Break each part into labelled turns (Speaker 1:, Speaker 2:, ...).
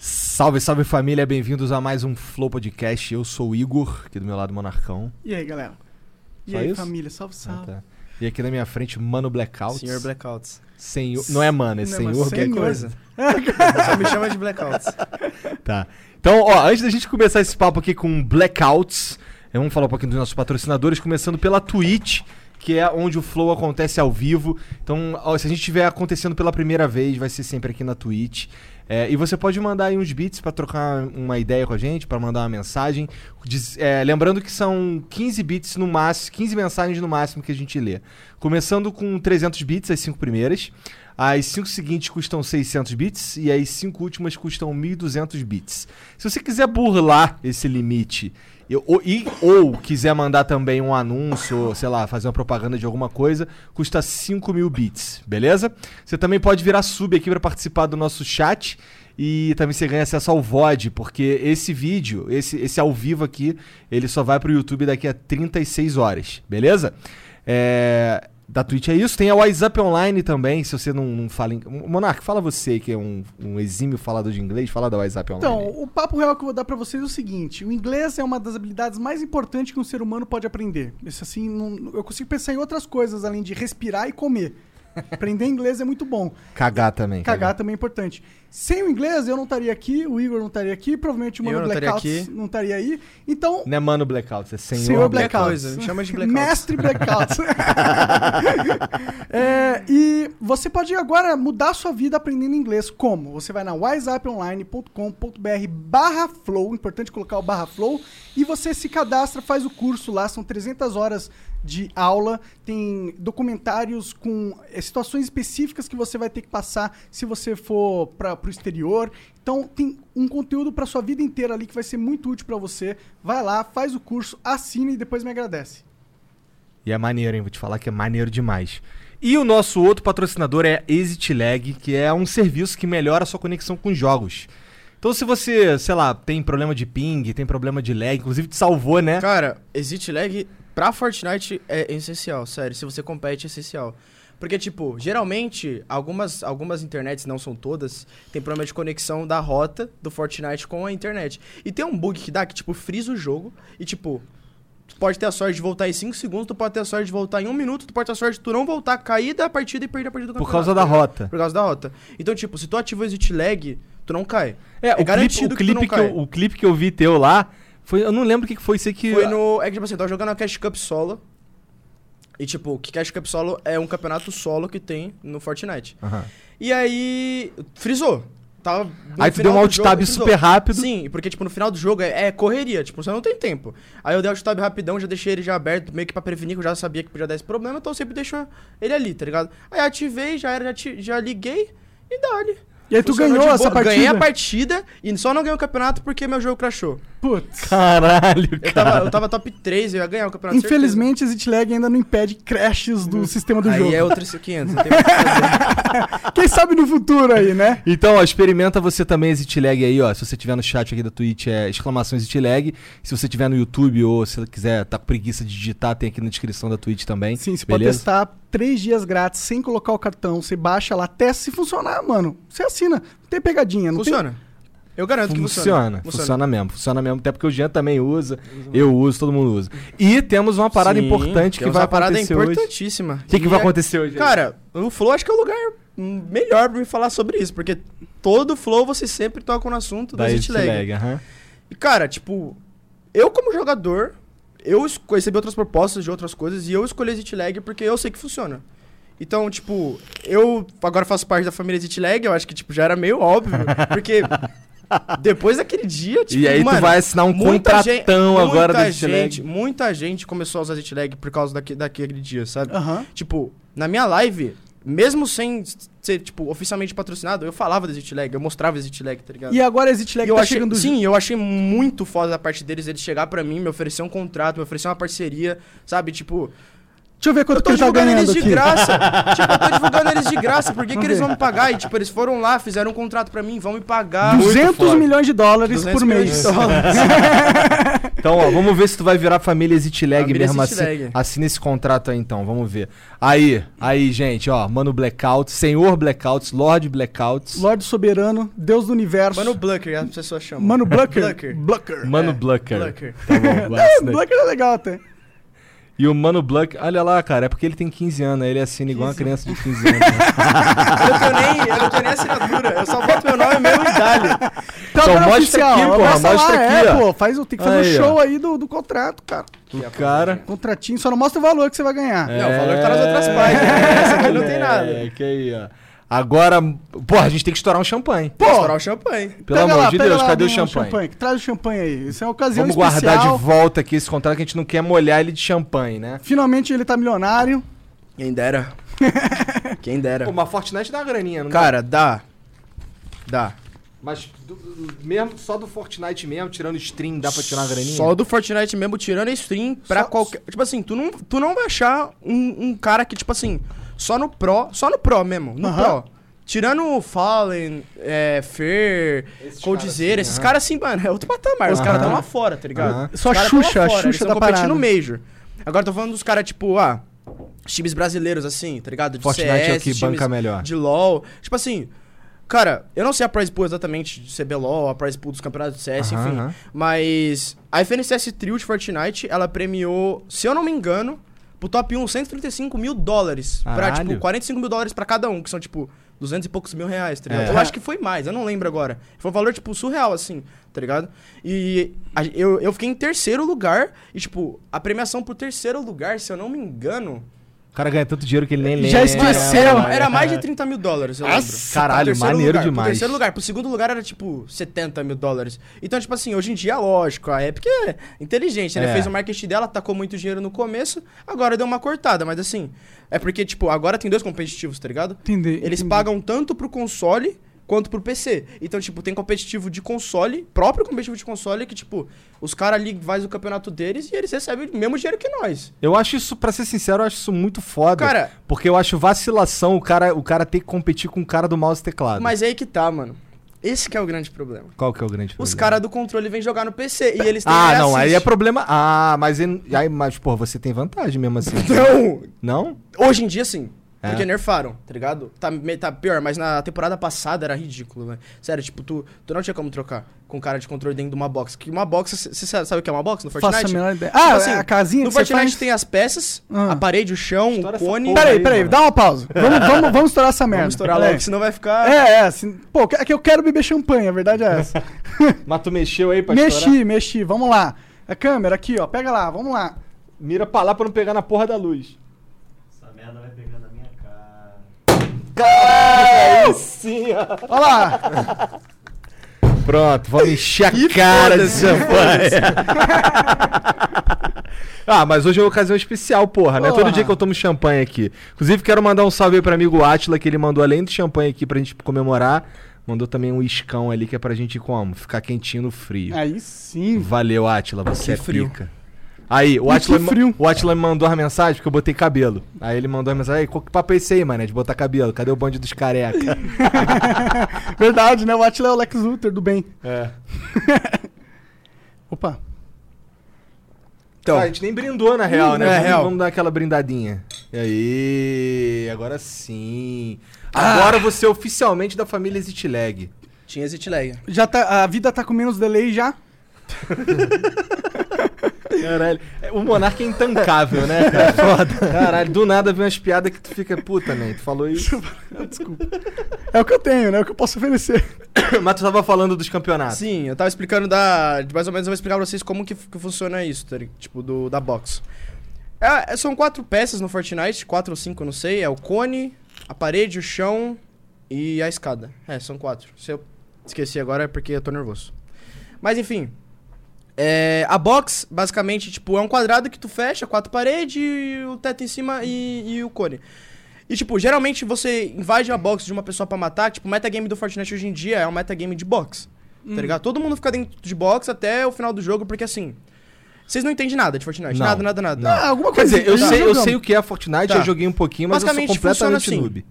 Speaker 1: Salve, salve família, bem-vindos a mais um Flow Podcast. Eu sou o Igor, aqui do meu lado Monarcão.
Speaker 2: E aí, galera? E
Speaker 1: Só
Speaker 2: aí,
Speaker 1: isso?
Speaker 2: família? Salve,
Speaker 1: Ah,
Speaker 2: salve.
Speaker 1: tá. E aqui na minha frente, Mano Blackout.
Speaker 3: Senhor Blackouts.
Speaker 1: Senhor- Não é mano, é
Speaker 2: Não,
Speaker 1: senhor
Speaker 2: mas
Speaker 1: Blackout.
Speaker 3: Qualquer
Speaker 2: Senhor.
Speaker 3: coisa. Só me chama de Blackouts.
Speaker 1: Tá. Então, ó, antes da gente começar esse papo aqui com blackouts, eh, vamos falar um pouquinho dos nossos patrocinadores, começando pela Twitch, que é onde o Flow acontece ao vivo. Então, ó, se a gente estiver acontecendo pela primeira vez, vai ser sempre aqui na Twitch. Eh, e você pode mandar aí uns beats pra trocar uma ideia com a gente, pra mandar uma mensagem. Diz- eh, lembrando que são 15 bits no máximo, 15 mensagens no máximo que a gente lê. Começando com 300 bits, as cinco primeiras. As cinco seguintes custam 600 bits e as cinco últimas custam 1.200 bits. Se você quiser burlar esse limite eu- ou, e, ou quiser mandar também um anúncio, ou, sei lá, fazer uma propaganda de alguma coisa, custa 5 mil bits, beleza? Você também pode virar sub aqui para participar do nosso chat e também você ganha acesso ao VOD, porque esse vídeo, esse, esse ao vivo aqui, ele só vai pro YouTube daqui a 36 horas, beleza? É, da Twitch é isso. Tem a WhatsApp Online também, se você não, não fala... Em... Monark, fala você que é um, um exímio falador de inglês, fala da WhatsApp Online.
Speaker 2: Então, o papo real que eu vou dar pra vocês é o seguinte: o inglês é uma das habilidades mais importantes que um ser humano pode aprender. Isso assim, não- eu consigo pensar em outras coisas além de respirar e comer. Aprender inglês é muito bom.
Speaker 1: Cagar também.
Speaker 2: Cagar também é importante. Sem o inglês, eu não estaria aqui, o Igor não estaria aqui, provavelmente o
Speaker 3: Eu
Speaker 2: Mano
Speaker 3: não estaria
Speaker 2: Blackout
Speaker 3: aqui.
Speaker 2: não estaria aí. Então,
Speaker 1: Não é mano blackout, é senhor,
Speaker 2: Senhor
Speaker 1: blackout.
Speaker 3: Black-
Speaker 2: Blackout.
Speaker 3: coisa, me chama de Blackout.
Speaker 2: Mestre Blackout. É, e você pode agora mudar sua vida aprendendo inglês. Como? Você vai na wiseuponline.com.br barra flow, importante colocar o barra flow, e você se cadastra, faz o curso lá, são 300 horas de aula, tem documentários com é, situações específicas que você vai ter que passar se você for para o exterior. Então tem um conteúdo para sua vida inteira ali que vai ser muito útil para você. Vai lá, faz o curso, assina e depois me agradece.
Speaker 1: E é maneiro, hein? Vou te falar que é maneiro demais. E o nosso outro patrocinador é Exit Lag, que é um serviço que melhora a sua conexão com jogos. Então se você, sei lá, tem problema de ping, tem problema de lag, inclusive te salvou, né?
Speaker 3: Cara, exit lag pra Fortnite é essencial, sério. Se você compete, é essencial. Porque, tipo, geralmente, algumas, algumas internets, não são todas, tem problema de conexão da rota do Fortnite com a internet. E tem um bug que dá que, tipo, frisa o jogo e, tipo, tu pode ter a sorte de voltar em 5 segundos, tu pode ter a sorte de voltar em 1 minuto, tu pode ter a sorte de tu não voltar, cair da partida e perder a partida do
Speaker 1: Por
Speaker 3: campeonato,
Speaker 1: causa da
Speaker 3: tá ligado?
Speaker 1: rota.
Speaker 3: Por causa da rota. Então, tipo, se tu ativa o exit lag, tu não cai.
Speaker 1: É, o, clipe, o,
Speaker 3: garantido tu
Speaker 1: clipe
Speaker 3: não
Speaker 1: que
Speaker 3: cai.
Speaker 1: eu, o clipe que eu vi teu lá, foi, eu não lembro o que que foi, sei que...
Speaker 3: Foi no. É que, tipo assim, eu tava jogando a Cash Cup solo. E, tipo, que Cash Cup solo é um campeonato solo que tem no Fortnite.
Speaker 1: Aham.
Speaker 3: E aí. Frisou. Tava no
Speaker 1: Aí tu deu
Speaker 3: final
Speaker 1: um
Speaker 3: do
Speaker 1: alt
Speaker 3: jogo,
Speaker 1: tab
Speaker 3: frisou.
Speaker 1: super rápido.
Speaker 3: Sim, porque, tipo, no final do jogo é, é correria, tipo, você não tem tempo. Aí eu dei alt tab rapidão, já deixei ele já aberto, meio que pra prevenir, que eu já sabia que podia dar esse problema, então eu sempre deixo ele ali, tá ligado? Aí ativei, já era, já, ti- já liguei e dali.
Speaker 2: E aí tu
Speaker 3: Funcionou
Speaker 2: ganhou
Speaker 3: de
Speaker 2: essa
Speaker 3: boa.
Speaker 2: partida?
Speaker 3: Ganhei a partida e só não ganhei o campeonato porque meu jogo crashou.
Speaker 2: Putz.
Speaker 1: Caralho,
Speaker 3: Eu
Speaker 1: cara.
Speaker 3: tava, eu tava top 3, eu ia ganhar o campeonato.
Speaker 2: Infelizmente, Exit Lag ainda não impede crashes do sistema do
Speaker 3: certeza.
Speaker 2: jogo.
Speaker 3: Aí é outro 500, não tem muito o que fazer.
Speaker 2: Quem sabe no futuro aí, né?
Speaker 1: Então, ó, experimenta você também Exit Lag aí, ó. Se você tiver no chat aqui da Twitch, é exclamação Exit Lag. Se você tiver no YouTube ou se quiser, tá com preguiça de digitar, tem aqui na descrição da Twitch também.
Speaker 2: Sim, você pode
Speaker 1: beleza?
Speaker 2: testar três dias grátis, sem colocar o cartão. Você baixa lá, testa se funcionar, mano. Você assina. Não tem pegadinha, não
Speaker 3: Funciona. Eu garanto que
Speaker 1: Funciona,
Speaker 3: funciona.
Speaker 1: funciona É mesmo, funciona mesmo, até porque o Jean também usa, eu uso, todo mundo usa. E temos uma parada
Speaker 3: Sim,
Speaker 1: importante que
Speaker 3: temos
Speaker 1: vai
Speaker 3: uma parada
Speaker 1: acontecer hoje.
Speaker 3: importantíssima. é-
Speaker 1: O que, que vai acontecer hoje?
Speaker 3: Cara, o Flow acho que é o lugar melhor pra me falar sobre isso, porque todo Flow você sempre toca no assunto do
Speaker 1: da
Speaker 3: Exit Lag.
Speaker 1: aham.
Speaker 3: E cara, tipo, eu como jogador, eu es- recebi outras propostas de outras coisas e eu escolhi Exit Lag porque eu sei que funciona. Então, tipo, eu agora faço parte da família Exit Lag, eu acho que tipo já era meio óbvio, porque depois daquele dia, tipo,
Speaker 1: E aí
Speaker 3: mano,
Speaker 1: tu vai assinar um
Speaker 3: muita gen-
Speaker 1: contratão
Speaker 3: muita
Speaker 1: agora do Exit
Speaker 3: gente,
Speaker 1: Lag.
Speaker 3: Muita gente começou a usar Exit Lag por causa daque- daquele dia, sabe?
Speaker 1: Ah.
Speaker 2: Aham.
Speaker 3: Tipo, na minha live, mesmo sem ser, tipo, oficialmente patrocinado, eu falava do Exit Lag, eu mostrava o Exit Lag, tá ligado?
Speaker 2: E agora Exit Lag
Speaker 3: E eu
Speaker 2: tá
Speaker 3: achei-
Speaker 2: chegando
Speaker 3: sim, eu achei muito foda da parte deles ele chegar pra mim, me oferecer um contrato, me oferecer uma parceria, sabe? Tipo,
Speaker 2: Deixa eu ver
Speaker 3: Eu
Speaker 2: quanto que
Speaker 3: tô
Speaker 2: ele tá
Speaker 3: divulgando
Speaker 2: ganhando
Speaker 3: eles de
Speaker 2: aqui.
Speaker 3: graça. tipo, eu tô divulgando eles de graça. Por que, que
Speaker 2: Vamos
Speaker 3: eles
Speaker 2: ver.
Speaker 3: vão me pagar? E, tipo, eles foram lá, fizeram um contrato pra mim, vão me pagar.
Speaker 1: Muito
Speaker 2: 200
Speaker 1: foda.
Speaker 2: milhões de dólares
Speaker 3: 200
Speaker 2: por
Speaker 3: milhões
Speaker 2: mês.
Speaker 3: de dólares.
Speaker 1: Então, ó, vamos ver se tu vai virar família Zitlag
Speaker 3: Família
Speaker 1: mesmo assim.
Speaker 3: Zitlag.
Speaker 1: Assina esse contrato aí então, vamos ver. Aí, aí, gente, ó, mano Blackout, senhor Blackouts, Lord Blackouts,
Speaker 2: Lorde Soberano, Deus do Universo.
Speaker 3: Mano Blucker, as pessoas chamam.
Speaker 2: Mano Blucker.
Speaker 3: Blucker.
Speaker 2: Blucker.
Speaker 1: Mano
Speaker 3: é,
Speaker 1: Blucker.
Speaker 3: Blucker.
Speaker 1: Tá bom, vai, assina aí.
Speaker 2: Blucker é legal até.
Speaker 1: E o Mano Blanc, olha lá, cara, é porque ele tem 15 anos, aí ele assina igual uma criança de 15 anos. né?
Speaker 3: Eu não tenho nem, eu não tenho nem assinatura. Eu só boto meu nome, meu e idade.
Speaker 1: Então,
Speaker 2: Câmera
Speaker 1: mostra
Speaker 2: oficial,
Speaker 1: aqui, porra,
Speaker 2: abraça
Speaker 1: mostra
Speaker 2: lá,
Speaker 1: aqui,
Speaker 2: é,
Speaker 1: ó.
Speaker 2: pô, faz, o- tem que fazer
Speaker 1: Aí,
Speaker 2: o
Speaker 1: ó.
Speaker 2: show aí do, do contrato, cara.
Speaker 1: o cara.
Speaker 2: Contratinho, só não mostra o valor que você vai ganhar.
Speaker 3: Não, o valor tá nas outras páginas, né? Essa aqui não tem nada.
Speaker 1: É, que aí, ó. Agora, porra, a gente tem que estourar um champanhe.
Speaker 3: Pô, estourar o champanhe.
Speaker 1: Pelo
Speaker 2: Pega
Speaker 1: amor
Speaker 2: lá,
Speaker 1: de
Speaker 2: pega
Speaker 1: Deus,
Speaker 2: lá,
Speaker 1: cadê o
Speaker 2: vem,
Speaker 1: champanhe?
Speaker 2: Traz o champanhe aí. Isso é uma
Speaker 3: um
Speaker 2: ocasião
Speaker 1: Vamos
Speaker 2: especial.
Speaker 1: guardar de volta aqui esse contrato que a gente não quer molhar ele de champanhe, né?
Speaker 2: Finalmente ele tá milionário.
Speaker 3: Quem dera. Quem dera.
Speaker 1: Pô, mas Fortnite dá uma graninha, não
Speaker 3: Cara, dá. Dá.
Speaker 1: Mas do- do- mesmo, só do Fortnite mesmo, tirando stream, dá pra tirar uma graninha?
Speaker 3: Só do Fortnite mesmo, tirando a stream pra
Speaker 2: Só-
Speaker 3: qualquer. Tipo assim, tu não, tu não vai achar um, um cara que, tipo assim, só no Pro. Só no Pro mesmo. No
Speaker 2: Aham.
Speaker 3: Pro. Tirando o Fallen, é, Fer,
Speaker 1: Esses
Speaker 3: Coldzera,
Speaker 1: caras, assim,
Speaker 3: esses
Speaker 1: aham.
Speaker 3: caras assim, mano, é outro patamar. Os
Speaker 1: Aham.
Speaker 3: caras estão lá fora, tá
Speaker 1: Aham.
Speaker 3: ligado? Os
Speaker 2: Só a
Speaker 3: caras tão lá
Speaker 2: Xuxa, a
Speaker 3: fora,
Speaker 2: Xuxa
Speaker 3: eles tão
Speaker 2: da
Speaker 3: competindo
Speaker 2: parada.
Speaker 3: no Major. Agora eu tô falando dos caras, tipo, ah, os times brasileiros, assim, tá ligado? De
Speaker 1: Fortnite é o que
Speaker 3: times
Speaker 1: banca melhor.
Speaker 3: De LoL. Tipo assim, cara, eu não sei a prize pool exatamente de CBLOL, a prize pool dos campeonatos de CS,
Speaker 1: Aham,
Speaker 3: enfim.
Speaker 1: aham.
Speaker 3: Mas a FNCS Trio de Fortnite, ela premiou, se eu não me engano, pro top 1, 135 mil dólares. Pra,
Speaker 1: Caralho.
Speaker 3: tipo, 45 mil dólares pra cada um, que são, tipo, 200 e poucos mil reais, tá
Speaker 1: É.
Speaker 3: ligado? Eu acho que foi mais, eu não lembro agora. Foi um valor, tipo, surreal, assim, tá ligado? E a- eu, eu fiquei em terceiro lugar, e, tipo, a premiação pro terceiro lugar, se eu não me engano...
Speaker 1: O cara ganha tanto dinheiro que ele nem lembra.
Speaker 2: Já esqueceu.
Speaker 3: Era, era mais de 30 mil dólares, eu
Speaker 1: Nossa,
Speaker 3: lembro.
Speaker 1: caralho,
Speaker 3: Pro terceiro
Speaker 1: maneiro
Speaker 3: lugar, pro
Speaker 1: demais.
Speaker 3: terceiro lugar. Pro segundo lugar era, tipo, 70 mil dólares. Então, tipo assim, hoje em dia, lógico, a Epic é inteligente, né?
Speaker 1: É.
Speaker 3: Fez o marketing dela, tacou muito dinheiro no começo, agora deu uma cortada. Mas, assim, é porque, tipo, agora tem dois competitivos, tá ligado?
Speaker 2: Entendi.
Speaker 3: Eles
Speaker 2: entendi.
Speaker 3: pagam tanto pro console quanto pro PC. Então, tipo, tem competitivo de console, próprio competitivo de console, que, tipo, os caras ali fazem o campeonato deles e eles recebem o mesmo dinheiro que nós.
Speaker 1: Eu acho isso, pra ser sincero, eu acho isso muito foda.
Speaker 3: Cara-
Speaker 1: porque eu acho vacilação o cara, o cara ter que competir com o cara do mouse e teclado.
Speaker 3: Mas é aí que tá, mano. Esse que é o grande problema.
Speaker 1: Qual que é o grande
Speaker 3: Os
Speaker 1: problema?
Speaker 3: caras do controle vêm jogar no PC e eles têm
Speaker 1: Ah,
Speaker 3: e
Speaker 1: não, aí é
Speaker 3: assiste.
Speaker 1: problema. Ah, mas ele- aí, mas pô, você tem vantagem mesmo assim.
Speaker 3: Não!
Speaker 1: não?
Speaker 3: Então, Hoje em dia, sim.
Speaker 1: É.
Speaker 3: Porque nerfaram, tá ligado? Tá, me- tá pior, mas na temporada passada era ridículo, né? Sério, tipo, tu, tu não tinha como trocar com um cara de controle dentro de uma box. Que uma box, você sabe o que é uma box no Fortnite?
Speaker 2: Faça a menor ideia. Ah,
Speaker 3: assim,
Speaker 2: a casinha
Speaker 3: No
Speaker 2: que você
Speaker 3: Fortnite
Speaker 2: faz...
Speaker 3: tem as peças,
Speaker 2: Ah.
Speaker 3: a parede, o chão,
Speaker 1: Estoura
Speaker 3: o
Speaker 1: essa
Speaker 3: porra
Speaker 1: porra
Speaker 3: aí,
Speaker 2: Peraí,
Speaker 1: aí,
Speaker 2: peraí,
Speaker 1: mano.
Speaker 2: dá uma pausa. Vamos, vamos, vamos estourar essa merda.
Speaker 3: Vamos estourar
Speaker 2: Peraí.
Speaker 3: logo, senão vai ficar...
Speaker 2: É, é, assim, pô, é que eu quero beber champanhe, a verdade é essa.
Speaker 1: Mas tu mexeu aí pra
Speaker 2: mexi,
Speaker 1: estourar?
Speaker 2: mexi, vamos lá. A câmera aqui, ó, pega lá, vamos lá.
Speaker 1: Mira pra lá pra não pegar na porra da luz.
Speaker 4: Essa merda vai pegando na minha cara.
Speaker 1: Aí sim, ó.
Speaker 2: Olha lá,
Speaker 1: Pronto, vamos encher a cara de champanhe. ah, mas hoje é uma ocasião especial, porra, né? Todo
Speaker 2: Porra.
Speaker 1: dia que eu tomo champanhe aqui. Inclusive, quero mandar um salve aí pro amigo Atila, que ele mandou além do champanhe aqui pra gente comemorar. Mandou também um iscão ali, que é pra gente como? Ficar quentinho no frio.
Speaker 2: aí sim.
Speaker 1: Valeu, Atila, você
Speaker 3: Que
Speaker 1: é
Speaker 3: frio.
Speaker 1: pica. Aí, o
Speaker 2: E
Speaker 1: Atila,
Speaker 2: que
Speaker 1: me-
Speaker 2: frio.
Speaker 1: o Atila me mandou uma mensagem porque eu botei cabelo. Aí ele mandou uma mensagem: "Ei, qual que papo é esse aí, mané, de botar cabelo? Cadê o bonde dos careca?
Speaker 2: Verdade, né? O Atila é o Lex Luthor do bem.
Speaker 1: é.
Speaker 2: Opa.
Speaker 3: Então,
Speaker 1: Ah, a gente nem brindou, na real, né?
Speaker 3: É,
Speaker 1: vamos,
Speaker 3: real.
Speaker 1: vamos dar aquela brindadinha. E aí, agora sim. Agora você é oficialmente da família Zitlag.
Speaker 3: tinha exit lag.
Speaker 2: Já tá, a vida tá com menos delay já?
Speaker 1: Caralho. É, O Monark é intancável, né, cara? Foda. Caralho, do nada vem umas piadas que tu fica, puta, né? Tu falou isso.
Speaker 2: É o que eu tenho, né? É o que eu posso oferecer.
Speaker 1: Mas tu tava falando dos campeonatos.
Speaker 3: Sim, eu tava explicando da. de Mais ou menos eu vou explicar pra vocês como que, que funciona isso, tá ligado? Tipo, do, da box. É, é- são quatro peças no Fortnite, quatro ou cinco, eu não sei. É o cone, a parede, o chão e a escada. É, são quatro. Se eu esqueci agora é porque eu tô nervoso. Mas enfim. é, a box, basicamente, tipo, é um quadrado que tu fecha, quatro paredes, o teto em cima e, e o cone. E, tipo, geralmente você invade a box de uma pessoa pra matar. Tipo, o metagame do Fortnite hoje em dia é um metagame de box. Tá ligado? Todo mundo fica dentro de box até o final do jogo, porque assim. Vocês não entendem nada de Fortnite.
Speaker 1: Não,
Speaker 3: Nada, nada, nada.
Speaker 1: não.
Speaker 2: Ah, alguma
Speaker 1: Quer
Speaker 2: coisa.
Speaker 1: dizer, eu
Speaker 2: já
Speaker 1: sei, eu
Speaker 2: jogamos.
Speaker 1: sei o que é Fortnite,
Speaker 3: Tá.
Speaker 1: eu joguei um pouquinho, mas eu sou
Speaker 3: Basicamente, funciona
Speaker 1: completamente
Speaker 3: assim.
Speaker 1: noob.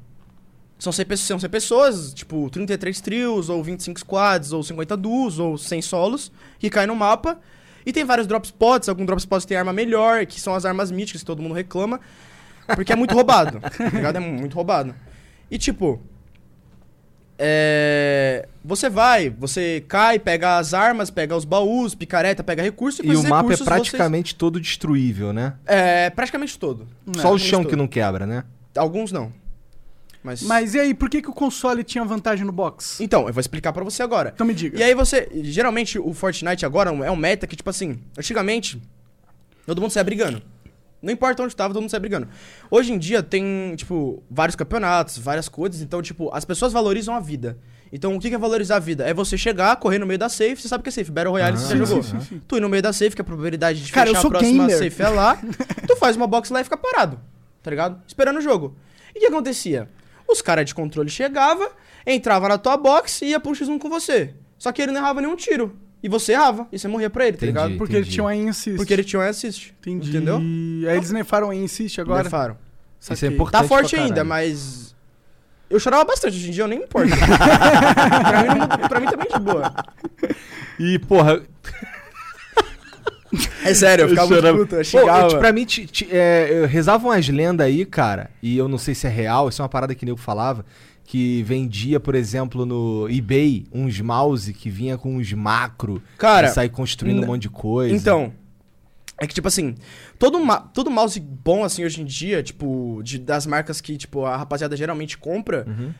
Speaker 3: São 100 pessoas, são 100 pessoas, tipo, 33 trios, ou 25 squads, ou 50 duos, ou 100 solos, que caem no mapa. E tem vários drop spots, alguns drop spots tem arma melhor, que são as armas míticas que todo mundo reclama, porque é muito roubado, tá ligado? É muito roubado. E tipo, é... você vai, você cai, pega as armas, pega os baús, picareta, pega recurso, com
Speaker 1: E o
Speaker 3: esses
Speaker 1: mapa é
Speaker 3: Tipo, recursos você-
Speaker 1: praticamente todo destruível, né?
Speaker 3: É, praticamente todo.
Speaker 1: Só o
Speaker 3: praticamente
Speaker 1: chão
Speaker 3: todo.
Speaker 1: que não quebra, né?
Speaker 3: Alguns não. Mas...
Speaker 2: Mas e aí, por que, que o console tinha vantagem no box?
Speaker 3: Então, eu vou explicar pra você agora.
Speaker 2: Então me diga.
Speaker 3: E aí você. Geralmente o Fortnite agora é um meta que, tipo assim, antigamente, todo mundo saia brigando. Não importa onde tava, todo mundo saia brigando. Hoje em dia tem, tipo, vários campeonatos, várias coisas, então, tipo, as pessoas valorizam a vida. Então, o que que é valorizar a vida? É você chegar, correr no meio da safe, você sabe o que é safe, Battle Royale,
Speaker 1: Ah,
Speaker 3: você
Speaker 1: sim,
Speaker 3: já jogou.
Speaker 1: sim,
Speaker 3: Tu ir no meio da safe, que a probabilidade de
Speaker 2: Cara, eu
Speaker 3: fechar a
Speaker 2: sou
Speaker 3: próxima
Speaker 2: gamer.
Speaker 3: safe é lá, tu faz uma box lá e fica parado, tá ligado? Esperando o jogo. E o que acontecia? Os caras de controle chegavam, entrava na tua box e ia pro X1 com você. Só que ele não errava nenhum tiro. E você errava, e você morria pra ele, tá
Speaker 1: Entendi.
Speaker 3: ligado?
Speaker 2: porque
Speaker 1: entendi.
Speaker 2: ele tinha um insist.
Speaker 3: Porque ele tinha um assist.
Speaker 2: Entendi.
Speaker 3: Entendeu?
Speaker 2: Aí eles nefaram o insist agora.
Speaker 3: Nerfaram.
Speaker 1: Isso é
Speaker 2: Saquei.
Speaker 1: importante.
Speaker 3: Tá forte
Speaker 1: pra
Speaker 3: ainda,
Speaker 1: caralho.
Speaker 3: mas. Eu chorava bastante, hoje em dia eu nem me importo. pra, mim, não- pra mim também de boa.
Speaker 1: E, porra,
Speaker 3: É sério, eu ficava muito puto, eu
Speaker 1: Pô, eu,
Speaker 3: xingava.
Speaker 1: tipo, pra mim, ti- ti- é, eu- rezavam as lendas aí, cara, e eu não sei se é real, isso é uma parada que o nego falava, que vendia, por exemplo, no eBay, uns mouse que vinha com uns macro,
Speaker 3: Cara,
Speaker 1: e sai construindo
Speaker 3: n-
Speaker 1: um monte de coisa.
Speaker 3: Então, é que, tipo assim, todo, ma todo mouse bom, assim, hoje em dia, tipo, de- das marcas que, tipo, a rapaziada geralmente compra,
Speaker 1: Uhum.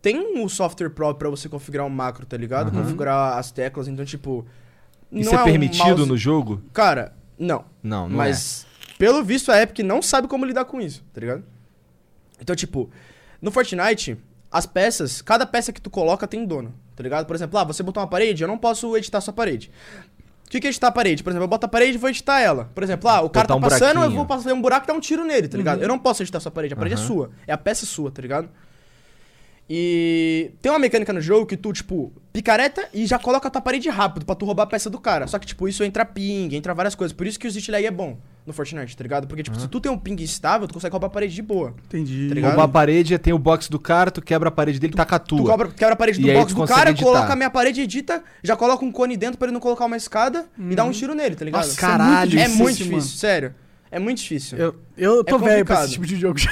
Speaker 3: tem um software próprio pra você configurar o macro, tá ligado?
Speaker 1: Aham.
Speaker 3: Configurar as teclas, então, tipo...
Speaker 1: Isso é, permitido
Speaker 3: mouse-
Speaker 1: no jogo?
Speaker 3: Cara, não.
Speaker 1: Não, não é.
Speaker 3: Mas, pelo visto, a Epic não sabe como lidar com isso, tá ligado? Então, tipo, no Fortnite, as peças, cada peça que tu coloca tem dono, tá ligado? Por exemplo, ah, você botou uma parede, eu não posso editar sua parede. O que, que é editar a parede? Por exemplo, eu boto a parede e vou editar ela. Por exemplo, ah, o cara
Speaker 1: Botar
Speaker 3: tá
Speaker 1: um
Speaker 3: passando, eu
Speaker 1: buraquinho.
Speaker 3: vou fazer um buraco e dar um tiro nele, tá ligado? Eu não posso editar sua parede, a parede é
Speaker 1: Uhum. Aham.
Speaker 3: sua. É a peça sua, tá ligado? E tem uma mecânica no jogo que tu, tipo, picareta e já coloca a tua parede rápido pra tu roubar a peça do cara. Só que, tipo, isso entra ping, entra várias coisas. Por isso que o Zit Lag é bom no Fortnite, tá ligado? Porque, tipo, se tu tem um ping estável, tu consegue roubar a parede de boa.
Speaker 2: Entendi.
Speaker 3: Tá ligado?
Speaker 1: Roubar a parede, tem o box do cara, tu quebra a parede dele, taca a tua.
Speaker 3: Tu cobra- quebra a parede do
Speaker 1: E aí
Speaker 3: box
Speaker 1: tu
Speaker 3: do
Speaker 1: consegue
Speaker 3: cara,
Speaker 1: editar.
Speaker 3: coloca a minha parede, edita, já coloca um cone dentro pra ele não colocar uma escada e
Speaker 1: Uhum.
Speaker 3: dá um tiro nele, tá ligado?
Speaker 2: Nossa,
Speaker 3: é
Speaker 2: caralho,
Speaker 3: muito, é
Speaker 2: difícil,
Speaker 3: muito difícil,
Speaker 2: mano.
Speaker 3: sério. É muito difícil.
Speaker 2: Eu, eu tô
Speaker 3: É
Speaker 2: velho pra
Speaker 3: complicado.
Speaker 2: esse tipo de jogo. já.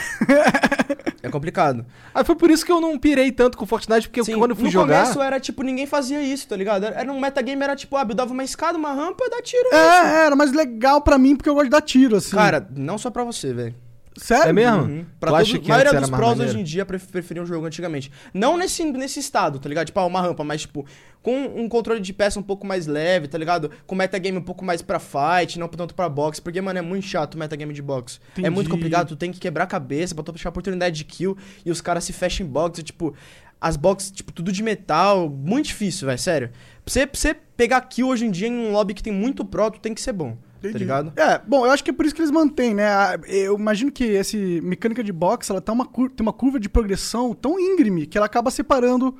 Speaker 3: É complicado.
Speaker 1: Ah, foi por isso que eu não pirei tanto com Fortnite, porque eu-
Speaker 3: Sim,
Speaker 1: quando eu fui
Speaker 3: no
Speaker 1: jogar...
Speaker 3: começo era tipo, ninguém fazia isso, tá ligado? Era era um metagame, era tipo, ah, dava uma escada, uma rampa, dá tiro.
Speaker 2: é, era mais legal pra mim porque eu gosto de dar tiro, assim.
Speaker 3: Cara, não só pra você, velho.
Speaker 2: sério?
Speaker 1: É mesmo?
Speaker 3: Uhum.
Speaker 1: Tu
Speaker 3: Pra
Speaker 1: acha
Speaker 3: todo,
Speaker 1: que
Speaker 3: a maioria
Speaker 1: antes era
Speaker 3: dos
Speaker 1: mais
Speaker 3: pros
Speaker 1: maneiro?
Speaker 3: hoje em dia pref- preferiam o jogo antigamente. Não nesse, nesse estado, tá ligado? Tipo, ah, uma rampa, mas tipo, com um controle de peça um pouco mais leve, tá ligado? Com metagame um pouco mais pra fight, não tanto pra boxe. Porque, mano, é muito chato o metagame de boxe. É muito
Speaker 2: Entendi.
Speaker 3: complicado, tu tem que quebrar a cabeça pra tu achar oportunidade de kill. E os caras se fecham em boxe, tipo, as boxes, tipo, tudo de metal. Muito difícil, velho, sério. Pra você, pra você pegar kill hoje em dia em um lobby que tem muito pro, tu tem que ser bom. Tá
Speaker 2: Entendi.
Speaker 3: ligado?
Speaker 2: É, bom, eu acho que é por isso que eles mantêm, né? A- Eu imagino que essa mecânica de boxe, ela tá uma cur- tem uma curva de progressão tão íngreme que ela acaba separando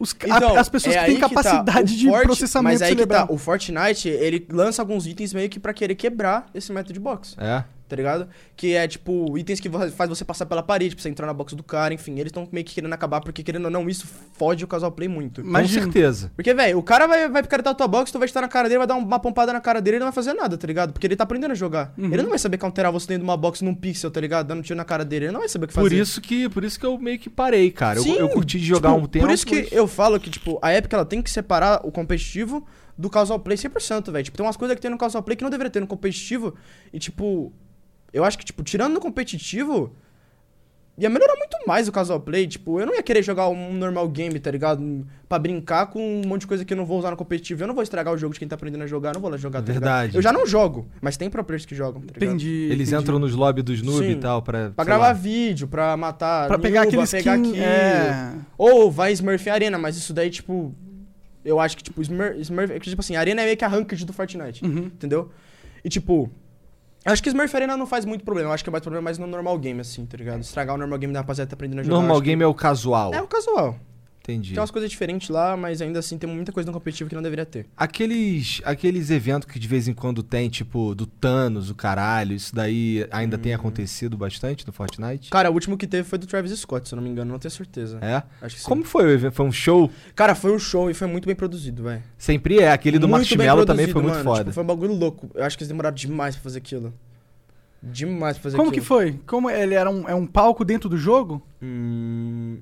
Speaker 2: os ca-
Speaker 3: Então,
Speaker 2: a- as pessoas
Speaker 3: é
Speaker 2: que têm
Speaker 3: aí tá.
Speaker 2: capacidade
Speaker 3: O
Speaker 2: de
Speaker 3: Forte-
Speaker 2: processamento
Speaker 3: Mas aí que
Speaker 2: cerebral.
Speaker 3: tá, o Fortnite, ele lança alguns itens meio que pra querer quebrar esse método de boxe,
Speaker 1: É.
Speaker 3: tá ligado? Que é, tipo, itens que vo- faz você passar pela parede, pra você entrar na box do cara, enfim. Eles estão meio que querendo acabar, porque querendo ou não, isso fode o casual play muito.
Speaker 2: Imagino.
Speaker 1: Com certeza.
Speaker 3: Porque, velho, o cara vai, vai picaretar a tua box, tu vai estar na cara dele, vai dar um, uma pompada na cara dele, ele não vai fazer nada, tá ligado? Porque ele tá aprendendo a jogar.
Speaker 2: Uhum.
Speaker 3: Ele não vai saber counterar você dentro de uma box num pixel, tá ligado? Dando tiro na cara dele, ele não vai saber o que fazer.
Speaker 1: Por isso que, por isso que eu meio que parei, cara. Eu-
Speaker 3: Sim,
Speaker 1: eu, curti de jogar
Speaker 3: tipo,
Speaker 1: um tempo.
Speaker 3: Por isso que
Speaker 1: mas-
Speaker 3: eu falo que, tipo, a Epic ela tem que separar o competitivo do casual play 100%, velho. Tipo, tem umas coisas que tem no casual play que não deveria ter no competitivo. E, tipo, eu acho que, tipo, tirando no competitivo, ia melhorar muito mais o casual play. Tipo, eu não ia querer jogar um normal game, tá ligado? Um- Pra brincar com um monte de coisa que eu não vou usar no competitivo. Eu não vou estragar o jogo de quem tá aprendendo a jogar, eu não vou lá jogar, tá ligado?
Speaker 1: Verdade.
Speaker 3: Eu já não jogo, mas tem pro players que jogam, tá ligado?
Speaker 2: Entendi.
Speaker 1: Eles
Speaker 2: entendi.
Speaker 1: entram nos lobbies dos noob
Speaker 3: Sim.
Speaker 1: e tal pra. sei
Speaker 3: Pra gravar
Speaker 1: lá.
Speaker 3: vídeo, pra matar
Speaker 2: Pra pegar
Speaker 3: nuba,
Speaker 2: aquele skin...
Speaker 3: pegar kill.
Speaker 2: é.
Speaker 3: Ou vai Smurf em Arena, mas isso daí, tipo. Eu acho que, tipo, Smurf. Smurf é que, tipo assim, Arena é meio que a ranked do Fortnite.
Speaker 2: Uhum.
Speaker 3: Entendeu? E, tipo. Eu acho que Smurf Arena não faz muito problema. Eu acho que é mais problema mais no normal game, assim, tá ligado? Estragar o normal game da rapaziada que tá aprendendo a jogar. eu
Speaker 1: Normal
Speaker 3: acho que-
Speaker 1: game é o casual.
Speaker 3: É o casual.
Speaker 1: Entendi.
Speaker 3: Tem umas coisas diferentes lá, mas ainda assim tem muita coisa no competitivo que não deveria ter.
Speaker 1: Aqueles, aqueles eventos que de vez em quando tem, tipo, do Thanos, o caralho, isso daí ainda
Speaker 3: Hum.
Speaker 1: tem acontecido bastante no Fortnite?
Speaker 3: Cara, o último que teve foi do Travis Scott, se eu não me engano, não tenho certeza.
Speaker 1: É?
Speaker 3: Acho que sim.
Speaker 1: Como foi o evento? Foi um show?
Speaker 3: Cara, foi um show e foi muito bem produzido, velho.
Speaker 1: Sempre é. Aquele do
Speaker 3: Muito bem
Speaker 1: Marshmallow também
Speaker 3: produzido,
Speaker 1: foi muito
Speaker 3: mano.
Speaker 1: foda.
Speaker 3: Tipo, foi um bagulho louco. Eu acho que eles demoraram demais pra fazer aquilo. Demais pra fazer
Speaker 2: Como que
Speaker 3: aquilo.
Speaker 2: foi? Como ele era um, é um palco dentro do jogo?
Speaker 3: Hum,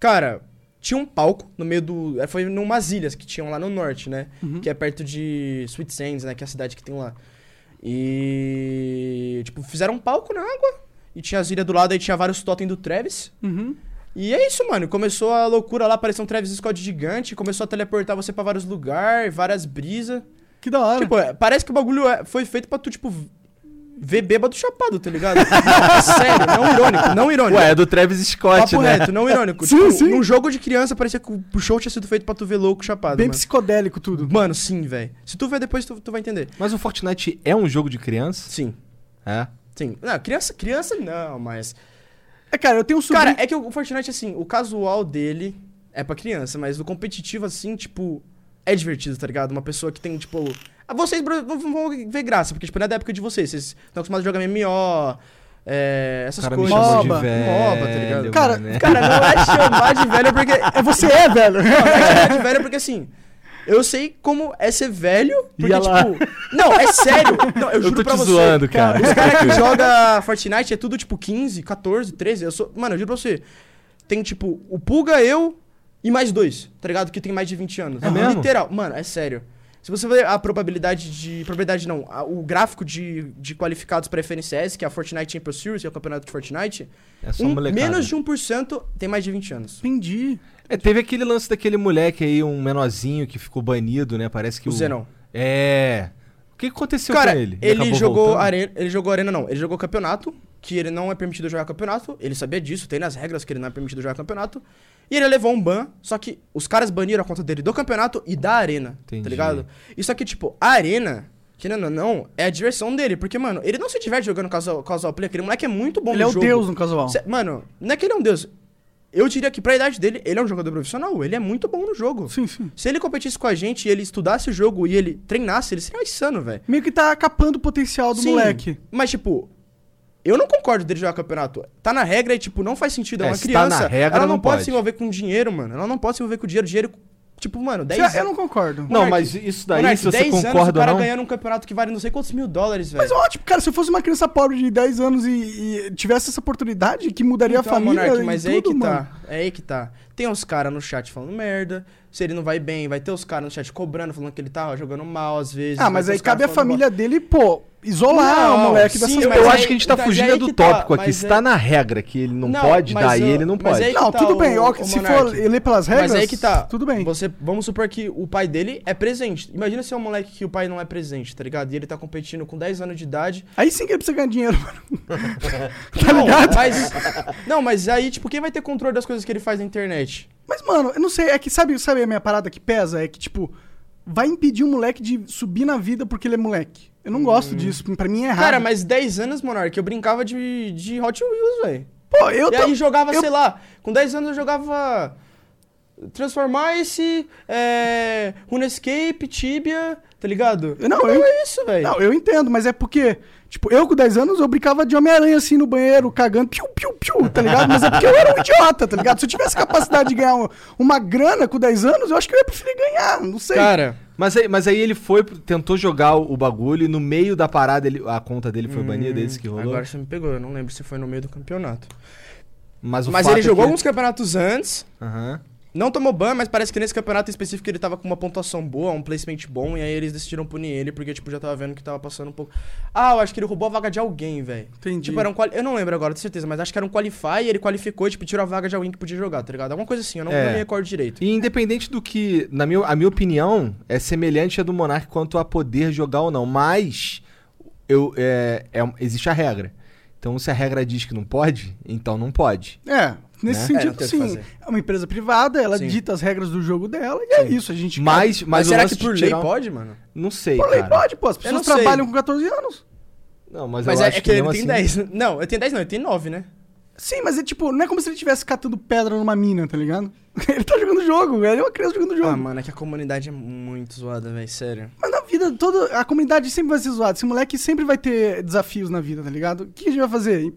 Speaker 3: Cara, tinha um palco no meio do. é, Foi numas ilhas que tinham lá no norte, né? Que é perto de Sweet Sands, né? Que é a cidade que tem lá. E. Tipo, fizeram um palco na água. E tinha as ilhas do lado, aí tinha vários totem do Travis.
Speaker 2: Uhum.
Speaker 3: E é isso, mano. Começou a loucura lá, apareceu um Travis Scott gigante, começou a teleportar você pra vários lugares, várias brisas.
Speaker 2: Que da hora.
Speaker 3: Tipo, é, parece que o bagulho é- foi feito pra tu, tipo, ver bêbado chapado, tá ligado? Não, sério, não irônico, não irônico.
Speaker 1: Ué, é do Travis Scott,
Speaker 3: Papo
Speaker 1: né?
Speaker 3: reto, não irônico.
Speaker 2: Sim,
Speaker 3: tipo,
Speaker 2: sim.
Speaker 3: Num jogo de criança parecia que o show tinha sido feito pra tu ver louco chapado.
Speaker 2: Bem
Speaker 3: mano.
Speaker 2: psicodélico tudo.
Speaker 3: Mano, sim, velho. Se tu ver depois, tu, tu vai entender.
Speaker 1: Mas o Fortnite é um jogo de criança?
Speaker 3: Sim,
Speaker 1: É.
Speaker 3: sim. Não, criança, criança não, mas.
Speaker 2: É, cara, eu tenho um sobrinho...
Speaker 3: Cara, é que o Fortnite, assim, o casual dele é pra criança, mas o competitivo, assim, tipo, é divertido, tá ligado? Uma pessoa que tem, tipo. ah, Vocês bro, vão vão ver graça, porque, tipo, não é da época de vocês. Vocês estão acostumados a jogar MMO, é, essas
Speaker 1: O cara me
Speaker 3: coisas.
Speaker 1: chamou
Speaker 2: Moba.
Speaker 1: de velho. né?
Speaker 3: Moba, tá ligado?
Speaker 2: Cara,
Speaker 1: mané.
Speaker 3: Cara, não é chamar de velho porque
Speaker 2: É, você é, velho.
Speaker 3: Não, de velho porque assim. Eu sei como é ser velho, porque,
Speaker 1: Ia lá.
Speaker 3: tipo. Não, é sério. Não, eu,
Speaker 1: eu
Speaker 3: juro
Speaker 1: tô
Speaker 3: pra
Speaker 1: te
Speaker 3: você.
Speaker 1: zoando, cara.
Speaker 3: Os caras que jogam Fortnite é tudo tipo 15, 14, 13. Eu sou. Mano, eu juro pra você. Tem tipo o Pulga, eu e mais dois, tá ligado? Que tem mais de 20 anos.
Speaker 1: É mesmo?
Speaker 3: Literal. Mano, é sério. Se você ver a probabilidade de. Probabilidade não. a- o gráfico de, de qualificados pra FNCS, que é a Fortnite Champions Series, que é o campeonato de Fortnite.
Speaker 1: É só
Speaker 3: Um,
Speaker 1: molecada.
Speaker 3: menos de 1% tem mais de 20 anos.
Speaker 2: Entendi.
Speaker 1: É, teve aquele lance daquele moleque aí, um menorzinho que ficou banido, né? Parece que
Speaker 3: O
Speaker 1: o.
Speaker 3: Zenon.
Speaker 1: É. O que aconteceu
Speaker 3: Cara,
Speaker 1: com
Speaker 3: ele,
Speaker 1: ele? acabou
Speaker 3: jogou
Speaker 1: voltando?
Speaker 3: arena, ele jogou arena não, ele jogou campeonato, que ele não é permitido jogar campeonato, ele sabia disso, tem nas regras que ele não é permitido jogar campeonato, e ele levou um ban, só que os caras baniram a conta dele do campeonato e da arena,
Speaker 1: Entendi.
Speaker 3: tá ligado? E só que, tipo, a arena, querendo ou não, é a diversão dele, porque, mano, ele não se diverte jogando casual, casual play, aquele moleque é muito bom
Speaker 2: Ele
Speaker 3: no
Speaker 2: é o
Speaker 3: jogo.
Speaker 2: deus no casual.
Speaker 3: Cê- mano, não é que ele é um deus, eu diria que pra idade dele, ele é um jogador profissional, ele é muito bom no jogo.
Speaker 2: Sim, sim.
Speaker 3: Se ele competisse com a gente e ele estudasse o jogo e ele treinasse, ele seria insano, velho.
Speaker 2: Meio que tá capando o potencial do
Speaker 3: Sim,
Speaker 2: moleque.
Speaker 3: Mas, tipo, eu não concordo dele jogar campeonato. Tá na regra e, tipo, não faz sentido. É
Speaker 1: É,
Speaker 3: uma
Speaker 1: se tá
Speaker 3: criança.
Speaker 1: na regra,
Speaker 3: ela não,
Speaker 1: não
Speaker 3: pode,
Speaker 1: pode.
Speaker 3: se envolver com dinheiro, mano. Ela não pode se envolver com dinheiro. Dinheiro, tipo, mano, 10
Speaker 2: Cê- Eu
Speaker 3: anos.
Speaker 2: não concordo.
Speaker 1: Não,
Speaker 3: Monark,
Speaker 1: mas isso daí,
Speaker 3: Monark,
Speaker 1: se você
Speaker 3: 10 anos,
Speaker 1: concorda
Speaker 3: o
Speaker 1: ou
Speaker 3: cara
Speaker 1: não.
Speaker 3: ganhando um campeonato que vale não sei quantos mil dólares, velho.
Speaker 2: Mas ótimo, cara, se eu fosse uma criança pobre de 10 anos e, e tivesse essa oportunidade que mudaria a família
Speaker 3: Monark,
Speaker 2: e
Speaker 3: mas
Speaker 2: tudo,
Speaker 3: é aí que
Speaker 2: mano.
Speaker 3: tá. É aí que tá. Tem uns caras no chat falando merda. Se ele não vai bem, vai ter os caras no chat cobrando, falando que ele tá jogando mal às vezes.
Speaker 2: Ah,
Speaker 3: vai
Speaker 2: mas
Speaker 3: ter
Speaker 2: aí
Speaker 3: os caras
Speaker 2: cabe a
Speaker 3: falando mal.
Speaker 2: família dele, pô, isolar
Speaker 3: Não,
Speaker 2: o moleque
Speaker 3: sim,
Speaker 2: dessas
Speaker 3: mas
Speaker 1: Eu
Speaker 2: coisas.
Speaker 1: acho
Speaker 3: aí-
Speaker 1: que a gente tá
Speaker 3: mas
Speaker 1: fugindo
Speaker 3: aí
Speaker 1: do
Speaker 3: que tá,
Speaker 1: tópico aqui.
Speaker 3: mas
Speaker 1: Se
Speaker 3: aí-
Speaker 1: tá na regra que ele não,
Speaker 3: Não,
Speaker 1: pode
Speaker 3: mas
Speaker 1: dar e
Speaker 3: eu-
Speaker 1: ele não
Speaker 3: mas
Speaker 1: pode.
Speaker 3: aí-
Speaker 2: Não,
Speaker 3: que tá
Speaker 2: tudo
Speaker 3: o-
Speaker 2: bem, ó,
Speaker 3: o
Speaker 2: se
Speaker 3: Monark.
Speaker 2: for ler pelas regras,
Speaker 3: Mas aí que tá.
Speaker 2: tudo bem.
Speaker 3: Você, vamos supor que o pai dele é presente. Imagina se é um moleque que o pai não é presente, tá ligado? E ele tá competindo com 10 anos de idade.
Speaker 2: Aí sim que ele precisa ganhar dinheiro, mano.
Speaker 3: Tá não, ligado? Mas, não, mas aí, tipo, quem vai ter controle das coisas que ele faz na internet?
Speaker 2: Mas, mano, eu não sei, é que sabe, sabe a minha parada que pesa? É que, tipo, vai impedir um moleque de subir na vida porque ele é moleque. Eu não gosto disso, pra mim é errado.
Speaker 3: Hum. Cara, mas 10 anos, Monark, eu brincava de, de Hot Wheels, velho.
Speaker 2: Pô, eu
Speaker 3: E
Speaker 2: tô-
Speaker 3: aí jogava,
Speaker 2: eu-
Speaker 3: sei lá, com 10 anos eu jogava. Transformice, é. Runescape, Tibia, tá ligado?
Speaker 2: Não,
Speaker 3: Jogava
Speaker 2: eu-
Speaker 3: isso, velho.
Speaker 2: Não, eu entendo, mas é porque, tipo, eu com 10 anos eu brincava de Homem-Aranha assim no banheiro, cagando, piu, piu, piu, tá ligado? Mas é porque eu era um idiota, tá ligado? Se eu tivesse capacidade de ganhar um- uma grana com 10 anos, eu acho que eu ia preferir ganhar, não sei.
Speaker 3: Cara.
Speaker 1: Mas aí, mas aí ele foi, tentou jogar o o bagulho e no meio da parada ele, a conta dele foi banida, é isso que rolou.
Speaker 3: Hum, Agora você me pegou, eu não lembro se foi no meio do campeonato.
Speaker 1: Mas, o
Speaker 3: Mas
Speaker 1: fato
Speaker 3: ele
Speaker 1: é que...
Speaker 3: jogou alguns campeonatos antes,
Speaker 1: Aham.
Speaker 3: não tomou ban, mas parece que nesse campeonato em específico ele tava com uma pontuação boa, um placement bom, e aí eles decidiram punir ele, porque, tipo, já tava vendo que tava passando um pouco. Ah, eu acho que ele roubou a vaga de alguém, velho.
Speaker 2: Entendi.
Speaker 3: Tipo, era um quali... Eu não lembro agora, de certeza, mas acho que era um qualify e ele qualificou e, tipo, tirou a vaga de alguém que podia jogar, tá ligado? Alguma coisa assim, eu não,
Speaker 1: É.
Speaker 3: não me recordo direito.
Speaker 1: E independente do que, na minha, a minha opinião, é semelhante à do Monark quanto a poder jogar ou não. Mas eu, é, é- existe a regra. Então, se a regra diz que não pode, então não pode.
Speaker 2: É,
Speaker 1: Né?
Speaker 2: nesse
Speaker 3: É, não
Speaker 2: sentido,
Speaker 3: tem o que
Speaker 2: sim.
Speaker 3: fazer.
Speaker 2: É uma empresa privada, ela
Speaker 3: Sim.
Speaker 2: dita as regras do jogo dela e é isso, a gente...
Speaker 1: Mas, mas, o
Speaker 3: será
Speaker 1: lance
Speaker 3: que por
Speaker 1: de
Speaker 3: lei
Speaker 1: tirar- um
Speaker 3: pode, mano?
Speaker 1: Não sei,
Speaker 2: Por lei
Speaker 1: cara.
Speaker 2: pode, pô, as pessoas
Speaker 3: não sei.
Speaker 2: trabalham com 14 anos.
Speaker 1: Não, mas,
Speaker 3: Mas
Speaker 1: eu
Speaker 3: é,
Speaker 1: acho
Speaker 3: é que ele
Speaker 1: mesmo
Speaker 3: tem
Speaker 1: assim-
Speaker 3: 10. né? Não, ele tem 10 não, ele tem 9, né?
Speaker 2: Sim, mas é tipo, não é como se ele estivesse catando pedra numa mina, tá ligado? Ele tá jogando jogo, velho. Ele é uma criança jogando jogo.
Speaker 3: Ah, mano, é que a comunidade é muito zoada, velho, sério.
Speaker 2: Mas na vida toda, a comunidade sempre vai ser zoada. Esse moleque sempre vai ter desafios na vida, tá ligado? O que a gente vai fazer?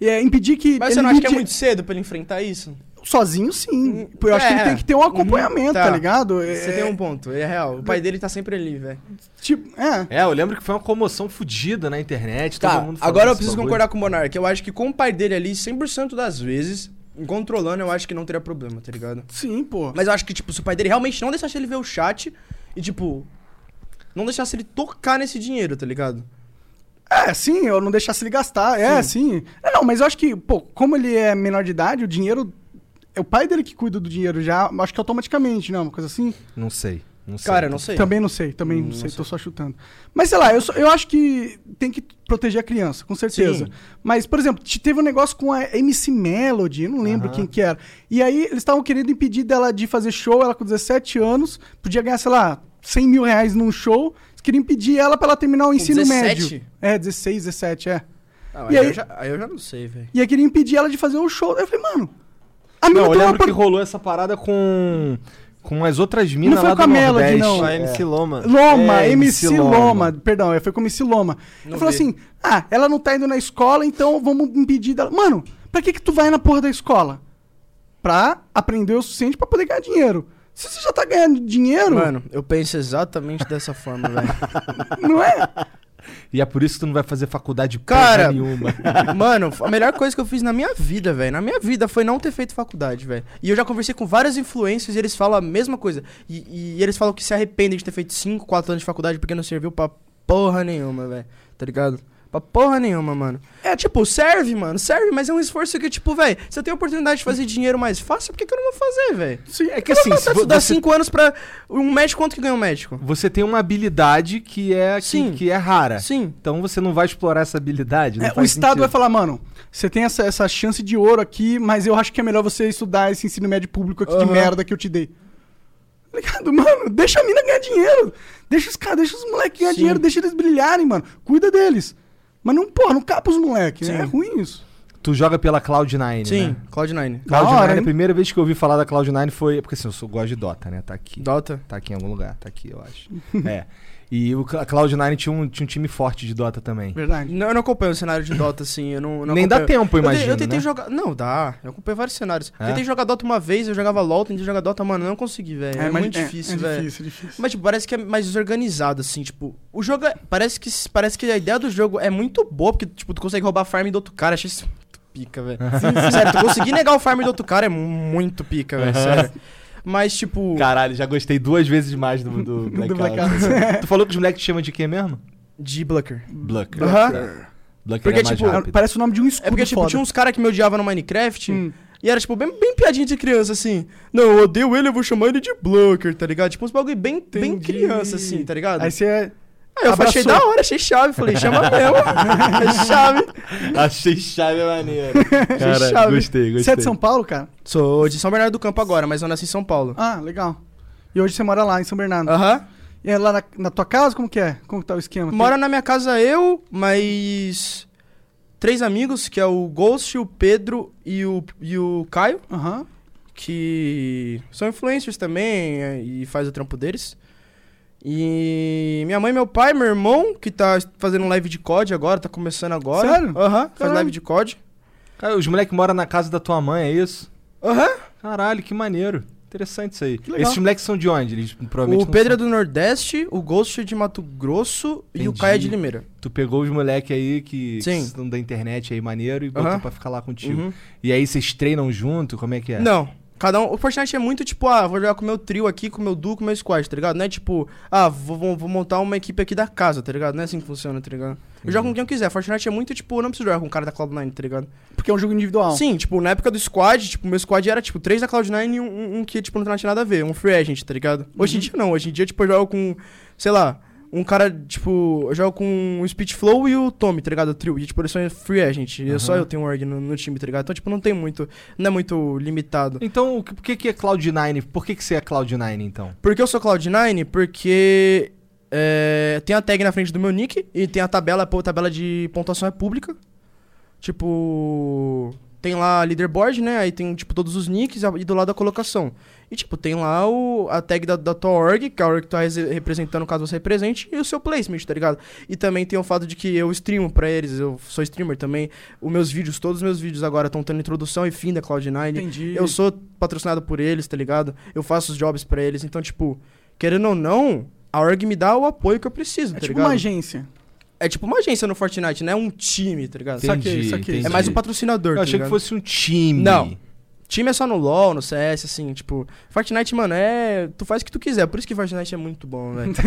Speaker 2: E é impedir que.
Speaker 3: Mas você
Speaker 2: ele
Speaker 3: não acha que é
Speaker 2: lide-
Speaker 3: muito cedo pra ele enfrentar isso?
Speaker 2: Sozinho, sim. Eu acho que ele
Speaker 3: É.
Speaker 2: tem que ter um acompanhamento,
Speaker 3: Uhum,
Speaker 2: tá.
Speaker 3: tá.
Speaker 2: ligado? É,
Speaker 3: Você tem um ponto, é real. O pai dele tá sempre ali, velho.
Speaker 2: Tipo, é.
Speaker 1: É, eu lembro que foi uma comoção fodida na internet.
Speaker 3: Tá,
Speaker 1: todo mundo falando
Speaker 3: agora eu
Speaker 1: esse
Speaker 3: preciso
Speaker 1: bagulho.
Speaker 3: concordar com o Monark. Eu acho que com o pai dele ali, 100% das vezes, controlando, eu acho que não teria problema, tá ligado?
Speaker 2: Sim, pô.
Speaker 3: Mas eu acho que, tipo, se o pai dele realmente não deixasse ele ver o chat e, tipo, não deixasse ele tocar nesse dinheiro, tá ligado?
Speaker 2: É, sim, eu não deixasse ele gastar. É, sim. É, Não, mas eu acho que, pô, como ele é menor de idade, o dinheiro. É o pai dele que cuida do dinheiro já, acho que automaticamente, não, uma coisa assim.
Speaker 1: Não sei. Não sei.
Speaker 3: Cara, eu não sei.
Speaker 2: Também não sei, também
Speaker 3: Hum,
Speaker 2: não
Speaker 3: não
Speaker 2: sei, tô
Speaker 3: sei.
Speaker 2: só chutando. Mas sei lá, eu, só- eu acho que tem que proteger a criança, com certeza.
Speaker 3: Sim.
Speaker 2: Mas, por exemplo, te- teve um negócio com a MC Melody, eu não lembro
Speaker 1: Aham.
Speaker 2: quem que era. E aí eles estavam querendo impedir dela de fazer show, ela com 17 anos, podia ganhar, sei lá, 100 mil reais num show. Eles queriam impedir ela pra ela terminar o ensino
Speaker 3: 17?
Speaker 2: médio. É, 16, 17, é.
Speaker 3: Ah,
Speaker 2: E
Speaker 3: aí,
Speaker 2: aí?
Speaker 3: Eu já, aí eu já não sei, velho.
Speaker 2: E aí queriam impedir ela de fazer o show. Eu falei, mano, a mina
Speaker 1: Não, eu
Speaker 2: tem uma
Speaker 1: lembro que
Speaker 2: opor-
Speaker 1: rolou essa parada com. Com as outras minas
Speaker 2: foi
Speaker 1: lá
Speaker 2: com
Speaker 1: do
Speaker 2: a Melody,
Speaker 1: Nordeste.
Speaker 2: não.
Speaker 5: A
Speaker 2: É.
Speaker 5: MC Loma.
Speaker 2: Loma,
Speaker 1: É,
Speaker 2: MC,
Speaker 1: MC
Speaker 2: Loma.
Speaker 1: Loma.
Speaker 2: perdão, é, foi como MC Loma. Ele
Speaker 3: Não
Speaker 2: falou
Speaker 3: vi.
Speaker 2: assim: ah, ela não tá indo na escola, então vamos impedir dela. Mano, pra que que tu vai na porra da escola? Pra aprender o suficiente pra poder ganhar dinheiro. Se você já tá ganhando dinheiro,
Speaker 3: Mano, eu penso exatamente dessa forma, velho.
Speaker 2: não é?
Speaker 1: E é por isso que tu não vai fazer faculdade
Speaker 3: Cara,
Speaker 1: porra nenhuma.
Speaker 3: Mano, a melhor coisa que eu fiz na minha vida, velho, na minha vida, foi não ter feito faculdade, velho. E eu já conversei com vários influencers e eles falam a mesma coisa. E, e eles falam que se arrependem de ter feito 5, 4 anos de faculdade porque não serviu pra porra nenhuma, velho. Tá ligado? Pra porra nenhuma, mano. É, tipo, serve, mano, serve, mas é um esforço que, tipo, velho, se eu tenho a oportunidade de fazer dinheiro mais fácil, por que, que eu não vou fazer, velho?
Speaker 2: Sim, é
Speaker 1: que
Speaker 3: eu
Speaker 1: assim,
Speaker 3: não vou
Speaker 1: se
Speaker 3: tanto
Speaker 1: vo-
Speaker 3: estudar
Speaker 1: você-
Speaker 3: 5 anos pra. Um médico, quanto que ganha um médico?
Speaker 1: Você tem uma habilidade que é, que,
Speaker 3: Sim.
Speaker 1: que é rara.
Speaker 3: Sim.
Speaker 1: Então você não vai explorar essa habilidade. não
Speaker 2: É, o
Speaker 1: faz
Speaker 2: Estado vai
Speaker 1: sentido.
Speaker 2: falar, mano, você tem essa, essa chance de ouro aqui, mas eu acho que é melhor você estudar esse ensino médio público aqui de
Speaker 3: Aham.
Speaker 2: merda que eu te dei. Tá Ligado, mano? Deixa a mina ganhar dinheiro. Deixa os caras, deixa os moleques ganhar
Speaker 3: Sim.
Speaker 2: dinheiro, deixa eles brilharem, mano. Cuida deles. Mas não, porra, não capa os moleques. É ruim isso.
Speaker 1: Tu joga pela Cloud9,
Speaker 3: Sim,
Speaker 1: né?
Speaker 3: Cloud9.
Speaker 2: Da
Speaker 1: Cloud9,
Speaker 2: hora,
Speaker 1: a
Speaker 2: hein?
Speaker 1: primeira vez que eu ouvi falar da Cloud9 foi. Porque assim, eu sou, gosto de Dota, né? Tá aqui.
Speaker 3: Dota.
Speaker 1: Tá aqui em algum lugar. Tá aqui, eu acho. é. E o Cla- Cloud9 tinha um, tinha um time forte de Dota também.
Speaker 2: Verdade.
Speaker 3: Não, eu não acompanho o cenário de Dota, assim, eu não, eu não
Speaker 1: Nem dá
Speaker 3: acompanho.
Speaker 1: tempo,
Speaker 3: Eu te-
Speaker 1: imagino,
Speaker 3: Eu tentei
Speaker 1: né?
Speaker 3: jogar. Não, dá. Eu acompanhei vários cenários.
Speaker 1: É?
Speaker 3: Eu tentei jogar Dota uma vez, eu jogava LOL, tentei jogar Dota, mano, eu não consegui, velho. É,
Speaker 2: mas-
Speaker 3: muito difícil,
Speaker 2: É
Speaker 3: velho.
Speaker 2: difícil, é difícil.
Speaker 3: Mas, tipo, parece que é mais desorganizado, assim, tipo, o jogo é, parece que parece que a ideia do jogo é muito boa, porque, tipo, tu consegue roubar a farm do outro cara, achei isso muito pica, velho. sério, tu conseguir negar o farm do outro cara é muito pica, velho, sério. Mas, tipo,
Speaker 1: Caralho, já gostei duas vezes mais do, do Blackout.
Speaker 2: Blackout.
Speaker 1: tu falou que os moleques te chamam de quê mesmo?
Speaker 3: de blocker.
Speaker 1: Blucker.
Speaker 3: Aham.
Speaker 1: Blucker
Speaker 3: Porque,
Speaker 1: é mais
Speaker 3: tipo,
Speaker 2: Ah,
Speaker 1: rápido.
Speaker 2: Parece o nome de um escudo
Speaker 3: É porque, tipo,
Speaker 2: foda.
Speaker 3: tinha uns caras que me odiavam no Minecraft.
Speaker 2: Hum.
Speaker 3: E era, tipo, bem, bem piadinha de criança, assim. Não, eu odeio ele, eu vou chamar ele de blocker, tá ligado? Tipo, uns bagulho bem, bem
Speaker 2: Entendi.
Speaker 3: criança, assim, tá ligado?
Speaker 2: Aí
Speaker 3: Aí,
Speaker 2: você é...
Speaker 3: eu
Speaker 2: abraçou.
Speaker 3: achei da hora, achei chave. Falei, chama mesmo. é chave.
Speaker 1: Achei chave maneiro.
Speaker 3: Achei
Speaker 1: Cara,
Speaker 3: chave.
Speaker 1: gostei, gostei.
Speaker 2: Você é de São Paulo, cara?
Speaker 3: Sou de São Bernardo do Campo agora, mas eu nasci em São Paulo.
Speaker 2: Ah, legal. E hoje você mora lá, em São Bernardo.
Speaker 3: Aham.
Speaker 2: E é lá na, na tua casa? Como que é? Como que tá o esquema?
Speaker 3: Mora na minha casa eu, mais três amigos, que é o Ghost, o Pedro e o, e o Caio.
Speaker 2: Aham.
Speaker 3: que são influencers também é, e faz o trampo deles. E minha mãe, meu pai, meu irmão, que tá fazendo um live de COD agora, tá começando agora.
Speaker 2: Sério?
Speaker 3: Aham, faz
Speaker 2: Caralho.
Speaker 3: live de COD.
Speaker 1: Cara, os moleques moram na casa da tua mãe, é isso?
Speaker 3: Aham.
Speaker 1: Caralho, que maneiro. Interessante isso aí.
Speaker 2: legal.
Speaker 1: Esses moleques são de onde? Eles provavelmente
Speaker 3: O
Speaker 1: não
Speaker 3: Pedro é
Speaker 1: são.
Speaker 3: do Nordeste, o Ghost é de Mato Grosso e o
Speaker 1: Entendi.
Speaker 3: Caio é de Limeira.
Speaker 1: Tu pegou os moleques aí que que
Speaker 3: Sim.
Speaker 1: estão da internet aí maneiro e botou
Speaker 3: Aham.
Speaker 1: pra ficar lá contigo.
Speaker 3: Uhum.
Speaker 1: E aí vocês treinam junto? Como é que é?
Speaker 3: Não. Cada um. O Fortnite é muito tipo, ah, vou jogar com o meu trio aqui, com o meu duo, com o meu squad, tá ligado? Não é tipo, ah, vou, vou- vou montar uma equipe aqui da casa, tá ligado? Não é assim que funciona, tá ligado? Eu jogo com quem eu quiser. Fortnite é muito tipo, eu não preciso jogar com o cara da Cloud9, tá ligado?
Speaker 2: Porque é um jogo individual.
Speaker 3: Sim, tipo, na época do squad, tipo, meu squad era, tipo, três da Cloud9 e um- um, um que, tipo, não tinha nada a ver, um free agent, tá ligado? Hoje em dia não, hoje em dia, tipo, eu jogo com, sei lá, um cara, tipo, eu jogo com o Speed Flow e o Tommy, tá ligado? O trio, e, tipo, eles são free agent, e só eu tenho um org no, no time, tá ligado? Então, tipo, não tem muito, não é muito limitado.
Speaker 1: Então, o que- por que, que é Cloud9? Por que, que você é Cloud9 então?
Speaker 3: Por que eu sou Cloud9? Porque é, tem a tag na frente do meu nick e tem a tabela, pô, a tabela de pontuação é pública. Tipo, tem lá leaderboard, né? Aí tem, tipo, todos os nicks e do lado a colocação. E, tipo, tem lá o, a tag da, da tua org, que é a org que tu tá rese- representando, caso você represente, e o seu placement, tá ligado? E também tem o fato de que eu streamo pra eles, eu sou streamer também. Os meus vídeos, todos os meus vídeos agora estão tendo introdução e fim da Cloud9.
Speaker 2: Entendi.
Speaker 3: Eu sou patrocinado por eles, tá ligado? Eu faço os jobs pra eles. Então, tipo, querendo ou não, a org me dá o apoio que eu preciso,
Speaker 2: É
Speaker 3: tá
Speaker 2: tipo
Speaker 3: ligado?
Speaker 2: uma agência.
Speaker 3: É tipo uma agência no Fortnite, não é um time, tá ligado?
Speaker 2: Entendi,
Speaker 3: É mais um patrocinador,
Speaker 1: Eu
Speaker 3: tá
Speaker 1: achei que
Speaker 3: ligado?
Speaker 1: fosse um time.
Speaker 3: Não. Time é só no LoL, no CS, assim, tipo... Fortnite, mano, é... Tu faz o que tu quiser. Por isso que Fortnite é muito bom, velho. Assim,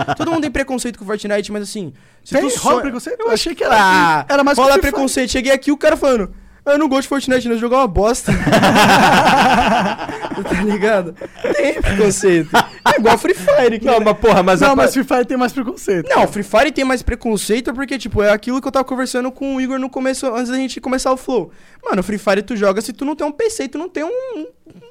Speaker 3: tipo, todo mundo tem preconceito com Fortnite, mas assim... Se
Speaker 2: Tem?
Speaker 3: tu
Speaker 2: Rola
Speaker 3: sonha-
Speaker 2: preconceito?
Speaker 3: Eu achei que era...
Speaker 2: Era mais que
Speaker 3: Rola
Speaker 2: Free Fire.
Speaker 3: preconceito. Cheguei aqui, o cara falando... Eu não gosto de Fortnite, não. Jogar uma bosta. tá ligado? Tem preconceito. É igual Free Fire. que-
Speaker 1: Não, mas porra, mas
Speaker 2: não,
Speaker 1: a
Speaker 2: mas Free Fire tem mais preconceito.
Speaker 3: Não, Free Fire tem mais preconceito porque, tipo, é aquilo que eu tava conversando com o Igor no começo, antes da gente começar o flow. Mano, Free Fire tu joga se tu não tem um PC, tu não tem um, um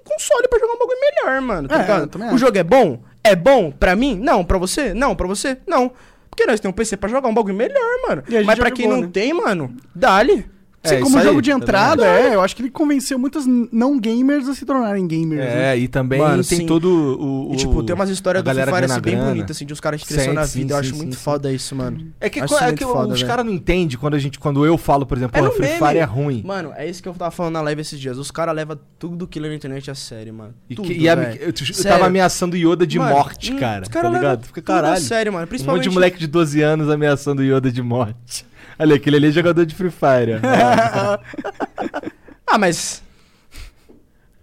Speaker 3: console pra jogar um bagulho melhor, mano. Tá
Speaker 2: É, eu
Speaker 3: ligado?
Speaker 2: também
Speaker 3: O
Speaker 2: acho.
Speaker 3: jogo é bom? É bom pra mim? Não. Pra você? Não. Pra você? Não. Porque nós temos um PC pra jogar um bagulho melhor, mano.
Speaker 2: E a gente
Speaker 3: Mas
Speaker 2: já
Speaker 3: pra quem
Speaker 2: jogou,
Speaker 3: não
Speaker 2: né?
Speaker 3: tem, mano, dá-lhe.
Speaker 2: Assim,
Speaker 1: É,
Speaker 2: como
Speaker 1: isso aí,
Speaker 2: jogo de
Speaker 1: também
Speaker 2: entrada, é, eu acho que ele convenceu muitos não gamers a se tornarem gamers. né?
Speaker 1: É, e também
Speaker 3: Mano,
Speaker 1: tem
Speaker 3: sim.
Speaker 1: todo o, o-
Speaker 3: E, tipo, tem umas
Speaker 1: a
Speaker 3: histórias do Free
Speaker 1: galera
Speaker 3: Fire
Speaker 1: ganhando
Speaker 3: assim, bem
Speaker 1: grana.
Speaker 3: bonitas, assim, de uns caras que cresceram
Speaker 1: Sim,
Speaker 3: na
Speaker 1: sim,
Speaker 3: vida. eu
Speaker 1: sim,
Speaker 3: acho
Speaker 1: sim,
Speaker 3: muito
Speaker 1: sim.
Speaker 3: foda isso, mano.
Speaker 1: É que,
Speaker 3: Acho
Speaker 1: co- é
Speaker 3: muito
Speaker 1: que
Speaker 3: foda,
Speaker 1: os
Speaker 3: velho.
Speaker 1: caras não entendem quando, a gente, quando eu falo, por exemplo,
Speaker 3: É
Speaker 1: porra,
Speaker 3: no
Speaker 1: Free
Speaker 3: meme.
Speaker 1: Fire é ruim.
Speaker 3: Mano, é isso que eu tava falando na live esses dias. Os caras levam tudo que lê na internet a sério, mano.
Speaker 1: E,
Speaker 3: tudo,
Speaker 1: que- e a-
Speaker 3: velho.
Speaker 1: eu, eu
Speaker 3: Sério.
Speaker 1: tava ameaçando Yoda de
Speaker 3: Mano,
Speaker 1: morte,
Speaker 3: hum,
Speaker 1: cara.
Speaker 3: os
Speaker 1: Tá
Speaker 3: levam
Speaker 1: ligado? Fica
Speaker 3: tudo a
Speaker 1: caralho.
Speaker 3: sério,
Speaker 1: Um
Speaker 3: mano.
Speaker 1: monte
Speaker 3: Principalmente...
Speaker 1: de moleque de 12 anos ameaçando Yoda de morte. Olha, aquele ali é jogador de Free Fire.
Speaker 3: É,
Speaker 1: ó.
Speaker 3: Ah, mas...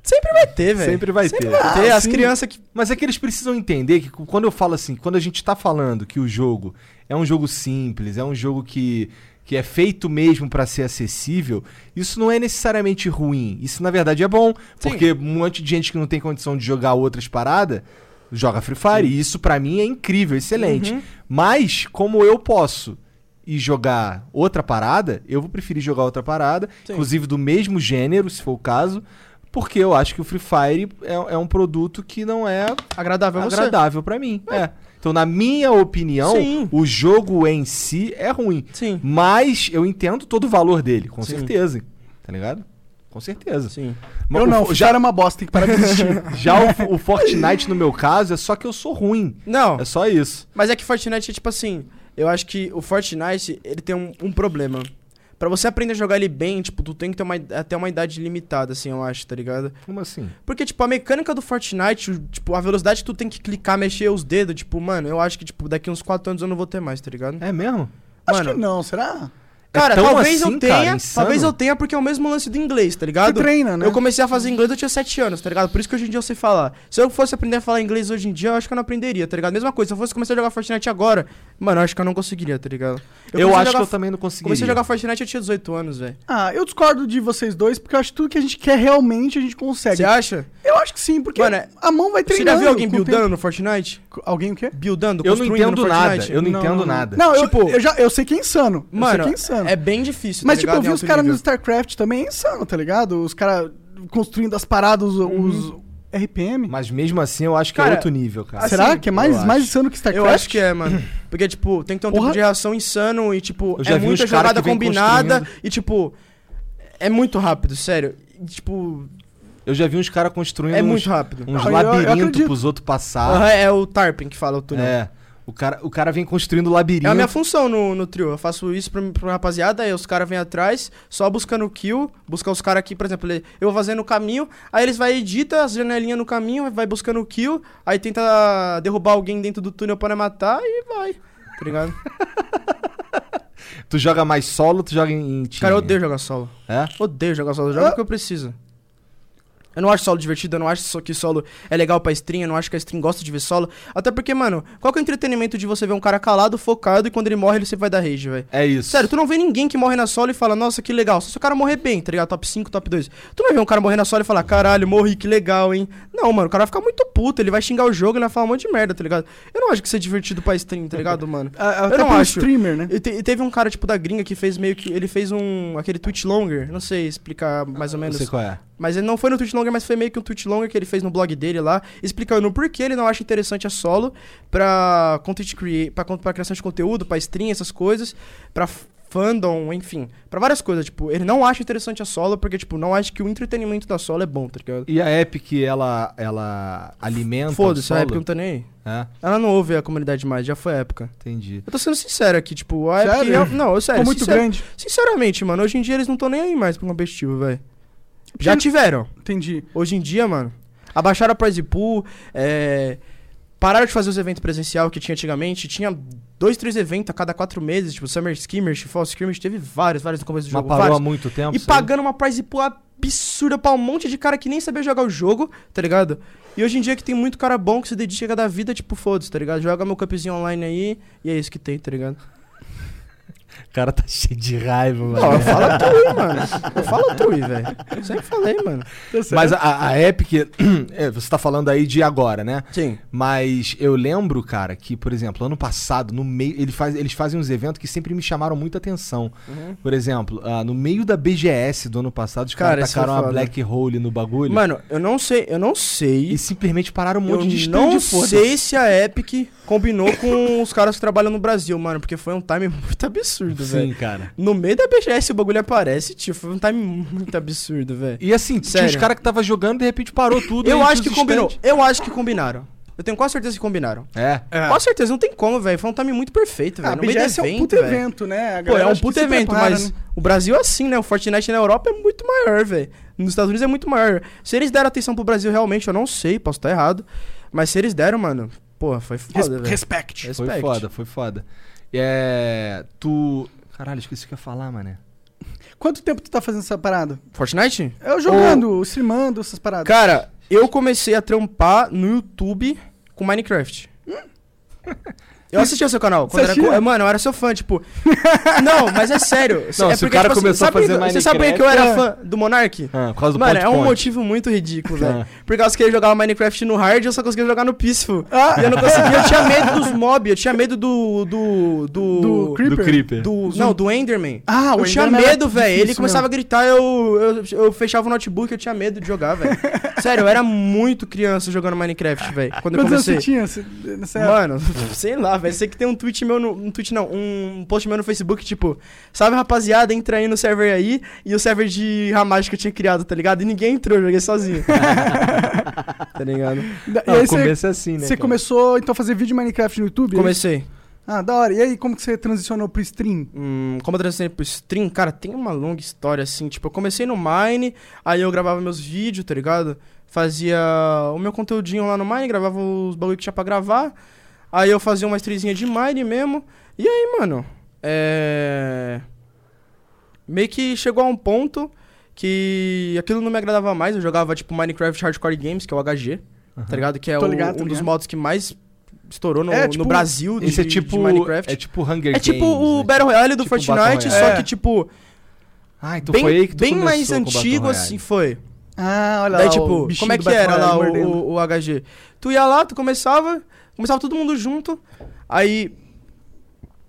Speaker 3: Sempre vai ter, velho.
Speaker 1: Sempre vai ter.
Speaker 3: vai ter.
Speaker 1: Ah,
Speaker 3: As
Speaker 1: sim.
Speaker 3: crianças que...
Speaker 1: Mas é que eles precisam entender que quando eu falo assim, quando a gente tá falando que o jogo é um jogo simples, é um jogo que, que é feito mesmo pra ser acessível, isso não é necessariamente ruim. Isso na verdade é bom,
Speaker 3: Sim.
Speaker 1: porque um monte de gente que não tem condição de jogar outras paradas joga Free Fire, e isso pra mim é incrível, excelente.
Speaker 3: Uhum.
Speaker 1: Mas como eu posso e jogar outra parada, eu vou preferir jogar outra parada,
Speaker 3: Sim.
Speaker 1: inclusive do mesmo gênero, se for o caso, porque eu acho que o Free Fire é, é um produto que não é
Speaker 3: Agradável a você.
Speaker 1: agradável pra mim. É. Então, na minha opinião,
Speaker 3: Sim.
Speaker 1: o jogo em si é ruim.
Speaker 3: Sim.
Speaker 1: Mas eu entendo todo o valor dele, com
Speaker 3: Sim.
Speaker 1: certeza. Tá ligado? Com certeza.
Speaker 3: Sim.
Speaker 1: Mas
Speaker 2: Eu
Speaker 1: o-
Speaker 2: não, Free
Speaker 1: Já,
Speaker 2: Fire é uma bosta, tem que parar de existir.
Speaker 1: já o, o Fortnite, no meu caso, é só que eu sou ruim.
Speaker 3: Não,
Speaker 1: É só isso.
Speaker 3: mas é que Fortnite é tipo assim... Eu acho que o Fortnite, ele tem um, um problema. Pra você aprender a jogar ele bem, tipo, tu tem que ter uma, até uma idade limitada, assim, eu acho, tá ligado?
Speaker 1: Como assim?
Speaker 3: Porque, tipo, a mecânica do Fortnite, o- tipo, a velocidade que tu tem que clicar, mexer os dedos, tipo, mano, eu acho que, tipo, daqui uns 4 anos eu não vou ter mais, tá ligado?
Speaker 1: É mesmo?
Speaker 2: acho
Speaker 3: Mano,
Speaker 2: que não, será?
Speaker 3: cara,
Speaker 1: tão
Speaker 3: talvez
Speaker 1: assim,
Speaker 3: eu
Speaker 1: cara,
Speaker 3: tenha,
Speaker 1: insano?
Speaker 3: talvez eu tenha, porque é o mesmo lance do inglês, tá
Speaker 2: Você
Speaker 3: ligado?
Speaker 2: treina, né?
Speaker 3: Eu comecei a fazer inglês, eu tinha 7 anos, tá ligado? Por isso que hoje em dia eu sei falar. Se eu fosse aprender a falar inglês hoje em dia, eu acho que eu não aprenderia, tá ligado? Mesma coisa, se eu fosse começar a jogar Fortnite agora, mano, eu acho que eu não conseguiria, tá ligado?
Speaker 1: Eu,
Speaker 3: comecei a
Speaker 1: acho
Speaker 3: jogar-
Speaker 1: que eu também não consegui.
Speaker 3: Comecei a jogar Fortnite, eu tinha 18 anos, velho.
Speaker 2: Ah, eu discordo de vocês dois, porque eu acho que tudo que a gente quer realmente a gente
Speaker 1: É,
Speaker 2: consegue.
Speaker 3: Você acha?
Speaker 2: Eu acho que sim, porque
Speaker 3: Mano, é-
Speaker 2: a mão vai
Speaker 3: Você
Speaker 2: treinando.
Speaker 3: já viu alguém
Speaker 2: com o
Speaker 3: buildando no Fortnite?
Speaker 2: tempo. Alguém o quê?
Speaker 3: Buildando,
Speaker 1: Eu não
Speaker 3: construindo no
Speaker 1: entendo nada.
Speaker 3: Fortnite?
Speaker 1: Eu não,
Speaker 2: Não,
Speaker 1: entendo
Speaker 2: não, não.
Speaker 1: nada.
Speaker 2: Não, eu- eu,
Speaker 3: Tipo-
Speaker 2: já, eu sei que é insano. eu sei
Speaker 3: Mano,
Speaker 2: que é insano.
Speaker 3: é bem difícil,
Speaker 2: Mas,
Speaker 3: tá
Speaker 2: tipo,
Speaker 3: ligado?
Speaker 2: eu vi
Speaker 3: Em
Speaker 2: os
Speaker 3: alto
Speaker 2: caras no
Speaker 3: nível.
Speaker 2: StarCraft também, é insano, tá ligado? Os caras construindo as paradas, os, os
Speaker 3: Uhum.
Speaker 2: RPM.
Speaker 1: Mas mesmo assim, eu acho que é
Speaker 3: Cara,
Speaker 1: outro nível, cara.
Speaker 3: assim,
Speaker 2: Será que é mais,
Speaker 1: eu
Speaker 2: mais
Speaker 1: acho.
Speaker 2: insano que StarCraft?
Speaker 3: Eu acho que é, mano. Porque, tipo, tem que ter um
Speaker 2: Porra.
Speaker 3: tipo de reação insano e, tipo,
Speaker 1: Eu já
Speaker 3: é
Speaker 1: vi
Speaker 3: muita
Speaker 1: uns cara
Speaker 3: jogada
Speaker 1: que vem
Speaker 3: combinada e, tipo, é muito rápido, sério. E, tipo,
Speaker 1: Eu já vi uns caras construindo
Speaker 3: é
Speaker 1: uns-
Speaker 3: muito rápido.
Speaker 1: uns
Speaker 2: Não, eu- eu
Speaker 1: labirintos
Speaker 2: acredito.
Speaker 1: pros outros
Speaker 3: Aham,
Speaker 1: passar.
Speaker 3: é o Tarpin que fala o túnel. É.
Speaker 1: é. O cara, o cara vem construindo labirinto.
Speaker 3: a minha função no, no trio. Eu faço isso pra, pra rapaziada, aí os caras vêm atrás, só buscando kill, buscar os caras aqui, por exemplo, ele- eu vou fazendo o caminho, aí eles vai edita as janelinhas no caminho, vai buscando o kill, aí tenta derrubar alguém dentro do túnel pra matar e vai. Tá ligado?
Speaker 1: Tu joga mais solo, tu joga em em time.
Speaker 3: Cara, eu odeio jogar solo.
Speaker 1: É?
Speaker 3: Odeio jogar solo, eu jogo
Speaker 2: Ah.
Speaker 3: porque eu preciso. Eu não acho solo divertido, eu não acho só que solo é legal pra stream, eu não acho que a stream gosta de ver solo. Até porque, mano, qual que é o entretenimento de você ver um cara calado, focado e quando ele morre ele sempre vai dar rage, velho?
Speaker 1: É isso.
Speaker 3: Sério, tu não vê ninguém que morre na solo e fala, nossa, que legal. Só se o cara morrer bem, tá ligado? Top 5, top 2. Tu não vê um cara morrer na solo e falar, caralho, morri, que legal, hein? Não, mano, o cara vai ficar muito puto, ele vai xingar o jogo, ele vai falar um monte de merda, tá ligado? Eu não acho que isso é divertido pra stream, tá ligado, mano?
Speaker 2: Ah, até
Speaker 3: Eu não
Speaker 2: pelo
Speaker 3: acho.
Speaker 2: streamer, né?
Speaker 3: E, te- e teve um cara, tipo, da gringa que fez meio que. Ele fez um. aquele tweet longer. Não sei explicar mais ou
Speaker 1: Não
Speaker 3: menos.
Speaker 1: sei qual é.
Speaker 3: Mas ele não foi no tweet longer, mas foi meio que um tweet longer que ele fez no blog dele lá, explicando por que ele não acha interessante a solo pra content create, pra, con- pra criação de conteúdo, pra stream, essas coisas, pra f- fandom, enfim, pra várias coisas, tipo, ele não acha interessante a solo porque tipo, não acha que o entretenimento da solo é bom, tá ligado?
Speaker 1: E a Epic, ela, ela alimenta. o
Speaker 3: Foda-se, a
Speaker 1: solo?
Speaker 3: época não tá nem aí.
Speaker 1: É,
Speaker 3: Ela não ouve a comunidade mais, já foi a época.
Speaker 1: entendi.
Speaker 3: Eu tô sendo sincero aqui, tipo, a época.
Speaker 2: Sério?
Speaker 3: real- Não, eu sério.
Speaker 2: Ficou muito
Speaker 3: sincero-
Speaker 2: grande.
Speaker 3: Sinceramente, mano, hoje em dia eles não estão nem aí mais pro competitivo, velho. Já tiveram.
Speaker 2: Entendi.
Speaker 3: Hoje em dia, mano. Abaixaram a prize pool, é, pararam de fazer os eventos presencial que tinha antigamente. Tinha dois, três eventos a cada quatro meses, tipo Summer Skimmers, Fall Skimmers, teve vários, vários no começo do
Speaker 1: Mas
Speaker 3: jogo.
Speaker 1: parou
Speaker 3: vários.
Speaker 1: há muito tempo.
Speaker 3: E
Speaker 1: isso aí?
Speaker 3: pagando uma prize pool absurda pra um monte de cara que nem sabia jogar o jogo, tá ligado? E hoje em dia que tem muito cara bom que se dedica da vida, tipo, foda-se, tá ligado? Joga meu cupzinho online aí e é isso que tem, tá ligado?
Speaker 1: O cara tá cheio de raiva,
Speaker 3: Não, tá eu
Speaker 1: mano.
Speaker 3: falo Trui, mano. Eu falo Trui, velho. Eu Sempre falei, mano.
Speaker 1: Mas a, a Epic, é, você tá falando aí de agora, né?
Speaker 3: Sim.
Speaker 1: Mas eu lembro, cara, que, por exemplo, ano passado, no meio. Ele faz, eles fazem uns eventos que sempre me chamaram muita atenção.
Speaker 3: Uhum.
Speaker 1: Por exemplo, ah, no meio da BGS do ano passado, os
Speaker 3: Cara,
Speaker 1: caras
Speaker 3: isso foi
Speaker 1: tacaram a
Speaker 3: foda.
Speaker 1: black hole no bagulho.
Speaker 3: Mano, eu não sei, eu não sei.
Speaker 1: e simplesmente pararam um monte de
Speaker 3: eu
Speaker 1: stand,
Speaker 3: não
Speaker 1: foda-se.
Speaker 3: sei se a Epic combinou com os caras que trabalham no Brasil, mano, porque foi um time muito absurdo, velho.
Speaker 1: Sim, cara.
Speaker 3: No meio da BGS o bagulho aparece, tio, foi um time muito absurdo, velho.
Speaker 1: E assim, tinha
Speaker 3: Sério.
Speaker 1: os caras que tava jogando de repente parou tudo.
Speaker 3: Eu
Speaker 1: aí
Speaker 3: acho que
Speaker 1: tinha os
Speaker 3: combinou.
Speaker 1: stand.
Speaker 3: Eu acho que combinaram. Eu tenho quase certeza que combinaram.
Speaker 1: É.
Speaker 3: Com certeza, não tem como, velho. Foi um time muito perfeito, velho.
Speaker 2: A
Speaker 3: No meio do
Speaker 2: BGS é um puto
Speaker 3: velho.
Speaker 2: evento, né? A
Speaker 3: Pô,
Speaker 2: galera
Speaker 3: é um
Speaker 2: acho que
Speaker 3: puto
Speaker 2: se
Speaker 3: evento,
Speaker 2: prepara,
Speaker 3: mas
Speaker 2: né?
Speaker 3: o Brasil é assim, né? O Fortnite na Europa é muito maior, velho. Nos Estados Unidos é muito maior. Se eles deram atenção pro Brasil, realmente, eu não sei, posso estar errado. Mas se eles deram, mano, porra, foi
Speaker 2: Res-
Speaker 3: foda, velho.
Speaker 2: Respect.
Speaker 1: Foi
Speaker 3: Respect.
Speaker 1: foda, foi foda. É. Tu. Caralho, esqueci o que eu ia falar, mané.
Speaker 2: Quanto tempo tu tá fazendo essa parada?
Speaker 3: Fortnite?
Speaker 2: Eu jogando, streamando essas paradas.
Speaker 3: Cara, eu comecei a trampar no YouTube com Minecraft.
Speaker 1: Hum.
Speaker 3: Eu assistia seu canal. Quando
Speaker 2: Você
Speaker 3: era co-
Speaker 2: assistia?
Speaker 3: Mano, eu era seu fã, tipo. Não, mas é sério.
Speaker 1: Não,
Speaker 3: é
Speaker 1: se o cara
Speaker 3: assim,
Speaker 1: começou a
Speaker 3: sabe-
Speaker 1: fazer
Speaker 3: Você sabia que eu era fã do Monark?
Speaker 1: Ah, por causa do
Speaker 3: Mano, é um
Speaker 1: ponte-ponte.
Speaker 3: motivo muito ridículo, velho.
Speaker 1: É.
Speaker 3: Por causa que ele jogava Minecraft no hard, eu só conseguia jogar no peaceful.
Speaker 2: Ah.
Speaker 3: E eu não conseguia, eu tinha medo dos mobs, eu tinha medo do... Do... Do...
Speaker 2: Do Creeper.
Speaker 1: Do Creeper.
Speaker 3: do- não, do Enderman.
Speaker 2: Ah,
Speaker 3: eu
Speaker 2: o
Speaker 3: tinha
Speaker 2: Enderman era
Speaker 3: medo, velho. Ele
Speaker 2: difícil né?
Speaker 3: começava a gritar, eu, eu, eu fechava o notebook, eu tinha medo de jogar, velho. Sério, eu era muito criança jogando Minecraft, velho. Quando eu
Speaker 2: Quantos anos
Speaker 3: comecei.
Speaker 2: você tinha se- nessa época?
Speaker 3: Mano, sei lá, velho. Sei que tem um tweet meu no. Um tweet não, um post meu no Facebook, tipo, salve rapaziada, entra aí no server aí. E o server de Ramage que eu tinha criado, tá ligado? E ninguém entrou, eu joguei sozinho. tá ligado?
Speaker 2: Da-
Speaker 1: Não,
Speaker 2: e aí
Speaker 1: o
Speaker 2: você,
Speaker 1: começo é assim, né?
Speaker 2: você
Speaker 1: cara?
Speaker 2: começou então a fazer vídeo de Minecraft no YouTube? é
Speaker 3: Comecei.
Speaker 2: Ah, da hora. E aí, como que você transicionou pro stream?
Speaker 3: Hum, como eu transicionei pro stream, cara, tem uma longa história assim. Tipo, eu comecei no Mine, aí eu gravava meus vídeos, tá ligado? Fazia o meu conteúdinho lá no Mine, gravava os bagulho que tinha pra gravar. Aí eu fazia uma streamzinha de Mine mesmo. E aí, mano, é. Meio que chegou a um ponto que aquilo não me agradava mais. Eu jogava, tipo, Minecraft Hardcore Games, que é o HG, tá ligado? Que é
Speaker 2: Tô
Speaker 3: o-
Speaker 2: ligado, tô
Speaker 3: um dos
Speaker 2: ligado.
Speaker 3: modos que mais estourou no,
Speaker 2: É,
Speaker 3: no
Speaker 2: tipo,
Speaker 3: Brasil de,
Speaker 1: Esse é
Speaker 3: de
Speaker 1: tipo.
Speaker 3: Minecraft.
Speaker 1: É tipo Hunger Games.
Speaker 3: É tipo o
Speaker 1: né?
Speaker 3: Battle Royale do
Speaker 1: Tipo o Battle
Speaker 3: Fortnite,
Speaker 1: Royale.
Speaker 3: só
Speaker 2: É.
Speaker 3: que, tipo,
Speaker 1: Ah, então
Speaker 3: bem,
Speaker 1: foi aí que tu
Speaker 3: bem
Speaker 1: começou
Speaker 3: mais
Speaker 1: com o Battle
Speaker 3: antigo,
Speaker 1: Royale.
Speaker 3: assim, foi.
Speaker 2: Ah, olha
Speaker 3: Daí,
Speaker 2: lá.
Speaker 3: tipo, como é que era lá o,
Speaker 2: o,
Speaker 3: o- o HG? Tu ia lá, tu começava, começava todo mundo junto, aí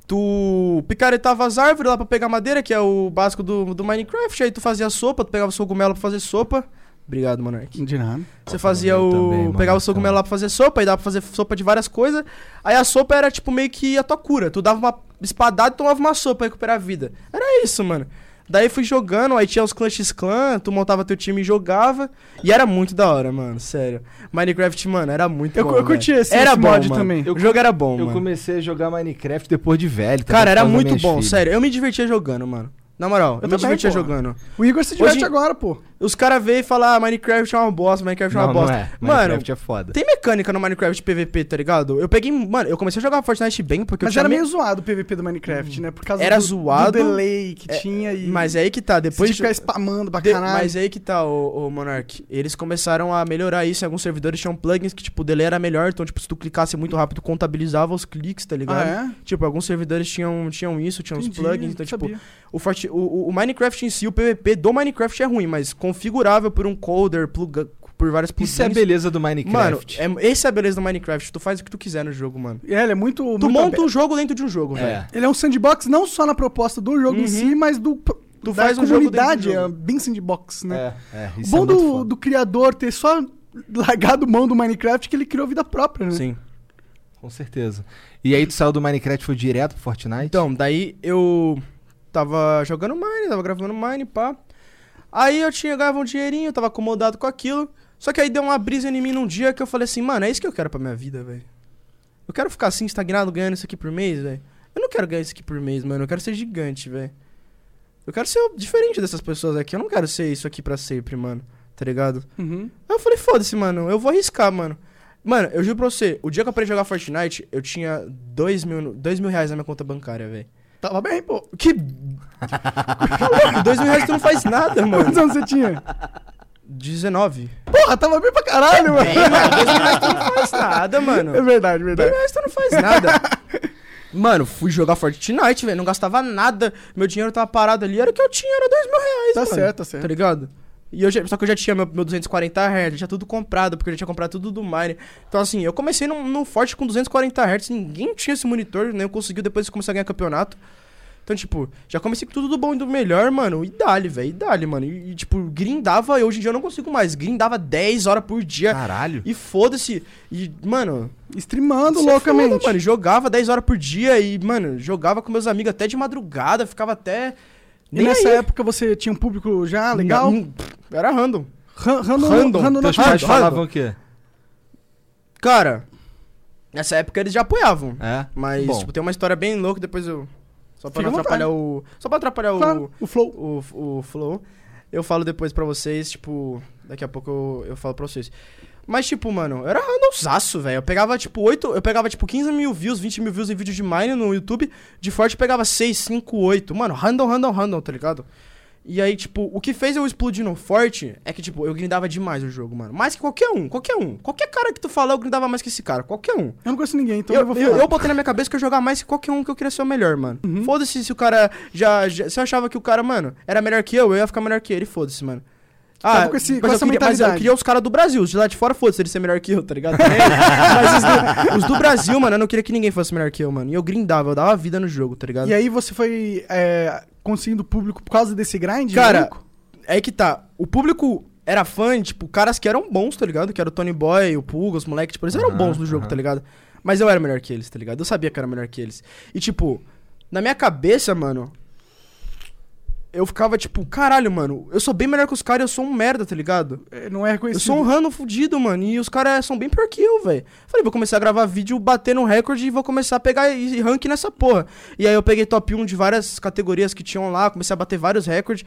Speaker 3: tu picaretava as árvores lá pra pegar madeira, que é o básico do, do Minecraft, aí tu fazia sopa, tu pegava os cogumelos pra fazer sopa. Obrigado, Monark.
Speaker 2: De nada.
Speaker 3: Você fazia
Speaker 1: Eu
Speaker 3: o.
Speaker 1: também, mano,
Speaker 3: pegava o seu
Speaker 1: também.
Speaker 3: cogumelo lá pra fazer sopa, e dava pra fazer sopa de várias coisas. Aí a sopa era tipo meio que a tua cura. Tu dava uma espadada e tomava uma sopa pra recuperar a vida. Era isso, mano. Daí fui jogando, aí tinha os Clash X Clan, tu montava teu time e jogava. E era muito da hora, mano, sério. Minecraft, mano, era muito
Speaker 2: Eu-
Speaker 3: bom.
Speaker 2: eu
Speaker 3: velho.
Speaker 2: curti esse-
Speaker 3: era
Speaker 2: esse
Speaker 3: bom,
Speaker 2: mod
Speaker 3: mano.
Speaker 2: também.
Speaker 3: O jogo era bom,
Speaker 1: Eu
Speaker 3: mano.
Speaker 1: comecei a jogar Minecraft depois de velho. tá ligado?
Speaker 3: Cara, era
Speaker 1: Por causa
Speaker 3: muito
Speaker 1: das
Speaker 3: bom,
Speaker 1: minhas filhas.
Speaker 3: sério. Eu me divertia jogando, mano. Na moral, eu, me
Speaker 2: também,
Speaker 3: divertia
Speaker 2: porra.
Speaker 3: jogando.
Speaker 2: O Igor se diverte
Speaker 3: Hoje-
Speaker 2: agora, pô.
Speaker 3: Os caras veem e falam, ah, Minecraft é uma bosta, Minecraft é uma
Speaker 1: Não, não
Speaker 3: bosta.
Speaker 1: é.
Speaker 3: Mano,
Speaker 1: Minecraft é foda.
Speaker 3: Tem mecânica no Minecraft PVP, tá ligado? Eu peguei. Mano, eu comecei a jogar Fortnite bem porque eu
Speaker 2: Mas
Speaker 3: tinha.
Speaker 2: era
Speaker 3: me- É.
Speaker 2: meio zoado o PVP do Minecraft, né? Por causa
Speaker 3: Era
Speaker 2: do,
Speaker 3: zoado.
Speaker 2: do delay que
Speaker 3: É,
Speaker 2: tinha e.
Speaker 3: Mas é aí que tá,
Speaker 2: depois
Speaker 3: depois.
Speaker 2: de ficar spamando pra
Speaker 3: de-
Speaker 2: caralho.
Speaker 3: Mas é aí que tá, o, Monark. Eles começaram a melhorar isso. Em alguns servidores tinham plugins que, tipo, o delay era melhor. Então, tipo, se tu clicasse muito rápido, contabilizava os cliques, tá ligado?
Speaker 2: Ah, é?
Speaker 3: Tipo, alguns servidores tinham, tinham isso, tinham os
Speaker 2: Entendi,
Speaker 3: plugins. Então, tipo,
Speaker 2: sabia.
Speaker 3: o, Forti- o- o- o Minecraft em si, o PVP do Minecraft é ruim, mas configurável por um coder, pluga- por várias plugins.
Speaker 1: Isso é a beleza do
Speaker 3: Mano,
Speaker 1: Minecraft.
Speaker 3: é, essa é a beleza do Minecraft. Tu faz o que tu quiser no jogo, mano.
Speaker 2: É, ele é muito.
Speaker 3: Tu
Speaker 2: muito
Speaker 3: monta
Speaker 2: aberto.
Speaker 3: um jogo dentro de um jogo, velho.
Speaker 2: Ele é um sandbox não só na proposta do jogo em
Speaker 3: Uhum.
Speaker 2: si, mas do. da
Speaker 3: Tu faz um jogo dentro do
Speaker 2: comunidade.
Speaker 3: jogo.
Speaker 2: É bem sandbox, né?
Speaker 1: É, é, isso
Speaker 2: Bom
Speaker 1: é muito
Speaker 2: do,
Speaker 1: foda.
Speaker 2: do criador ter só largado mão do Minecraft que ele criou vida própria, né?
Speaker 3: Sim.
Speaker 1: Com certeza. E aí tu saiu do Minecraft e foi direto pro Fortnite?
Speaker 3: Então, daí eu tava jogando Mine, tava gravando Mine, pá. Aí eu tinha ganhava um dinheirinho, eu tava acomodado com aquilo. Só que aí deu uma brisa em mim num dia que eu falei assim, mano, é isso que eu quero pra minha vida, velho. Eu quero ficar assim, estagnado, ganhando isso aqui por mês, velho. Eu não quero ganhar isso aqui por mês, mano. Eu quero ser gigante, velho. Eu quero ser diferente dessas pessoas aqui. Eu não quero ser isso aqui pra sempre, mano. Tá ligado?
Speaker 2: Uhum.
Speaker 3: Aí eu falei, foda-se, mano, eu vou arriscar, mano. Mano, eu juro pra você, o dia que eu parei de jogar Fortnite, eu tinha dois mil, no- dois mil reais na minha conta bancária, velho.
Speaker 2: Tava bem, pô.
Speaker 3: Que. Maluco, dois mil reais tu não faz nada,
Speaker 2: Quantos
Speaker 3: mano.
Speaker 2: anos você tinha?
Speaker 3: 19.
Speaker 2: Porra, tava bem pra caralho, mano.
Speaker 3: Não faz nada, É mano.
Speaker 2: É verdade,
Speaker 3: Dois
Speaker 2: verdade.
Speaker 3: mil reais tu não faz nada. Mano, fui jogar Fortnite, velho. Não gastava nada. Meu dinheiro tava parado ali. Era o que eu tinha, era dois mil reais,
Speaker 2: Tá
Speaker 3: mano.
Speaker 2: certo, tá
Speaker 3: Tá
Speaker 2: certo.
Speaker 3: ligado? E eu já- só que eu já tinha meu, meu 240 Hz, já tinha tudo comprado, porque eu já tinha comprado tudo do Mine. Então, assim, eu comecei num, num forte com 240 Hz, ninguém tinha esse monitor, nem eu conseguiu depois de começar a ganhar campeonato. Então, tipo, já comecei com tudo do bom e do melhor, mano. E dali, velho, e dali, mano. E, e, tipo, grindava, e hoje em dia eu não consigo mais. Grindava 10 horas por dia.
Speaker 1: Caralho.
Speaker 3: E foda-se. E, mano,
Speaker 2: Streamando
Speaker 3: se
Speaker 2: loucamente.
Speaker 3: é foda, mano, jogava 10 horas por dia e, mano, jogava com meus amigos até de madrugada, ficava até.
Speaker 2: E
Speaker 3: Nem
Speaker 2: nessa
Speaker 3: aí.
Speaker 2: época você tinha um público já legal?
Speaker 3: Não, Era random.
Speaker 2: Ran- Random.
Speaker 3: Random.
Speaker 2: Random.
Speaker 1: Teus
Speaker 2: na-
Speaker 1: pais
Speaker 3: Random.
Speaker 1: falavam o quê?
Speaker 3: Cara, nessa época eles já apoiavam.
Speaker 1: É?
Speaker 3: Mas,
Speaker 1: Bom.
Speaker 3: tipo, tem uma história bem louca, depois eu. Só pra
Speaker 2: Fica à
Speaker 3: não
Speaker 2: vontade.
Speaker 3: atrapalhar o. Só pra atrapalhar
Speaker 2: Claro, o flow.
Speaker 3: o, o, o flow. Eu falo depois pra vocês, tipo. Daqui a pouco eu, eu falo pra vocês. Mas, tipo, mano, eu era randomzaço, velho. Eu pegava, tipo, 8. Eu pegava, tipo, 15 mil views, 20 mil views em vídeo de Mine no YouTube. De Forte eu pegava 6, 5, 8. Mano, random, random, random, tá ligado? E aí, tipo, o que fez eu explodir no Forte é que, tipo, eu grindava demais o jogo, mano. Mais que qualquer um, qualquer um. Qualquer cara que tu falar, eu grindava mais que esse cara. Qualquer um
Speaker 2: Eu não conheço ninguém, então eu,
Speaker 3: eu,
Speaker 2: vou
Speaker 3: eu-
Speaker 2: falar. Uhum.
Speaker 3: eu botei na minha cabeça que eu ia jogar mais que qualquer um que eu queria ser o melhor, mano. Foda-se se o cara já, já- Se eu achava que o cara, mano, era melhor que eu, eu ia ficar melhor que ele, foda-se, mano. Ah,
Speaker 2: Tava com esse- É, com
Speaker 3: mas,
Speaker 2: essa
Speaker 3: eu queria, mas eu
Speaker 2: mentalidade.
Speaker 3: queria os caras do Brasil, os de lá de fora, foda-se, eles ser melhor que eu, tá ligado? mas os do, os do Brasil, mano, eu não queria que ninguém fosse melhor que eu, mano. E eu grindava, eu dava vida no jogo, tá ligado?
Speaker 2: E aí você foi é, conseguindo público por causa desse grind?
Speaker 3: Cara,
Speaker 2: maluco?
Speaker 3: é que tá. O público era fã, tipo, caras que eram bons, tá ligado? Que era o Tony Boy, o Puga, os moleques, tipo, eles eram
Speaker 1: Aham,
Speaker 3: bons no jogo,
Speaker 1: aham.
Speaker 3: tá ligado? Mas eu era melhor que eles, tá ligado? Eu sabia que eu era melhor que eles. E, tipo, na minha cabeça, mano. Eu ficava tipo, caralho, mano, eu sou bem melhor que os caras, eu sou um merda, tá ligado?
Speaker 2: É, não é
Speaker 3: Eu
Speaker 2: reconhecido.
Speaker 3: sou um rano fudido, mano, e os caras são bem pior que eu, velho. Falei, vou começar a gravar vídeo, bater no recorde e vou começar a pegar e- e rank nessa porra. E aí eu peguei top 1 de várias categorias que tinham lá, comecei a bater vários recordes.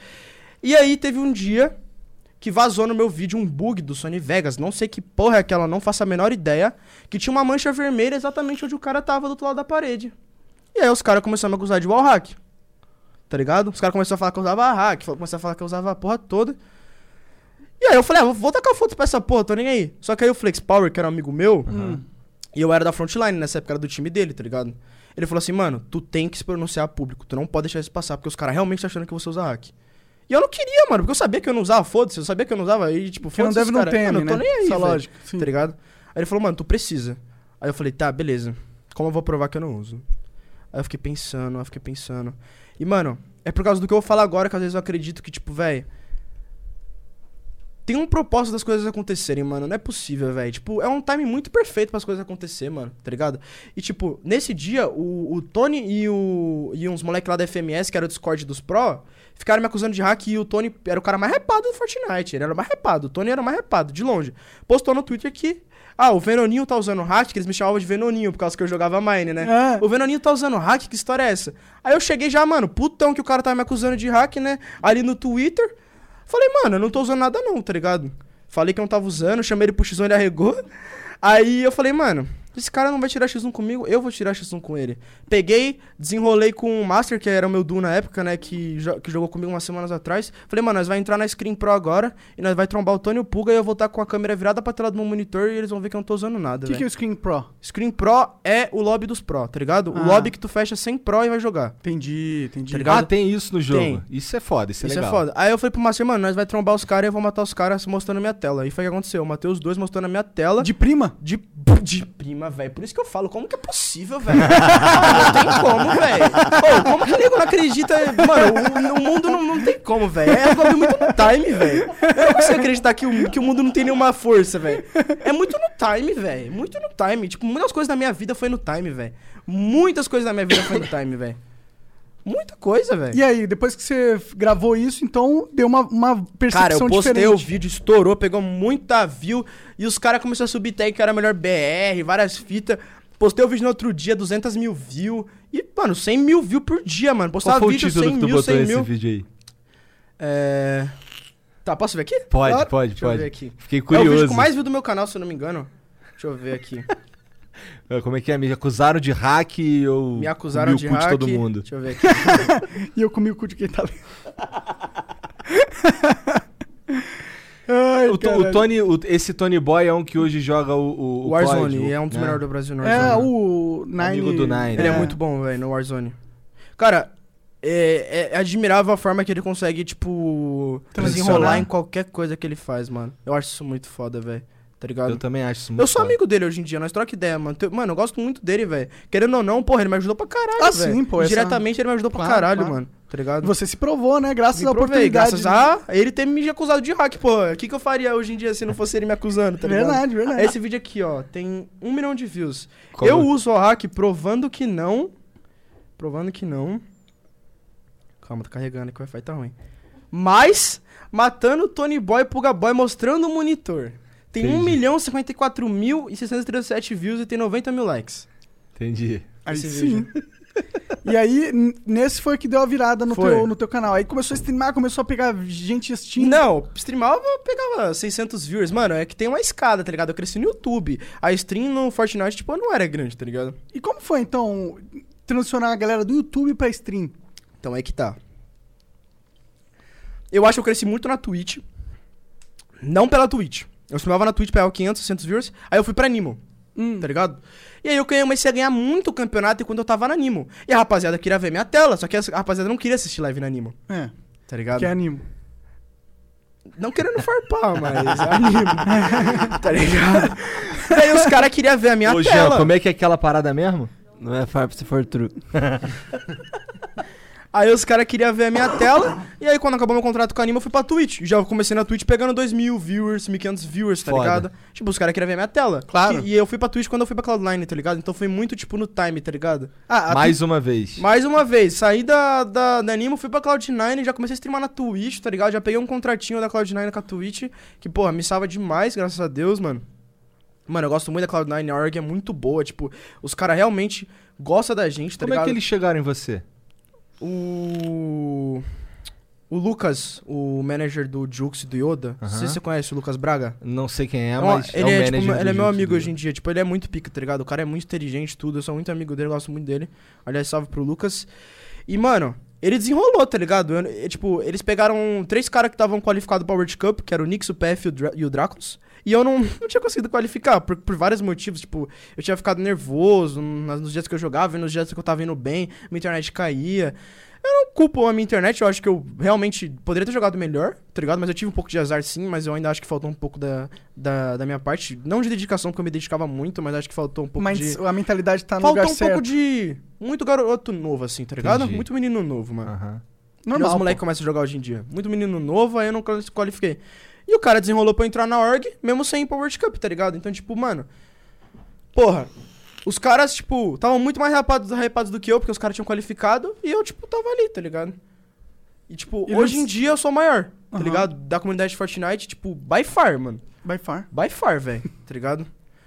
Speaker 3: E aí teve um dia que vazou no meu vídeo um bug do Sony Vegas, não sei que porra é aquela, não faço a menor ideia, que tinha uma mancha vermelha exatamente onde o cara tava do outro lado da parede. E aí os caras começaram a me acusar de wallhack. Tá ligado? Os caras começaram a falar que eu usava hack, fal- começaram a falar que eu usava a porra toda. E aí eu falei, ah, vou- vou tacar foto pra essa porra, tô nem aí. Só que aí o Flex Power, que era um amigo meu,
Speaker 2: Hum,
Speaker 3: e eu era da frontline nessa época, era do time dele, tá ligado? Ele falou assim, mano, tu tem que se pronunciar público, tu não pode deixar isso passar, porque os caras realmente estão achando que você usa hack. E eu não queria, mano, porque eu sabia que eu não usava, foda-se, eu sabia que eu não usava, e tipo,
Speaker 2: Quem não
Speaker 3: foda-se
Speaker 2: deve
Speaker 3: os
Speaker 2: não
Speaker 3: cara.
Speaker 2: teme,
Speaker 3: Mano,
Speaker 2: né?
Speaker 3: eu tô nem aí,
Speaker 2: Essa
Speaker 3: velho
Speaker 2: lógica. Sim.
Speaker 3: tá ligado? Aí ele falou, mano, tu precisa. Aí eu falei, tá, beleza. Como eu vou provar que eu não uso? Aí eu fiquei pensando, aí eu fiquei pensando. E, mano, é por causa do que eu vou falar agora que às vezes eu acredito que, tipo, velho. Tem um propósito das coisas acontecerem, mano. Não é possível, velho. Tipo, é um time muito perfeito para as coisas acontecer, mano. Tá ligado? E, tipo, nesse dia, o, o Tony e, o, e uns moleques lá da FMS, que era o Discord dos Pro, ficaram me acusando de hack e o Tony era o cara mais repado do Fortnite. Ele era o mais repado. O Tony era o mais repado, de longe. Postou no Twitter que. Ah, o Venoninho tá usando hack, que eles me chamavam de Venoninho por causa que eu jogava Mine, né?
Speaker 2: É.
Speaker 3: O Venoninho tá usando hack, que história é essa? Aí eu cheguei já, mano, putão que o cara tava me acusando de hack, né? Ali no Twitter. Falei, mano, eu não tô usando nada não, tá ligado? Falei que eu não tava usando, chamei ele pro X1, ele arregou. Aí eu falei, mano, esse cara não vai tirar X1 comigo, eu vou tirar X1 com ele. Peguei, desenrolei com o Master, que era o meu duo na época, né, que, jo- que jogou comigo umas semanas atrás. Falei, mano, nós vai entrar na Screen Pro agora, e nós vai trombar o Tony e o Puga, e eu vou estar com a câmera virada pra tela do meu monitor, e eles vão ver que eu não tô usando nada,
Speaker 2: O que,
Speaker 3: velho.
Speaker 2: que é o Screen Pro?
Speaker 3: Screen Pro é o lobby dos Pro, tá ligado?
Speaker 2: Ah.
Speaker 3: O lobby que tu fecha sem Pro e vai jogar.
Speaker 2: Entendi, entendi.
Speaker 3: Tá ligado?
Speaker 1: Ah, tem isso no jogo.
Speaker 3: Tem.
Speaker 1: Isso é foda, isso é
Speaker 3: Isso
Speaker 1: legal.
Speaker 3: é foda. Aí eu falei pro Master, mano, nós vai trombar os caras e eu vou matar os caras mostrando a minha tela. E foi o que aconteceu. Eu matei os dois mostrando a minha tela.
Speaker 2: De prima?
Speaker 3: De, de prima, velho. Por isso que eu falo, como que é possível, velho? não tem como, velho. Ô, como que o nego não acredita? Mano, o, o mundo não, não tem como, velho. É algo muito no time, velho. Eu não consigo acreditar que o, que o mundo não tem nenhuma força, velho. É muito no time, velho. Muito no time. Tipo, muitas coisas da minha vida foi no time, velho. Muitas coisas da minha vida foi no time, velho. Muita coisa, velho.
Speaker 2: E aí, depois que você gravou isso, então deu uma, uma percepção
Speaker 3: Cara, eu postei o
Speaker 2: diferente.
Speaker 3: vídeo, estourou, pegou muita view. E os caras começaram a subir tag que era melhor BR, várias fitas. Postei o vídeo no outro dia, 200 mil view. E, mano, 100 mil view por dia, mano.
Speaker 1: Qual
Speaker 3: Postava
Speaker 1: foi o
Speaker 3: vídeo,
Speaker 1: título
Speaker 3: 100
Speaker 1: que tu
Speaker 3: mil,
Speaker 1: botou
Speaker 3: 100
Speaker 1: nesse
Speaker 3: mil.
Speaker 1: vídeo aí?
Speaker 3: É... Tá, posso ver aqui?
Speaker 1: Pode,
Speaker 3: Claro.
Speaker 1: pode,
Speaker 3: Deixa
Speaker 1: pode.
Speaker 3: Eu ver aqui.
Speaker 1: Fiquei
Speaker 3: É o
Speaker 1: curioso.
Speaker 3: vídeo com mais view do meu canal, se eu não me engano. Deixa eu ver aqui.
Speaker 1: Ah, Como é que é? Me acusaram de hack e eu.
Speaker 3: Me acusaram
Speaker 1: comi o
Speaker 3: de
Speaker 1: cu
Speaker 3: hack.
Speaker 1: todo mundo.
Speaker 3: Deixa eu ver aqui.
Speaker 2: E eu comi o cu de quem tá ali. Ai,
Speaker 1: O, to- o
Speaker 2: caralho.
Speaker 1: Tony, o- esse Tony Boy é um que hoje joga o, o, o
Speaker 3: Warzone,
Speaker 1: COD, o-
Speaker 3: é um dos
Speaker 1: né?
Speaker 3: melhores do Brasil. no
Speaker 2: É,
Speaker 3: Warzone.
Speaker 2: o Nine.
Speaker 1: Amigo do Nine.
Speaker 3: Ele é,
Speaker 1: É.
Speaker 3: muito bom, velho, no Warzone. Cara, é, é admirável a forma que ele consegue, tipo,
Speaker 2: Transicionar.
Speaker 3: desenrolar em qualquer coisa que ele faz, mano. Eu acho isso muito foda, velho. Tá ligado?
Speaker 1: Eu
Speaker 3: Eu,
Speaker 1: também acho isso muito
Speaker 3: sou
Speaker 1: foda.
Speaker 3: amigo dele hoje em dia, nós troca ideia, mano. Teu- Mano, eu gosto muito dele, velho. Querendo ou não, porra, ele me ajudou pra caralho,
Speaker 2: Ah,
Speaker 3: velho.
Speaker 2: sim, pô, essa-
Speaker 3: Diretamente ele me ajudou
Speaker 2: Claro,
Speaker 3: pra caralho,
Speaker 2: claro.
Speaker 3: mano. Tá ligado?
Speaker 2: Você se provou, né? Graças
Speaker 3: Me
Speaker 2: à
Speaker 3: provei,
Speaker 2: oportunidade. né?
Speaker 3: graças a ele ter me acusado de hack, pô. O que, que eu faria hoje em dia se não fosse ele me acusando, tá ligado?
Speaker 2: Verdade, verdade.
Speaker 3: Esse vídeo aqui, ó, tem um milhão de views.
Speaker 1: Como? é?
Speaker 3: Eu uso o hack provando que não. Provando que não. Calma, tá carregando que o Wi-Fi tá ruim. Mas, matando o Tony Boy e Puga Boy, mostrando o monitor. Tem
Speaker 1: Entendi.
Speaker 3: 1 milhão 54 mil e 637 views e tem 90 mil likes.
Speaker 1: Entendi.
Speaker 2: Aí
Speaker 3: esse
Speaker 2: sim. É e aí, n- nesse foi que deu a virada no
Speaker 3: Foi.
Speaker 2: teu, no teu canal. Aí começou a streamar, começou a pegar gente assistindo.
Speaker 3: Não, streamava, pegava 600 viewers. Mano, é que tem uma escada, tá ligado? Eu cresci no YouTube. A stream no Fortnite, tipo, não era grande, tá ligado?
Speaker 2: E como foi, então, transicionar a galera do YouTube pra stream?
Speaker 3: Então aí que tá. Eu acho que eu cresci muito na Twitch. Não pela Twitch. Eu streamava na Twitch, pegava 500, 600 viewers. Aí eu fui pra Nimo,
Speaker 2: Hum.
Speaker 3: tá ligado? E aí eu ganhei- comecei a ganhar muito campeonato enquanto eu tava na Nimo. E a rapaziada queria ver minha tela, só que a rapaziada não queria assistir live na Nimo,
Speaker 2: É,
Speaker 3: tá ligado?
Speaker 2: que animo.
Speaker 3: Não querendo farpar, mas animo. tá ligado? Daí os caras queriam ver a minha
Speaker 1: Ô,
Speaker 3: tela.
Speaker 1: Jean, como é que é aquela parada mesmo?
Speaker 5: Não é farp se for true.
Speaker 3: Aí os caras queriam ver a minha tela. E aí, quando acabou meu contrato com a Anima, eu fui pra Twitch. Já comecei na Twitch pegando 2 mil viewers, 1.500 viewers, tá
Speaker 1: Foda.
Speaker 3: ligado? Tipo, os caras queriam ver a minha tela.
Speaker 2: Claro.
Speaker 3: E, e eu fui pra Twitch quando eu fui pra Cloud9, tá ligado? Então foi muito, tipo, no time, tá ligado?
Speaker 2: Ah, a
Speaker 1: Mais uma vez.
Speaker 3: Mais uma vez, saí da, da, da Anima, fui pra Cloud9, já comecei a streamar na Twitch, tá ligado? Já peguei um contratinho da Cloud9 com a Twitch, que, porra, me salva demais, graças a Deus, mano. Mano, eu gosto muito da Cloud9, a org é muito boa, tipo, os caras realmente gostam da gente, tá
Speaker 1: Como
Speaker 3: ligado?
Speaker 1: é que eles chegaram em você?
Speaker 3: O. O Lucas, o manager do Jux e do Yoda. Não sei
Speaker 1: Aham.
Speaker 3: se você conhece o Lucas Braga.
Speaker 1: Não sei quem é,
Speaker 3: É um-
Speaker 1: mas
Speaker 3: ele
Speaker 1: é, o
Speaker 3: é, tipo,
Speaker 1: manager do
Speaker 3: ele é meu
Speaker 1: Jutsu
Speaker 3: amigo
Speaker 1: do-
Speaker 3: hoje em dia. Tipo, ele é muito pica, tá ligado? O cara é muito inteligente, tudo. Eu sou muito amigo dele, gosto muito dele. Aliás, salve pro Lucas. E, mano, ele desenrolou, tá ligado? Eu- eu- tipo, eles pegaram três caras que estavam qualificados pra World Cup, que era o Nix, o PF e o, Dra e o Dracos. E eu não, não tinha conseguido qualificar, por, por vários motivos. Tipo, eu tinha ficado nervoso nas- nos dias que eu jogava e nos dias que eu tava indo bem, minha internet caía. Eu não culpo a minha internet, eu acho que eu realmente poderia ter jogado melhor, tá ligado? Mas eu tive um pouco de azar sim, mas eu ainda acho que faltou um pouco da, da, da minha parte. Não de dedicação, porque eu me dedicava muito, mas acho que faltou um pouco
Speaker 2: Mas
Speaker 3: de.
Speaker 2: a mentalidade tá no
Speaker 3: Faltou
Speaker 2: lugar
Speaker 3: um
Speaker 2: certo.
Speaker 3: pouco de. Muito garoto novo, assim, tá ligado?
Speaker 1: Entendi.
Speaker 3: Muito menino novo, mano.
Speaker 1: Aham.
Speaker 2: Normal.
Speaker 3: Os
Speaker 2: pô.
Speaker 3: moleques começam a jogar hoje em dia. Muito menino novo, aí eu não quali- qualifiquei. E o cara desenrolou pra eu entrar na org, mesmo sem ir pra World Cup, tá ligado? Então, tipo, mano. Porra. Os caras, tipo, estavam muito mais hypados, hypados do que eu, porque os caras tinham qualificado, e eu, tipo, tava ali, tá ligado? E, tipo,
Speaker 2: E
Speaker 3: hoje
Speaker 2: eles-
Speaker 3: em dia eu sou o maior, tá
Speaker 2: Aham.
Speaker 3: ligado? Da comunidade de Fortnite, tipo, by far, mano.
Speaker 2: By far.
Speaker 3: By far, velho, tá ligado?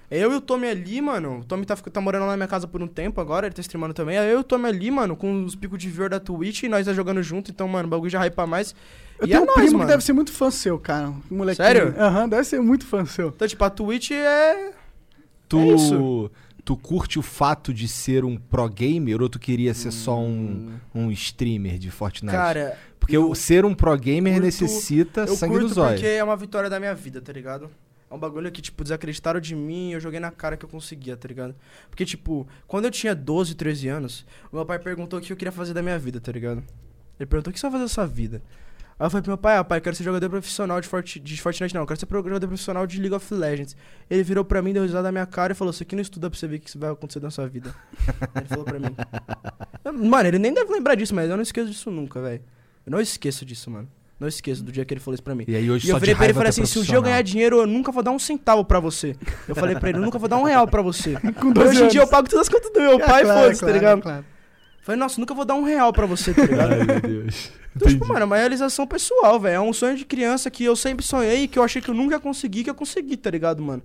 Speaker 3: Eu e o Tommy ali, mano. O Tommy tá, fica- tá morando lá na minha casa por um tempo agora, ele tá streamando também. Aí eu e o Tommy ali, mano, com os picos de viewer da Twitch e nós tá jogando junto, então, mano, o bagulho já hypa mais.
Speaker 2: Eu
Speaker 3: e
Speaker 2: tenho
Speaker 3: é
Speaker 2: um
Speaker 3: nóis,
Speaker 2: primo
Speaker 3: mano.
Speaker 2: que deve ser muito fã seu, cara. Um molequinho.
Speaker 3: Sério?
Speaker 2: Aham, deve ser muito fã seu.
Speaker 3: Então, tipo, a Twitch é. É
Speaker 1: Tu,
Speaker 3: isso.
Speaker 1: tu curte o fato de ser um pro gamer ou tu queria ser só um, um streamer de Fortnite?
Speaker 3: Hum. Cara,
Speaker 1: porque o ser um pro gamer
Speaker 3: curto-
Speaker 1: necessita
Speaker 3: eu
Speaker 1: sangue
Speaker 3: curto
Speaker 1: dos olhos.
Speaker 3: porque é uma vitória da minha vida, tá ligado? É um bagulho que, tipo, desacreditaram de mim e eu joguei na cara que eu conseguia, tá ligado? Porque, tipo, quando eu tinha 12, 13 anos, o meu pai perguntou o que eu queria fazer da minha vida, tá ligado? Ele perguntou o que você vai fazer da sua vida. Aí eu falei pro meu pai, ah, pai, eu quero ser jogador profissional de, Forti- de Fortnite, não, eu quero ser pro- jogador profissional de League of Legends. Ele virou pra mim, deu risada na minha cara e falou, isso aqui não estuda pra você ver o que isso vai acontecer na sua vida. ele falou pra mim. Eu- Mano, ele nem deve lembrar disso, mas eu não esqueço disso nunca, velho. Eu não esqueço disso, mano. Não esqueço do dia que ele falou isso pra mim.
Speaker 1: E aí hoje
Speaker 3: E eu
Speaker 1: só de
Speaker 3: virei pra ele e
Speaker 1: raiva
Speaker 3: falei
Speaker 1: tu é
Speaker 3: assim: se um dia eu ganhar
Speaker 1: profissional.
Speaker 3: dinheiro, eu nunca vou dar um centavo pra você. Eu falei pra ele: eu nunca vou dar um real pra você.
Speaker 2: Com 12
Speaker 3: Hoje em dia eu
Speaker 2: anos.
Speaker 3: pago todas as contas do meu
Speaker 2: É,
Speaker 3: pai,
Speaker 2: claro,
Speaker 3: foda-se,
Speaker 2: claro,
Speaker 3: tá ligado?
Speaker 2: claro.
Speaker 3: Falei, nossa, nunca vou dar um real pra você, tá ligado?
Speaker 6: Ai, meu Deus.
Speaker 3: Então, tipo,
Speaker 6: Entendi.
Speaker 3: mano, é uma realização pessoal, velho. É um sonho de criança que eu sempre sonhei, que eu achei que eu nunca consegui, que eu consegui, tá ligado, mano?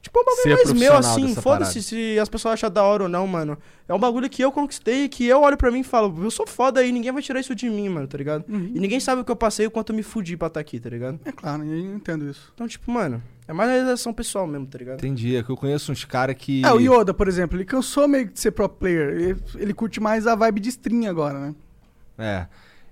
Speaker 3: Tipo, é um bagulho
Speaker 1: Você é
Speaker 3: mais meu,
Speaker 1: profissional
Speaker 3: assim,
Speaker 1: dessa
Speaker 3: foda-se
Speaker 1: parada.
Speaker 3: se as pessoas acham da hora ou não, mano. É um bagulho que eu conquistei, que eu olho pra mim e falo, eu sou foda aí, ninguém vai tirar isso de mim, mano, tá ligado? E ninguém sabe o que eu passei e o quanto eu me fudi pra estar aqui, tá ligado?
Speaker 2: Uhum, É claro, eu entendo isso.
Speaker 3: Então, tipo, mano, é mais realização pessoal mesmo, tá ligado?
Speaker 1: Entendi. É que eu conheço uns caras que.
Speaker 2: É, o Yoda, por exemplo, ele cansou meio que de ser pro player. Ele, ele curte mais a vibe de stream agora, né?
Speaker 1: É.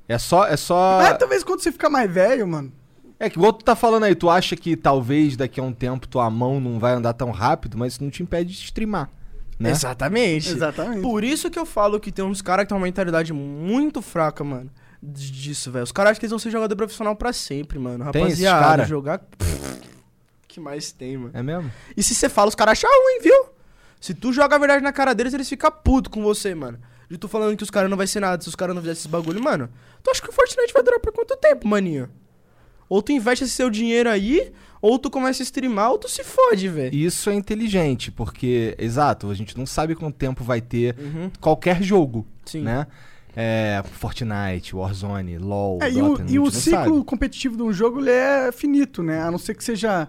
Speaker 1: É só. É só.
Speaker 2: Mas
Speaker 3: tá-
Speaker 2: talvez quando você ficar mais velho, mano.
Speaker 1: É que igual tu tá falando aí, tu acha que talvez daqui a um tempo tua mão não vai andar tão rápido, mas isso não te impede de streamar. Né?
Speaker 3: Exatamente.
Speaker 2: Exatamente.
Speaker 3: Por isso que eu falo que tem uns caras que tem uma mentalidade muito fraca, mano. d- Disso, velho. Os caras acham que eles vão ser jogador profissional pra sempre, mano.
Speaker 1: Tem esses
Speaker 3: Rapaziada,
Speaker 1: cara?
Speaker 3: jogar. Pff, que mais tem, mano?
Speaker 1: É mesmo?
Speaker 3: E se você fala, os caras acham ruim, viu? Se tu joga a verdade na cara deles, eles ficam putos com você, mano. E tu falando que os caras não vai ser nada se os caras não fizessem esses bagulho, mano. Tu acha que o Fortnite vai durar por quanto tempo, maninho? Ou tu investe esse seu dinheiro aí, ou tu começa a streamar, ou tu se fode, velho.
Speaker 1: E Isso é inteligente, porque, exato, a gente não sabe quanto tempo vai ter
Speaker 3: Uhum,
Speaker 1: qualquer jogo,
Speaker 3: sim.
Speaker 1: né? É, Fortnite, Warzone, LoL,
Speaker 2: É, e
Speaker 1: Dota,
Speaker 2: o,
Speaker 1: a
Speaker 2: e
Speaker 1: gente
Speaker 2: o
Speaker 1: não
Speaker 2: ciclo
Speaker 1: sabe.
Speaker 2: competitivo de um jogo ele é finito, né? A não ser que seja.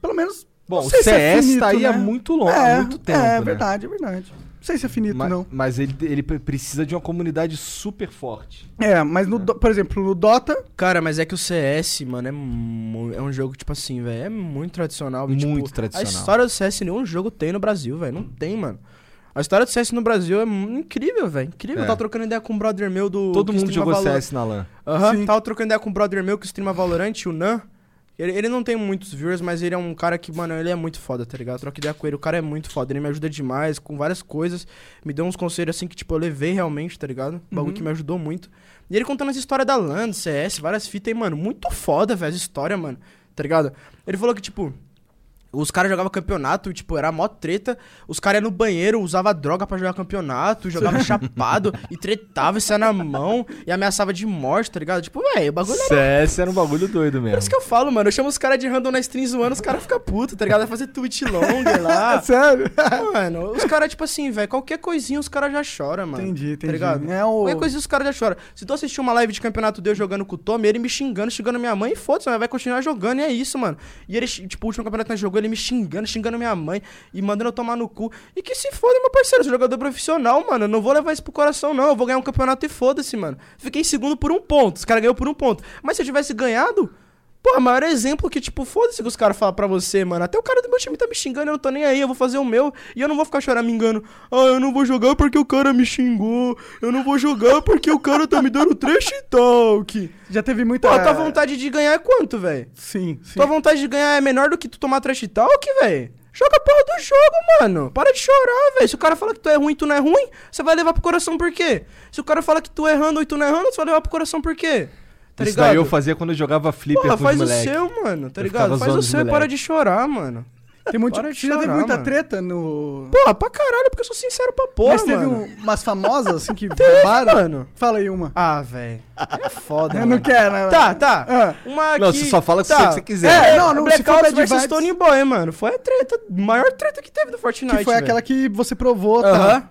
Speaker 2: Pelo menos.
Speaker 1: Bom,
Speaker 2: não
Speaker 1: o
Speaker 2: sei
Speaker 1: CS
Speaker 2: se é finito,
Speaker 1: tá aí há
Speaker 2: né?
Speaker 1: muito longo,
Speaker 2: é,
Speaker 1: há muito tempo,
Speaker 2: É,
Speaker 1: né?
Speaker 2: verdade, é verdade. Não sei se é finito,
Speaker 1: Ma-
Speaker 2: não.
Speaker 1: Mas ele, ele pre- precisa de uma comunidade super forte.
Speaker 2: É, mas, no, Do- por exemplo, no Dota,
Speaker 3: Cara, mas é que o CS, mano, é, mu- é um jogo, tipo assim, velho, é muito tradicional. e, tipo,
Speaker 1: Muito tradicional.
Speaker 3: A história do CS nenhum jogo tem no Brasil, velho, não tem, mano. A história do CS no Brasil é mu- incrível, velho, incrível.
Speaker 1: É.
Speaker 3: Eu tava trocando ideia com um brother meu do...
Speaker 1: Todo
Speaker 3: que
Speaker 1: mundo
Speaker 3: streama
Speaker 1: jogou
Speaker 3: Valor-
Speaker 1: CS na LAN.
Speaker 3: Aham,
Speaker 2: Sim.
Speaker 3: tava trocando ideia com um brother meu que streama Valorant, o Nan. Ele, ele não tem muitos viewers, mas ele é um cara que, mano, ele é muito foda, tá ligado? Troca ideia com ele, o cara é muito foda, ele me ajuda demais com várias coisas, me deu uns conselhos assim que, tipo, eu levei realmente, tá ligado? Um
Speaker 1: Uhum.
Speaker 3: bagulho que me ajudou muito. E ele contando essa história da LAN, do CS, várias fitas, e, mano, muito foda, velho, essa história, mano, tá ligado? Ele falou que, tipo, os caras jogavam campeonato, e, tipo, era mó treta. Os caras iam no banheiro, usava droga pra jogar campeonato, jogava chapado e tretava e saia na mão e ameaçava de morte, tá ligado? Tipo, velho, o bagulho era.
Speaker 1: CS era um bagulho doido
Speaker 3: Por
Speaker 1: mesmo.
Speaker 3: isso que eu falo, mano. Eu chamo os caras de random na stream zoando, os caras ficam putos, tá ligado? Vai fazer tweet longa lá.
Speaker 2: É sério?
Speaker 3: Ah, mano, tá os caras, tipo assim, velho, qualquer coisinha os caras já choram, mano. tá
Speaker 2: entendi, entendi.
Speaker 3: ligado?
Speaker 2: É o...
Speaker 3: Qualquer coisa os caras já choram. Se tu assistir uma live de campeonato deu jogando com o Tommy, ele me xingando, xingando minha mãe, e foda-se, mas vai continuar jogando, e é isso, mano. E ele, tipo, o último campeonato que nós jogou, ele me xingando, xingando minha mãe e mandando eu tomar no cu. E que se foda, meu parceiro, eu sou jogador profissional, mano. Eu não vou levar isso pro coração, não. Eu vou ganhar um campeonato e foda-se, mano. Fiquei em segundo por um ponto, os caras ganhou por um ponto. Mas se eu tivesse ganhado. Pô, maior exemplo que, tipo, foda-se que os caras falam pra você, mano. Até o cara do meu time tá me xingando, eu não tô nem aí, eu vou fazer o meu. E eu não vou ficar choramingando. Ah, eu não vou jogar porque o cara me xingou. Eu não vou jogar porque o cara tá me dando trash talk.
Speaker 2: Já teve
Speaker 3: Pô,
Speaker 2: muita...
Speaker 1: Tá.
Speaker 3: a tua vontade de ganhar é quanto, velho?
Speaker 2: Sim, sim.
Speaker 3: Tua vontade de ganhar é menor do que tu tomar trash talk, velho? Joga a porra do jogo, mano. Para de chorar, velho. Se o cara fala que tu é ruim e tu não é ruim, você vai levar pro coração por quê? Se o cara fala que tu é errando e tu não é errando, você vai levar pro coração por quê? Tá
Speaker 1: Isso
Speaker 3: ligado?
Speaker 1: daí eu fazia quando eu jogava flipper
Speaker 3: Porra,
Speaker 1: com os
Speaker 3: faz o
Speaker 1: moleques.
Speaker 3: seu, mano, tá
Speaker 1: Eu
Speaker 3: ligado?
Speaker 1: ficava
Speaker 3: Faz
Speaker 1: zoando
Speaker 3: o
Speaker 1: os
Speaker 3: seu e para
Speaker 1: moleque.
Speaker 3: de chorar, mano.
Speaker 2: Tem muito...
Speaker 3: Para de
Speaker 2: já teve
Speaker 3: chorar,
Speaker 2: muita
Speaker 3: mano.
Speaker 2: treta no...
Speaker 3: Porra, pra caralho, porque eu sou sincero pra porra,
Speaker 2: Mas teve
Speaker 3: mano.
Speaker 2: um- umas famosas, assim, que
Speaker 3: Teve,
Speaker 2: roubaram.
Speaker 3: mano.
Speaker 2: Fala aí uma.
Speaker 3: Ah, velho. É foda,
Speaker 2: Eu
Speaker 3: mano.
Speaker 2: não quero, né?
Speaker 3: Tá, tá.
Speaker 2: Ah.
Speaker 3: Uma
Speaker 1: Não,
Speaker 3: que...
Speaker 1: você só fala
Speaker 3: tá.
Speaker 1: o que você quiser.
Speaker 2: É,
Speaker 3: É,
Speaker 2: não,
Speaker 3: não,
Speaker 2: não,
Speaker 3: no
Speaker 2: se for
Speaker 3: Blackouts
Speaker 2: Bad
Speaker 3: versus
Speaker 2: Vibes-
Speaker 3: Tony Boy, mano. Foi a treta, maior treta que teve do Fortnite,
Speaker 2: Que foi
Speaker 3: velho.
Speaker 2: aquela que você provou, tá?
Speaker 3: Aham.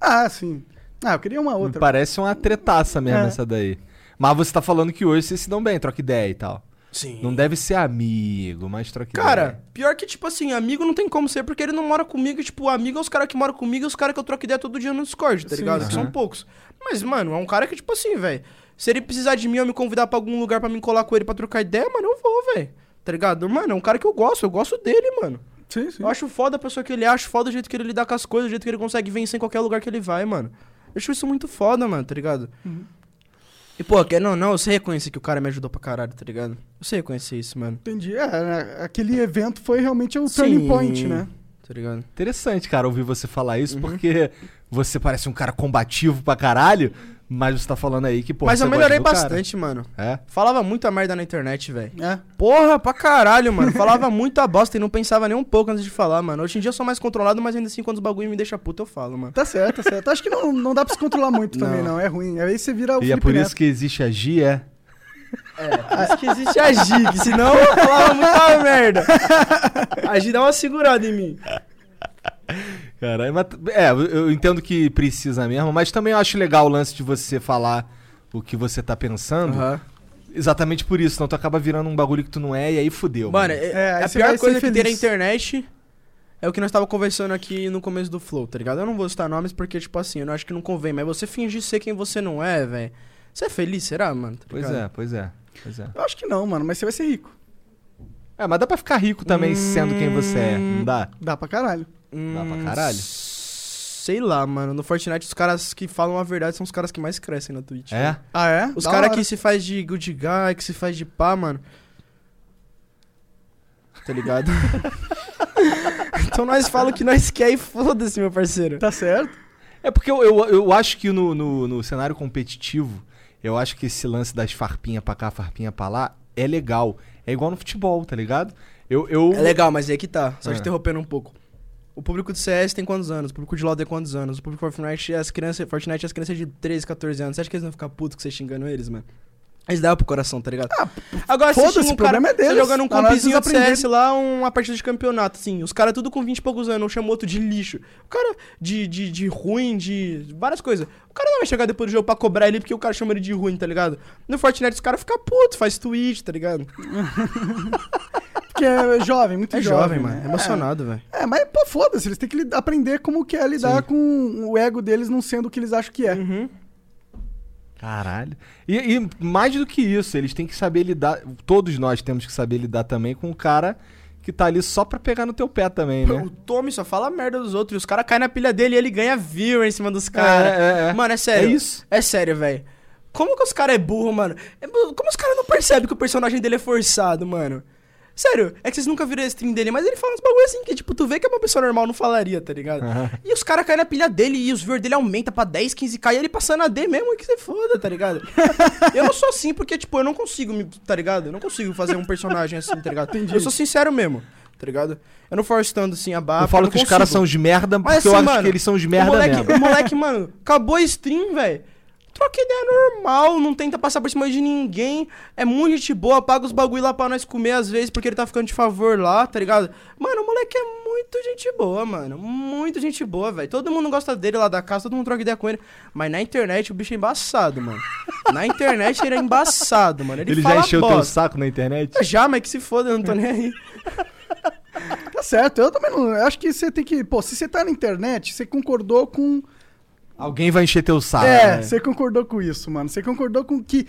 Speaker 2: Ah, sim. Ah, eu queria uma
Speaker 1: Me
Speaker 2: outra.
Speaker 1: parece uma tretaça mesmo
Speaker 2: É.
Speaker 1: essa daí. Mas você tá falando que hoje vocês se dão bem, troca ideia e tal.
Speaker 3: Sim.
Speaker 1: Não deve ser amigo, mas troca
Speaker 3: Cara,
Speaker 1: ideia.
Speaker 2: É.
Speaker 3: pior que, tipo assim, amigo não tem como ser, porque ele não mora comigo. E, tipo, amigo é os caras que moram comigo e os caras que eu troco ideia todo dia no Discord, tá
Speaker 2: Sim,
Speaker 3: ligado?
Speaker 1: aham.
Speaker 3: Que são poucos. Mas, mano, é um cara que, tipo assim, velho. Se ele precisar de mim ou me convidar pra algum lugar pra me colar com ele pra trocar ideia, mano, eu vou, velho. Tá ligado? Mano, é um cara que eu gosto, eu gosto dele, mano.
Speaker 2: Sim, sim.
Speaker 3: Eu acho foda a pessoa que ele acha, foda o jeito que ele lidar com as coisas, o jeito que ele consegue vencer em qualquer lugar que ele vai, mano. Eu acho isso muito foda, mano, tá ligado?
Speaker 2: Uhum.
Speaker 3: E, pô, que, não, não, eu sei reconhecer que o cara me ajudou pra caralho, tá ligado? Eu sei reconhecer isso, mano.
Speaker 2: Entendi. É, né, aquele evento foi realmente o turning
Speaker 3: Sim.
Speaker 2: point, né?
Speaker 3: Tá ligado?
Speaker 1: Interessante, cara, ouvir você falar
Speaker 3: Uhum.
Speaker 1: isso, porque você parece um cara combativo pra caralho, mas você tá falando aí que, pô,
Speaker 3: Mas
Speaker 1: você
Speaker 3: eu
Speaker 1: gosta
Speaker 3: melhorei
Speaker 1: do cara.
Speaker 3: bastante, mano.
Speaker 1: É?
Speaker 3: Falava muita merda na internet, velho.
Speaker 2: É.
Speaker 3: Porra, pra caralho, mano. Falava muita bosta e não pensava nem um pouco antes de falar, mano. Hoje em dia eu sou mais controlado, mas ainda assim, quando os bagulho me deixa puto, eu falo, mano.
Speaker 2: Tá certo, tá certo. Acho que não, não dá pra se controlar muito também,
Speaker 3: Não.
Speaker 2: não. É ruim. Aí você vira o
Speaker 1: E é
Speaker 2: Felipe
Speaker 1: por
Speaker 2: Neto.
Speaker 1: isso que existe a G, é?
Speaker 3: Por isso que existe a Gig, senão eu falava muita merda. A Gig dá uma segurada em mim.
Speaker 1: Caralho, mas, é, eu- eu entendo que precisa mesmo, mas também eu acho legal o lance de você falar o que você tá pensando.
Speaker 3: Aham.
Speaker 1: Exatamente por isso, senão tu acaba virando um bagulho que tu não é e aí fudeu.
Speaker 3: Mano, é-
Speaker 2: É, aí
Speaker 3: a
Speaker 2: você
Speaker 3: pior
Speaker 2: vai ser
Speaker 3: coisa que tem na
Speaker 2: feliz.
Speaker 3: internet é o que nós tava conversando aqui no começo do Flow, tá ligado? Eu não vou citar nomes porque, tipo assim, eu não acho que não convém, mas você fingir ser quem você não é, velho. Você é feliz, será, mano? Tá
Speaker 1: Pois
Speaker 3: ligado?
Speaker 1: é, pois é, pois é.
Speaker 2: Eu acho que não, mano, mas você vai ser rico.
Speaker 1: É, mas dá pra ficar rico também sendo quem você é, não dá?
Speaker 2: Dá pra caralho.
Speaker 3: Hum,
Speaker 1: Dá pra caralho?
Speaker 3: Sei lá, mano. No Fortnite, os caras que falam a verdade são os caras que mais crescem na Twitch.
Speaker 1: É?
Speaker 2: Ah, é?
Speaker 3: Os
Speaker 2: Da
Speaker 3: caras
Speaker 2: hora.
Speaker 3: que se faz de good guy, que se faz de pá, mano. Tá ligado? então nós falamos o que nós quer e foda-se, meu parceiro.
Speaker 2: Tá certo?
Speaker 1: É porque eu, eu, eu acho que no, no, no cenário competitivo, eu acho que esse lance das farpinha pra cá, farpinha pra lá, é legal. É igual no futebol, tá ligado? Eu, eu...
Speaker 3: É legal, mas aí que tá. Só
Speaker 1: É.
Speaker 3: te interrompendo um pouco. O público de CS tem quantos anos? O público de LoL tem quantos anos? O público de Fortnite e as crianças, Fortnite e as crianças de 13, 14 anos. Você acha que eles vão ficar putos que você xingando eles, mano? Eles dão pro coração, tá ligado? Ah, Agora você
Speaker 2: foda-se,
Speaker 3: xinga
Speaker 2: o problema é
Speaker 3: você
Speaker 2: deles.
Speaker 3: jogando um
Speaker 2: Tá na hora de
Speaker 3: compizinho de
Speaker 2: vocês
Speaker 3: CS lá, um, uma partida de campeonato, assim. Os caras tudo com 20 e poucos anos, um chamou outro de lixo. O cara de, de, de ruim, de várias coisas. O cara não vai chegar depois do jogo pra cobrar ele porque o cara chama ele de ruim, tá ligado? No Fortnite os caras ficam putos, faz tweet, tá ligado?
Speaker 2: Porque é jovem, muito
Speaker 3: É
Speaker 2: jovem,
Speaker 3: jovem, mano.
Speaker 2: né?
Speaker 3: É emocionado, velho.
Speaker 2: É, mas pô, foda-se, eles têm que lid- aprender como que é lidar com o ego deles não sendo o que eles acham que é.
Speaker 3: Uhum.
Speaker 1: Caralho. E, e mais do que isso, eles têm que saber lidar. Todos nós temos que saber lidar também com o cara que tá ali só pra pegar no teu pé também,
Speaker 3: O
Speaker 1: né?
Speaker 3: Tommy só fala merda dos outros e os caras caem na pilha dele e ele ganha viewer em cima dos
Speaker 1: É,
Speaker 3: caras.
Speaker 1: é, é.
Speaker 3: Mano, é sério.
Speaker 1: É isso.
Speaker 3: É sério, velho. Como que os caras é burro, mano? É bu- Como os caras não percebem que o personagem dele é forçado, mano? Sério, é que vocês nunca viram a stream dele, mas ele fala uns bagulho assim que, tipo, tu vê que é uma pessoa normal não falaria, tá ligado?
Speaker 1: Aham.
Speaker 3: E os caras caem na pilha dele e os viewers dele aumenta pra 10, 15k e ele passando a D mesmo, que você foda, tá ligado? eu não sou assim porque, tipo, eu não consigo me, tá ligado? Eu não consigo fazer um personagem assim, tá ligado? Eu sou sincero mesmo, tá ligado? Eu não forçando assim a barra.
Speaker 1: eu falo
Speaker 3: porque
Speaker 1: que
Speaker 3: eu
Speaker 1: os caras
Speaker 3: consigo.
Speaker 1: são de merda, porque
Speaker 3: Mas
Speaker 1: eu
Speaker 3: assim,
Speaker 1: acho
Speaker 3: mano,
Speaker 1: que eles são de merda
Speaker 3: o moleque,
Speaker 1: mesmo.
Speaker 3: O moleque, mano, acabou a stream, velho. Troca ideia normal, não tenta passar por cima de ninguém. É muito gente boa, paga os bagulho lá pra nós comer às vezes, porque ele tá ficando de favor lá, tá ligado? Mano, o moleque é muito gente boa, mano. Muito gente boa, velho. Todo mundo gosta dele lá da casa, todo mundo troca ideia com ele. Mas na internet o bicho é embaçado, mano. Na internet ele é embaçado, mano. Ele,
Speaker 1: Ele já
Speaker 3: fala
Speaker 1: encheu o teu
Speaker 3: bosta.
Speaker 1: saco na internet?
Speaker 3: Já, mas que se foda, eu não tô nem aí.
Speaker 2: Tá certo, eu também não. Eu acho que você tem que. Pô, se você tá na internet, você concordou com.
Speaker 1: Alguém vai encher teu
Speaker 3: Ah,
Speaker 1: saco.
Speaker 2: é,
Speaker 1: né?
Speaker 2: você concordou com isso, mano. Você concordou com que.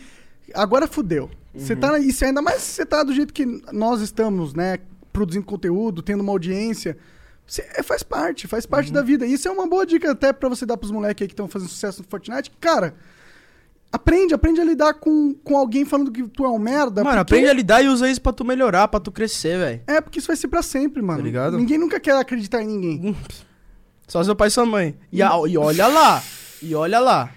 Speaker 2: Agora fudeu. Você
Speaker 3: Uhum.
Speaker 2: tá. na- Isso ainda mais se você tá do jeito que nós estamos, né? Produzindo conteúdo, tendo uma audiência. Você- é, faz parte, faz
Speaker 3: Uhum.
Speaker 2: parte da vida. Isso é uma boa dica até pra você dar pros moleques aí que estão fazendo sucesso no Fortnite. Cara, aprende, aprende a lidar com, com alguém falando que tu é um merda.
Speaker 3: Mano,
Speaker 2: porque-
Speaker 3: aprende a lidar e usa isso pra tu melhorar, pra tu crescer, velho.
Speaker 2: É, porque isso vai ser pra sempre, mano.
Speaker 3: Tá ligado? Uhum.
Speaker 2: Ninguém nunca quer acreditar em ninguém.
Speaker 3: Só seu pai e sua mãe. E, a- e olha lá. E olha lá.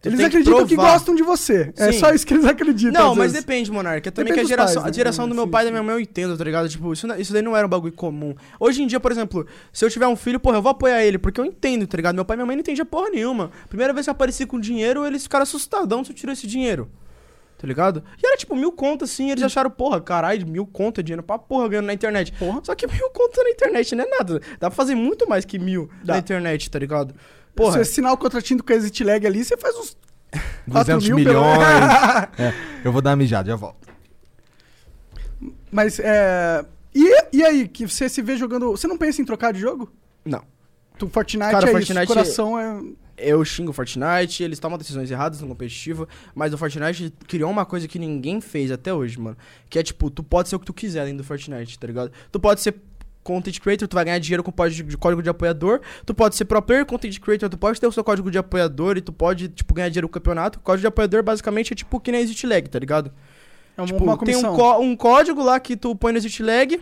Speaker 3: Tu
Speaker 2: Eles
Speaker 3: tem
Speaker 2: acreditam que,
Speaker 3: provar.
Speaker 2: gostam de você. É
Speaker 3: Sim.
Speaker 2: só isso que eles acreditam.
Speaker 3: Não,
Speaker 2: às
Speaker 3: mas
Speaker 2: vezes.
Speaker 3: depende, Monarca. Também
Speaker 2: Depende
Speaker 3: que a
Speaker 2: dos
Speaker 3: geração,
Speaker 2: pais,
Speaker 3: a geração
Speaker 2: né?
Speaker 3: do meu
Speaker 2: Sim,
Speaker 3: pai e da minha mãe eu entendo, tá ligado? Tipo, isso, não- isso daí não era um bagulho comum. Hoje em dia, por exemplo, se eu tiver um filho, porra, eu vou apoiar ele, porque eu entendo, tá ligado? Meu pai e minha mãe não entendiam porra nenhuma. Primeira vez que eu apareci com dinheiro, eles ficaram assustadão se eu tirou esse dinheiro. Tá ligado? E era tipo mil contas assim, eles acharam, porra, caralho, mil contas, dinheiro pra porra ganhando na internet. Só que mil contas na internet não é nada. Dá pra fazer muito mais que mil na internet, tá ligado? Porra.
Speaker 2: Se você assinar o contratinho com a Exit Lag ali, você faz uns
Speaker 1: 200
Speaker 2: 4 mil pelo-
Speaker 1: milhões. É, eu vou dar uma mijada, já volto.
Speaker 2: Mas é. E, e aí, que você se vê jogando. Você não pensa em trocar de jogo?
Speaker 3: Não.
Speaker 2: Tu Fortnite
Speaker 3: Cara,
Speaker 2: é isso.
Speaker 3: Fortnite-
Speaker 2: coração é.
Speaker 3: Eu xingo o Fortnite, eles tomam decisões erradas no competitivo, mas o Fortnite criou uma coisa que ninguém fez até hoje, mano. Que é tipo, tu pode ser o que tu quiser dentro do Fortnite, tá ligado? Tu pode ser content creator, tu vai ganhar dinheiro com pod- de código de apoiador. Tu pode ser pro player, content creator, tu pode ter o seu código de apoiador e tu pode, tipo, ganhar dinheiro com o campeonato. O código de apoiador basicamente é tipo que nem existe lag, tá ligado?
Speaker 2: É uma,
Speaker 3: Tipo,
Speaker 2: uma
Speaker 3: tem
Speaker 2: comissão.
Speaker 3: um, có- um código lá que tu põe no Exit Lag,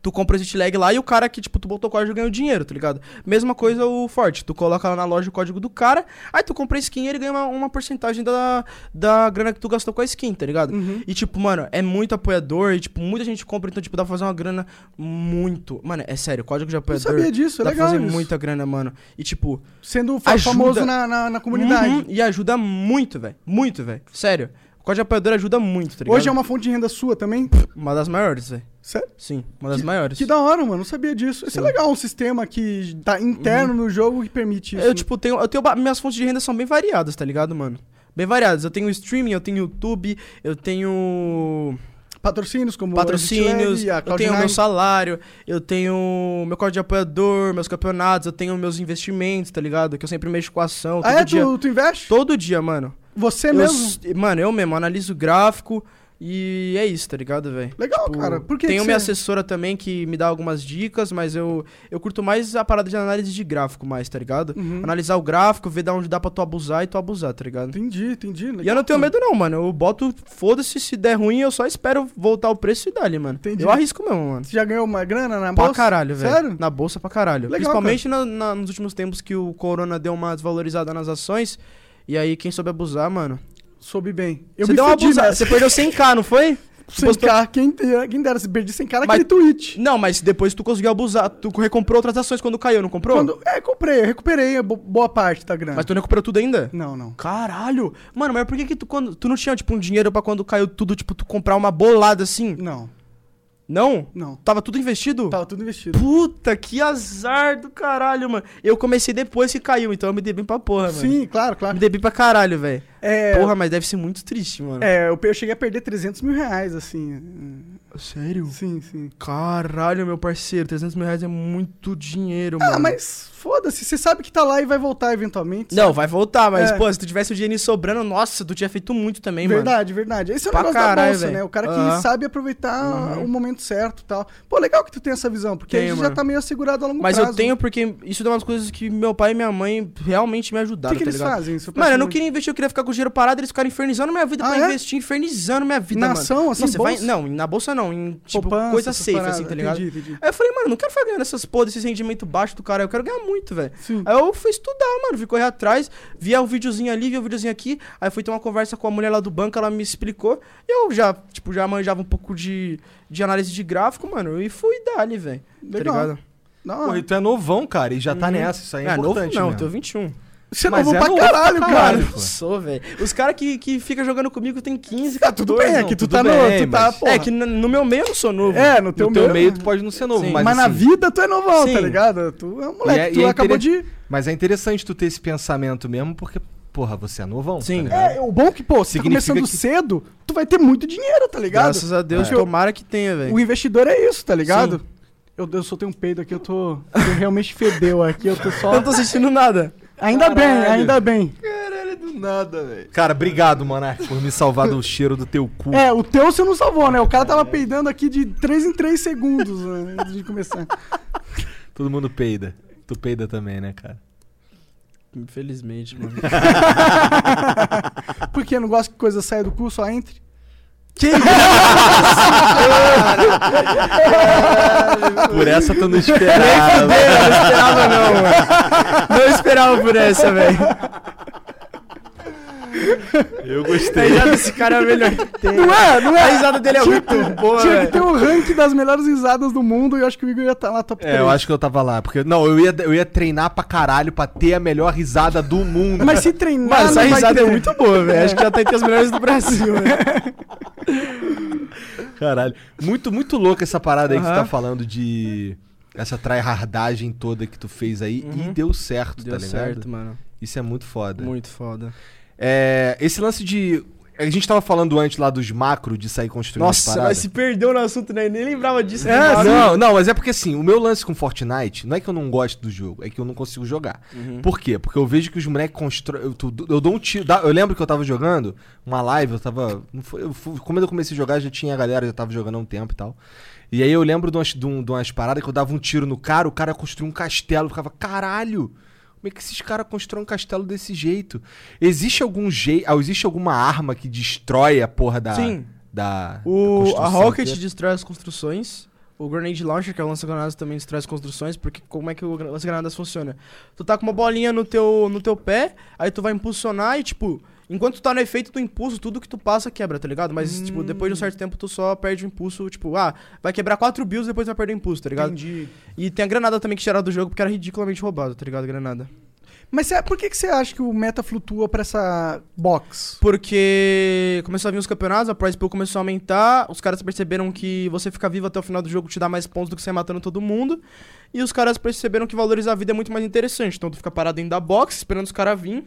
Speaker 3: tu compra o Exit Lag lá e o cara que, tipo, tu botou o código ganha o dinheiro, tá ligado? Mesma coisa o Forte, tu coloca lá na loja o código do cara, aí tu compra a skin e ele ganha uma, uma porcentagem da, da grana que tu gastou com a skin, tá ligado?
Speaker 2: Uhum.
Speaker 3: E, tipo, mano, é muito apoiador e, tipo, muita gente compra, então, tipo, dá pra fazer uma grana muito... Mano, é sério, código de
Speaker 2: Eu
Speaker 3: apoiador...
Speaker 2: sabia disso, é
Speaker 3: Dá
Speaker 2: legal.
Speaker 3: pra fazer
Speaker 2: isso.
Speaker 3: tá muita grana, mano. E, tipo, Uhum,
Speaker 2: Sendo fa-
Speaker 3: Ajuda. Tá
Speaker 2: famoso na, na, na comunidade.
Speaker 3: Uhum, e ajuda muito, velho. Muito, velho. Sério. O Código de apoiador ajuda muito, tá ligado?
Speaker 2: Hoje é uma fonte de renda sua também?
Speaker 3: Uma das maiores, velho.
Speaker 2: Sério?
Speaker 3: Sim, uma das maiores.
Speaker 2: Que da hora, mano. Não sabia disso. Isso é
Speaker 3: Sim. Uhum.
Speaker 2: legal, um sistema que tá interno no jogo que permite isso.
Speaker 3: Eu, tipo, tenho. Eu tenho ba- minhas fontes de renda são bem variadas, tá ligado, mano? Bem variadas. Eu tenho streaming, eu tenho YouTube, eu tenho.
Speaker 2: patrocínios como
Speaker 3: patrocínios,
Speaker 2: a
Speaker 3: eu tenho meu salário, eu tenho meu código de apoiador, meus campeonatos, eu tenho meus investimentos, tá ligado? Que eu sempre mexo com a ação, todo
Speaker 2: Ah, é?
Speaker 3: dia.
Speaker 2: Tu, tu investe?
Speaker 3: Todo dia, mano.
Speaker 2: Você
Speaker 3: Eu
Speaker 2: mesmo?
Speaker 3: s- mano, eu mesmo analiso o gráfico e é isso, tá ligado, velho?
Speaker 2: Legal, cara. Por que
Speaker 3: tenho
Speaker 2: que
Speaker 3: minha
Speaker 2: você-
Speaker 3: assessora também que me dá algumas dicas, mas eu, eu curto mais a parada de análise de gráfico mais, tá ligado?
Speaker 2: Uhum.
Speaker 3: Analisar o gráfico, ver da onde dá pra tu abusar e tu abusar, tá ligado?
Speaker 2: Entendi, entendi. Legal,
Speaker 3: E eu não tenho
Speaker 2: mano.
Speaker 3: medo não, mano. Eu boto, foda-se, se der ruim, eu só espero voltar o preço e dá-lhe, mano.
Speaker 2: Entendi.
Speaker 3: Eu arrisco mesmo, mano.
Speaker 2: Você já ganhou uma grana na
Speaker 3: Pra
Speaker 2: bolsa?
Speaker 3: caralho, velho.
Speaker 2: Sério?
Speaker 3: Na bolsa pra caralho.
Speaker 2: Legal,
Speaker 3: Principalmente na- na- nos últimos tempos que o corona deu uma desvalorizada nas ações. E aí, quem soube abusar, mano.
Speaker 2: Soube bem. Eu
Speaker 3: você
Speaker 2: me
Speaker 3: deu uma
Speaker 2: fudi
Speaker 3: abusada.
Speaker 2: nessa.
Speaker 3: Você perdeu 100k, não foi?
Speaker 2: Sem
Speaker 3: postou-
Speaker 2: cara, quem, dera- quem dera, se perdi sem cara
Speaker 3: Mas-
Speaker 2: naquele tweet.
Speaker 3: Não, mas depois tu conseguiu abusar. Tu recomprou outras ações quando caiu, não comprou?
Speaker 2: Quando, é, comprei, eu recuperei a bo- boa parte da grana.
Speaker 3: Mas tu não recuperou tudo ainda?
Speaker 2: Não, não.
Speaker 3: Caralho! Mano, mas por que, que tu quando. Tu não tinha, tipo, um dinheiro pra quando caiu tudo, tipo, tu comprar uma bolada assim?
Speaker 2: Não,
Speaker 3: Não?
Speaker 2: não.
Speaker 3: Tava tudo investido?
Speaker 2: Tava tudo investido.
Speaker 3: Puta, que azar do caralho, mano. Eu comecei depois que caiu, então eu me dei bem pra porra, mano.
Speaker 2: Sim, claro, claro.
Speaker 3: Me dei bem pra caralho, velho.
Speaker 2: É,
Speaker 3: Porra, mas deve ser muito triste, mano.
Speaker 2: é, eu, pe- eu cheguei a perder 300 mil reais, assim.
Speaker 3: Sério?
Speaker 2: Sim, sim.
Speaker 3: Caralho, meu parceiro, 300 mil reais é muito dinheiro, mano.
Speaker 2: Ah, mas foda-se, você sabe que tá lá e vai voltar eventualmente.
Speaker 3: Não, vai voltar, mas,
Speaker 2: É.
Speaker 3: pô, se tu tivesse o dinheiro sobrando, nossa, tu tinha feito muito também, mano.
Speaker 2: Verdade, verdade. Esse é o
Speaker 3: Pra
Speaker 2: negócio da
Speaker 3: caralho,
Speaker 2: bolsa,
Speaker 3: velho.
Speaker 2: né? O cara que
Speaker 3: Aham.
Speaker 2: sabe aproveitar
Speaker 3: Uhum.
Speaker 2: o momento certo e tal. Pô, legal que tu tem essa visão, porque aí
Speaker 3: Tenho,
Speaker 2: você já
Speaker 3: mano.
Speaker 2: tá meio assegurado a longo
Speaker 3: Mas
Speaker 2: prazo.
Speaker 3: eu tenho porque isso é uma das coisas que meu pai e minha mãe realmente me
Speaker 2: O
Speaker 3: ajudaram,
Speaker 2: que, que
Speaker 3: tá
Speaker 2: eles
Speaker 3: ligado?
Speaker 2: fazem? Seu
Speaker 3: Mano, eu não
Speaker 2: parceiro?
Speaker 3: queria investir, eu queria ficar com o dinheiro parado, eles ficaram infernizando minha vida
Speaker 2: Ah,
Speaker 3: pra
Speaker 2: é?
Speaker 3: investir, infernizando minha vida,
Speaker 2: Na
Speaker 3: mano.
Speaker 2: ação, assim,
Speaker 3: não, você vai,
Speaker 2: bolsa?
Speaker 3: não, na bolsa não, em tipo,
Speaker 2: Poupança,
Speaker 3: coisa
Speaker 2: essas
Speaker 3: safe,
Speaker 2: paradas.
Speaker 3: assim, tá ligado?
Speaker 2: Entendi, entendi.
Speaker 3: Aí eu falei, mano, não quero ficar ganhando essas porra, esses rendimentos baixos do cara, eu quero ganhar muito, velho.
Speaker 2: Sim.
Speaker 3: Aí eu fui estudar, mano, fui correr atrás, via um videozinho ali, via um videozinho aqui, aí fui ter uma conversa com a mulher lá do banco, ela me explicou, e eu já, tipo, já manjava um pouco de, de análise de gráfico, mano, e fui dali, velho. Tá
Speaker 2: Legal.
Speaker 3: ligado?
Speaker 2: Da hora.
Speaker 1: Porra, e tu é novão, cara, e já tá
Speaker 3: Uhum.
Speaker 1: nessa. Isso aí é,
Speaker 3: Ah, novo
Speaker 1: importante.
Speaker 3: não, eu
Speaker 1: mesmo.
Speaker 3: tenho 21.
Speaker 2: Você não
Speaker 1: Mas
Speaker 2: vou
Speaker 1: é
Speaker 2: pra
Speaker 1: novo pra
Speaker 2: caralho, cara.
Speaker 1: caralho.
Speaker 3: eu sou, velho. Os caras que, que ficam jogando comigo tem 15,
Speaker 2: Tá
Speaker 3: 14.
Speaker 2: tudo bem, é
Speaker 1: não,
Speaker 2: que tu
Speaker 1: tudo
Speaker 2: tá no.
Speaker 1: bem,
Speaker 2: Tu tá,
Speaker 1: mas-
Speaker 2: porra.
Speaker 3: É que no, no meu meio eu não sou novo.
Speaker 2: É, no teu,
Speaker 1: No teu
Speaker 2: meio.
Speaker 1: meio tu pode não ser novo,
Speaker 3: Sim.
Speaker 1: mas,
Speaker 2: Mas na
Speaker 1: assim,
Speaker 2: vida tu é novão, tá
Speaker 3: Sim.
Speaker 2: ligado? Tu é um moleque,
Speaker 1: E é-
Speaker 2: tu
Speaker 1: e é
Speaker 2: acabou de.
Speaker 1: Mas é interessante tu ter esse pensamento mesmo, porque, porra, você é novão.
Speaker 3: Sim.
Speaker 1: Tá ligado?
Speaker 2: É, o bom é que, pô, se tá
Speaker 1: Significa
Speaker 2: começando
Speaker 1: que-
Speaker 2: cedo, tu vai ter muito dinheiro, tá ligado?
Speaker 3: Graças a Deus,
Speaker 2: É.
Speaker 3: tomara que tenha, velho.
Speaker 2: O investidor é isso, tá ligado? Eu, eu soltei um peido aqui, eu tô. Eu realmente fedeu aqui, eu tô só.
Speaker 3: Eu não tô sentindo nada.
Speaker 2: Ainda bem,
Speaker 1: Caralho.
Speaker 2: ainda bem.
Speaker 1: Caralho, do nada, velho. Cara, obrigado, Monark, por me salvar do cheiro do teu
Speaker 3: Hum.
Speaker 1: cu.
Speaker 2: É, o teu você não salvou, né? O cara tava peidando aqui de 3 em 3 segundos né, antes de começar.
Speaker 1: Todo mundo peida. Tu peida também, né, cara?
Speaker 3: Infelizmente, mano.
Speaker 2: Por quê? Não gosta que coisa saia do cu, só entre?
Speaker 3: É,
Speaker 1: Por essa tu não esperava.
Speaker 3: Eu não esperava, não, mano. Não esperava por essa, velho.
Speaker 1: Eu
Speaker 3: A
Speaker 2: Tá
Speaker 1: gostei.
Speaker 3: risada desse cara é a melhor que tem.
Speaker 2: Não é, não
Speaker 3: A
Speaker 2: é?
Speaker 3: risada dele é muito boa,
Speaker 2: Tinha que ter
Speaker 3: velho.
Speaker 2: um ranking das melhores risadas do mundo e eu acho que o Igor ia estar lá top 3.
Speaker 1: É, eu acho que eu tava lá, porque não, eu ia, eu ia treinar pra caralho pra ter a melhor risada do mundo.
Speaker 2: Mas se treinar,
Speaker 3: Mano,
Speaker 2: não
Speaker 3: essa
Speaker 2: vai
Speaker 3: risada é
Speaker 2: ter.
Speaker 3: muito boa, velho. Acho que já tá entre as melhores do Brasil, né? velho.
Speaker 1: Caralho. Muito, muito louca essa parada aí que você
Speaker 3: Aham.
Speaker 1: tá falando de. Essa tryhardagem toda que tu fez aí e deu certo, tá ligado?
Speaker 3: mano.
Speaker 1: Isso é muito foda.
Speaker 3: Uhum. Muito foda.
Speaker 1: É, esse lance de. A gente tava falando antes lá dos macro de sair construindo as
Speaker 3: Nossa,
Speaker 1: paradas.
Speaker 3: mas se perdeu no assunto, né? Nem lembrava disso. né?
Speaker 1: É, não, não, mas é porque assim, o meu lance com Fortnite não é que eu não gosto do jogo, é que eu não consigo jogar.
Speaker 3: Uhum.
Speaker 1: Por quê? Porque eu vejo que os moleques constroem. Eu, tu- eu dou um tiro. dá- Eu lembro que eu tava jogando uma live, eu tava. não foi- eu fui- quando eu comecei a jogar, já tinha a galera, já tava jogando há um tempo e tal. E aí eu lembro de umas, de um- de umas paradas que eu dava um tiro no cara, o cara construiu um castelo, eu ficava, caralho! Como é que esses caras constroem um castelo desse jeito? Existe algum jeito. Existe alguma arma que destrói a porra da.
Speaker 3: Sim.
Speaker 1: Da, da
Speaker 3: O, a
Speaker 1: construção é-
Speaker 3: Rocket
Speaker 1: inteira?
Speaker 3: destrói as construções. O Grenade Launcher, que é o lança-granadas, também destrói as construções, porque como é que o gran- lança-granadas funciona? Tu tá com uma bolinha no teu, no teu pé, aí tu vai impulsionar e, tipo, enquanto tu tá no efeito do impulso, tudo que tu passa quebra, tá ligado? Mas, tipo, depois de um certo tempo tu só perde o impulso, tipo, ah, vai quebrar 4 bills depois vai perder o impulso, tá ligado?
Speaker 2: Entendi.
Speaker 3: E tem a granada também que tiraram do jogo porque era ridiculamente roubada, tá ligado? A granada.
Speaker 2: Mas cê- por que, que você acha que o meta flutua pra essa box?
Speaker 3: Porque começou a vir os campeonatos, a prize pool começou a aumentar, os caras perceberam que você ficar vivo até o final do jogo te dá mais pontos do que você matando todo mundo. E os caras perceberam que valorizar a vida é muito mais interessante. Então tu fica parado dentro da box, esperando os caras vir.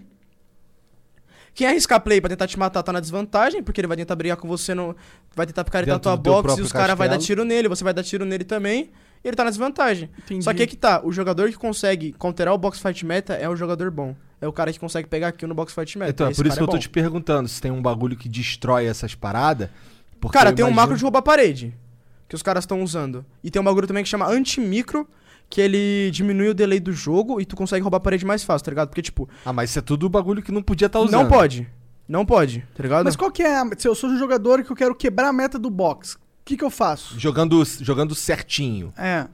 Speaker 3: Quem arriscar play pra tentar te matar tá na desvantagem, porque ele vai tentar brigar com você, no... vai tentar picaretar a
Speaker 1: Dentro
Speaker 3: tua
Speaker 1: do teu
Speaker 3: box e
Speaker 1: próprio
Speaker 3: os caras vai dar
Speaker 1: castelo.
Speaker 3: tiro nele, você vai dar tiro nele também, e ele tá na desvantagem.
Speaker 2: Entendi.
Speaker 3: Só que aí que tá, o jogador que consegue counterar o box fight meta é o jogador bom. É o cara que consegue pegar kill no box fight meta.
Speaker 1: Então, é
Speaker 3: Esse
Speaker 1: por isso que
Speaker 3: cara
Speaker 1: eu tô
Speaker 3: bom.
Speaker 1: te perguntando se tem um bagulho que destrói essas paradas. Porque
Speaker 3: Cara,
Speaker 1: eu
Speaker 3: tem um
Speaker 1: imagino-
Speaker 3: macro de roubar parede que os caras estão usando. E tem um bagulho também que chama anti-micro, que ele diminui o delay do jogo e tu consegue roubar a parede mais fácil, tá ligado? Porque, tipo,
Speaker 1: Ah, mas isso é tudo bagulho que não podia estar Tá usando.
Speaker 3: não pode. Não pode, tá ligado?
Speaker 2: Mas qual que é? a- Se eu sou um jogador e que eu quero quebrar a meta do box, o que, que eu faço?
Speaker 1: Jogando, jogando certinho.
Speaker 2: É,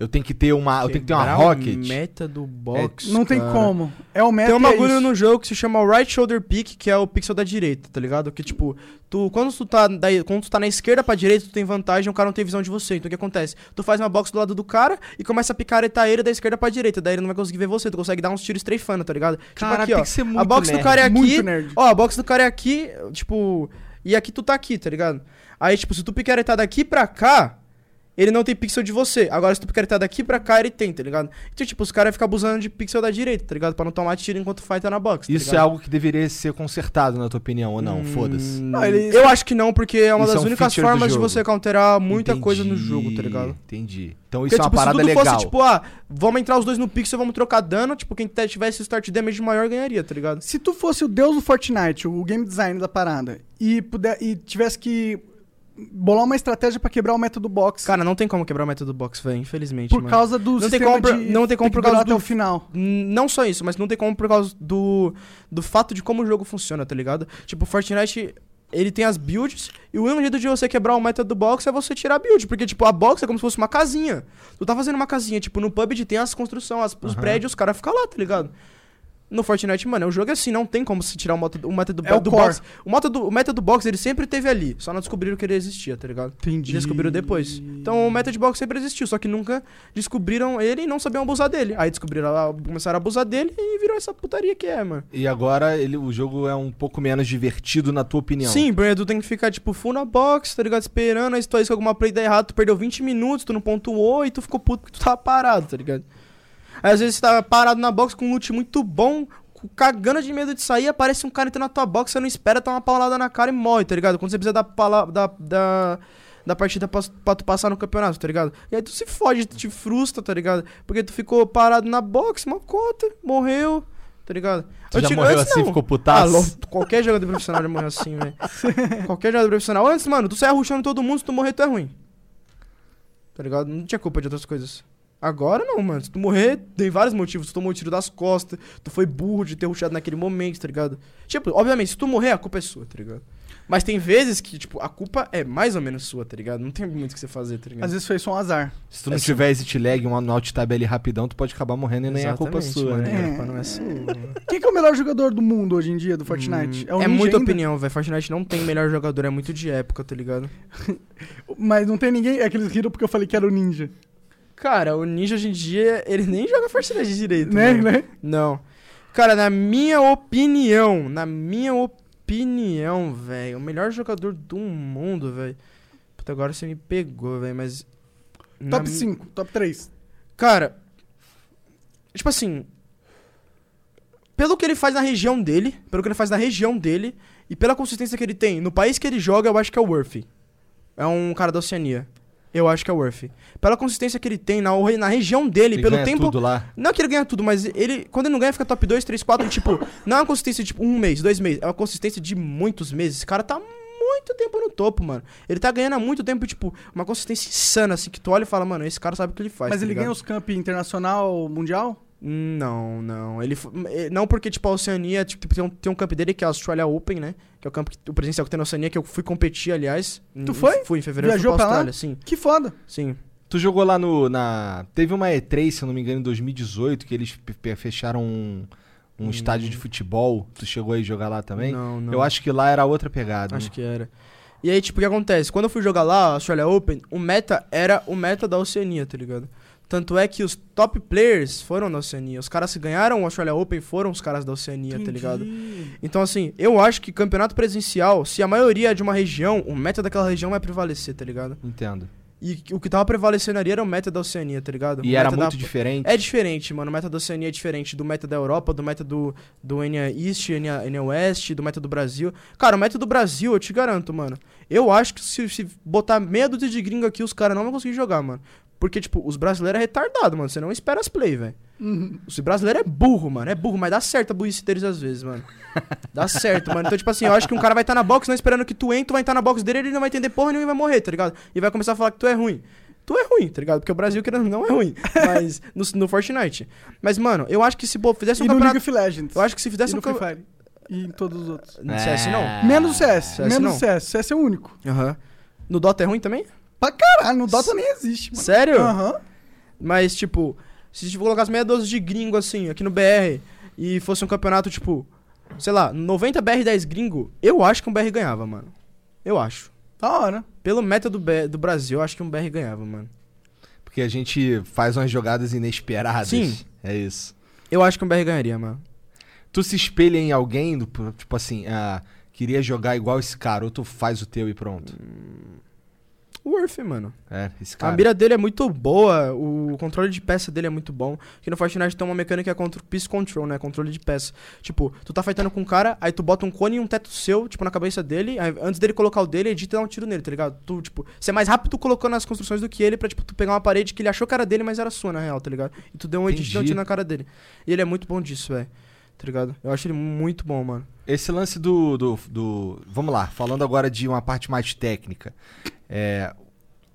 Speaker 1: Eu tenho que ter uma, eu tenho que ter uma
Speaker 3: Quebrar um Tipo
Speaker 1: rocket.
Speaker 3: o meta do box.
Speaker 2: não tem
Speaker 3: cara.
Speaker 2: como. É o meta
Speaker 3: É, Tem um
Speaker 2: e é
Speaker 3: bagulho
Speaker 2: isso.
Speaker 3: no jogo que se chama Right Shoulder Pick, que é o pixel da direita, tá ligado? Que tipo, tu, quando, tu tá da, quando tu tá na esquerda pra direita, tu tem vantagem, o cara não tem visão de você. Então o que acontece? Tu faz uma box do lado do cara e começa a picaretar ele da esquerda pra direita. Daí ele não vai conseguir ver você, tu consegue dar uns tiros treifando, tá ligado?
Speaker 1: Cara,
Speaker 3: tipo
Speaker 1: tem
Speaker 3: aqui,
Speaker 1: que ser
Speaker 3: ó. A
Speaker 1: muito
Speaker 3: box do
Speaker 1: nerd.
Speaker 3: cara é aqui.
Speaker 2: Muito nerd.
Speaker 3: Ó, a box do cara é aqui, tipo. E aqui tu tá aqui, tá ligado? Aí, tipo, se tu picaretar daqui pra cá, ele não tem pixel de você. Agora, se tu picaretar daqui pra cá, ele tem, tá ligado? Então, tipo, os caras ficam abusando de pixel da direita, tá ligado? Pra não tomar tiro enquanto o fight tá na box. tá
Speaker 1: Isso é
Speaker 3: ligado? Hum,
Speaker 1: algo que deveria ser consertado, na tua opinião, ou não? Foda-se.
Speaker 2: Não, ele-
Speaker 3: Eu acho que não, porque é uma
Speaker 1: é um Isso é
Speaker 3: das
Speaker 1: um
Speaker 3: únicas
Speaker 1: feature do
Speaker 3: formas de
Speaker 1: jogo.
Speaker 3: você counterar muita
Speaker 1: Entendi,
Speaker 3: coisa no jogo, tá ligado?
Speaker 1: Entendi. Então
Speaker 3: Porque,
Speaker 1: isso é uma
Speaker 3: tipo,
Speaker 1: parada
Speaker 3: se tudo
Speaker 1: legal.
Speaker 3: fosse, tipo, ah, vamos entrar os dois no pixel, vamos trocar dano, tipo, quem tivesse o start damage maior ganharia, tá ligado?
Speaker 2: Se tu fosse o deus do Fortnite, o game design da parada, e, puder, e tivesse que bolar uma estratégia pra quebrar o meta do box
Speaker 3: Cara, não tem como quebrar o método box, velho, infelizmente,
Speaker 2: por
Speaker 3: mano.
Speaker 2: causa do
Speaker 3: não tem
Speaker 2: sistema
Speaker 3: como pra-
Speaker 2: de
Speaker 3: não tem como
Speaker 2: que
Speaker 3: por causa
Speaker 2: durar até
Speaker 3: do-
Speaker 2: o final.
Speaker 3: N- Não só isso, mas não tem como por causa do, do fato de como o jogo funciona, tá ligado? Tipo, Fortnite, ele tem as builds, e o único jeito de você quebrar o meta do box é você tirar a build, porque, tipo, a box é como se fosse uma casinha. Tu tá fazendo uma casinha, tipo, no PUBG tem as construções, as- os prédios, os caras ficam lá, tá ligado? No Fortnite, mano, o jogo é assim, não tem como se tirar o meta do, o meta do,
Speaker 2: É o
Speaker 3: do
Speaker 2: core.
Speaker 3: box. O meta do, o meta do box, ele sempre teve ali, só não descobriram que ele existia, tá ligado?
Speaker 2: Entendi.
Speaker 3: Descobriram depois. Então o meta de box sempre existiu, só que nunca descobriram ele e não sabiam abusar dele. Aí descobriram, ah, começaram a abusar dele e virou essa putaria que é, mano.
Speaker 1: E agora ele, o jogo é um pouco menos divertido, na tua opinião.
Speaker 3: Sim, Brian, tu tem que ficar, tipo, full na box, tá ligado? Esperando, aí se tu arrisca alguma play dá errado, tu perdeu 20 minutos, tu não pontuou e tu ficou puto porque tu tava parado, tá ligado? Aí às vezes você tava parado na box com um loot muito bom, cu- cagando de medo de sair, aparece um cara entrando na tua box, você não espera, tá uma paulada na cara e morre, tá ligado? Quando você precisa da pala- da, da, da partida pra, pra tu passar no campeonato, tá ligado? E aí tu se fode, tu te frustra, tá ligado? Porque tu ficou parado na box, uma cota, morreu, tá ligado?
Speaker 1: Tu já
Speaker 3: Antig-
Speaker 1: morreu
Speaker 3: antes
Speaker 1: assim,
Speaker 3: não.
Speaker 1: ficou
Speaker 3: Ah,
Speaker 1: putaço?
Speaker 3: lo- qualquer jogador profissional já morreu assim, velho. Qualquer jogador profissional. Antes, mano, tu sai arruxando todo mundo, se tu morrer, tu é ruim. Tá ligado? Não tinha culpa de outras coisas. Agora não, mano. Se tu morrer, tem vários motivos. Tu tomou o tiro das costas, tu foi burro de ter ruxado naquele momento, tá ligado? Tipo, obviamente, se tu morrer, a culpa é sua, tá ligado? Mas tem vezes que, tipo, a culpa é mais ou menos sua, tá ligado? Não tem muito o que você fazer, tá ligado?
Speaker 2: Às vezes foi só um azar.
Speaker 1: Se tu não tiver exit lag, um alt tab ali rapidão, tu pode acabar morrendo e nem é a culpa sua,
Speaker 3: Exatamente, mano,
Speaker 1: né?
Speaker 3: A culpa não é sua.
Speaker 2: Quem que é o melhor jogador do mundo hoje em dia do Fortnite?
Speaker 3: É,
Speaker 2: o Ninja
Speaker 3: muita
Speaker 2: ainda?
Speaker 3: opinião, velho. Fortnite não tem melhor jogador, é muito de época, tá ligado?
Speaker 2: Mas não tem ninguém. É que eles riram porque eu falei que era o Ninja.
Speaker 3: Cara, o Ninja hoje em dia, ele nem joga Fortnite direito.
Speaker 2: Né?
Speaker 3: mano.
Speaker 2: né?
Speaker 3: Não. Cara, na minha opinião, na minha opinião, velho, o melhor jogador do mundo, velho. Puta, agora você me pegou, velho, mas. na
Speaker 2: Top
Speaker 3: mi-
Speaker 2: 5, top 3.
Speaker 3: Cara, tipo assim, pelo que ele faz na região dele, pelo que ele faz na região dele e pela consistência que ele tem no país que ele joga, eu acho que é o Worth. É um cara da Oceania. Eu acho que é o Worth. Pela consistência que ele tem na, na região dele,
Speaker 1: Ele
Speaker 3: pelo
Speaker 1: ganha
Speaker 3: tempo
Speaker 1: tudo lá.
Speaker 3: não que ele ganha tudo, mas ele, quando ele não ganha, fica top 2, 3, 4. E, tipo, não é uma consistência de tipo, um mês, dois meses. É uma consistência de muitos meses. Esse cara tá muito tempo no topo, mano. Ele tá ganhando há muito tempo, tipo, uma consistência insana, assim, que tu olha e fala, mano, esse cara sabe o que ele faz.
Speaker 2: Mas
Speaker 3: tá
Speaker 2: ele ganha
Speaker 3: ligado?
Speaker 2: os camp internacional, mundial?
Speaker 3: Não, não. Ele, fo- eh, não porque, tipo, a Oceania, tipo, tem um, tem um campo dele que é a Australia Open, né? Que é o campo, que, o presencial que tem na Oceania, que eu fui competir, aliás. Em-
Speaker 2: foi?
Speaker 3: Fui em fevereiro,
Speaker 2: Viajou
Speaker 3: fui
Speaker 2: pra
Speaker 3: pra
Speaker 2: lá?
Speaker 3: Austrália, sim.
Speaker 2: Que foda.
Speaker 3: Sim.
Speaker 1: Tu jogou lá no. Na... Teve uma E3, se eu não me engano, em 2018, que eles pe- pe- fecharam um, um estádio de futebol. Tu chegou aí jogar lá também?
Speaker 3: Hum. Não, não.
Speaker 1: Eu acho que lá era outra pegada.
Speaker 3: Acho
Speaker 1: né?
Speaker 3: que era. E aí, tipo, o que acontece? Quando eu fui jogar lá, a Australia Open, o meta era o meta da Oceania, tá ligado? Tanto é que os top players foram da Oceania. Os caras que ganharam o Australia Open foram os caras da Oceania, tá ligado?
Speaker 2: Entendi.
Speaker 3: Então, assim, eu acho que campeonato presencial, se a maioria é de uma região, o meta daquela região vai prevalecer, tá ligado?
Speaker 1: Entendo.
Speaker 3: E o que tava prevalecendo ali era o meta da Oceania, tá ligado?
Speaker 1: E
Speaker 3: O
Speaker 1: era
Speaker 3: meta da-
Speaker 1: muito diferente.
Speaker 3: É diferente, mano. O meta da Oceania é diferente do meta da Europa, do meta do, do Enya East, Enya, Enya West, do meta do Brasil. Cara, o meta do Brasil, eu te garanto, mano. Eu acho que se, se botar meia dúzia de gringo aqui, os caras não vão conseguir jogar, mano. Porque, tipo, os brasileiros é retardado, mano. Você não espera as play, velho.
Speaker 2: Uhum.
Speaker 3: Os brasileiros é burro, mano. É burro, mas dá certo a burrice deles às vezes, mano. Dá certo, mano. Então, tipo assim, eu acho que um cara vai estar na box, não esperando que tu entre, tu vai entrar na box dele, ele não vai entender porra nenhuma e vai morrer, tá ligado? E vai começar a falar que tu é ruim. Tu é ruim, tá ligado? Porque o Brasil, querendo ou não, é ruim. Mas no, no Fortnite. Mas, mano, eu acho que se pô, fizesse um
Speaker 2: E no League
Speaker 3: campeonato.
Speaker 2: of Legends.
Speaker 3: Eu acho que se fizesse
Speaker 2: e
Speaker 3: um
Speaker 2: no Free
Speaker 3: campeonato.
Speaker 2: Fire. E em todos os outros.
Speaker 3: No CS assim, não.
Speaker 1: É.
Speaker 2: Menos o CS.
Speaker 3: CS
Speaker 2: menos
Speaker 3: não.
Speaker 2: o CS. CS é o único.
Speaker 3: Aham. No Dota é ruim também?
Speaker 2: Pra caralho, no Dota nem existe, mano.
Speaker 3: Sério?
Speaker 2: Aham.
Speaker 3: Mas, tipo, se tipo, colocasse meia dúzia de gringo, assim, aqui no BR, e fosse um campeonato, tipo, sei lá, 90 BR 10 gringo, eu acho que um BR ganhava, mano. Eu acho.
Speaker 2: Da hora.
Speaker 3: Pelo meta do, B- do Brasil, eu acho que um BR ganhava, mano.
Speaker 1: Porque a gente faz umas jogadas inesperadas.
Speaker 3: Sim.
Speaker 1: É isso.
Speaker 3: Eu acho que um BR ganharia, mano.
Speaker 1: Tu se espelha em alguém, do- tipo assim, ah, queria jogar igual esse cara, ou tu faz o teu e pronto.
Speaker 3: O Urf, mano.
Speaker 1: É, esse cara.
Speaker 3: A mira dele é muito boa, o controle de peça dele é muito bom. Que no Fortnite tem uma mecânica que é contra Peace Control, né? Controle de peça. Tipo, tu tá fightando com um cara, aí tu bota um cone e um teto seu, tipo, na cabeça dele. aí antes dele colocar o dele, edita e dá um tiro nele, tá ligado? Tu, tipo, você é mais rápido colocando as construções do que ele pra, tipo, tu pegar uma parede que ele achou que era dele, mas era sua, na real, tá ligado? E tu deu um edit e dá um
Speaker 1: Entendi.
Speaker 3: tiro na cara dele. E ele é muito bom disso, velho. Tá ligado? Eu acho ele muito bom, mano.
Speaker 1: Esse lance do, do, do- Vamos lá, falando agora de uma parte mais técnica. É,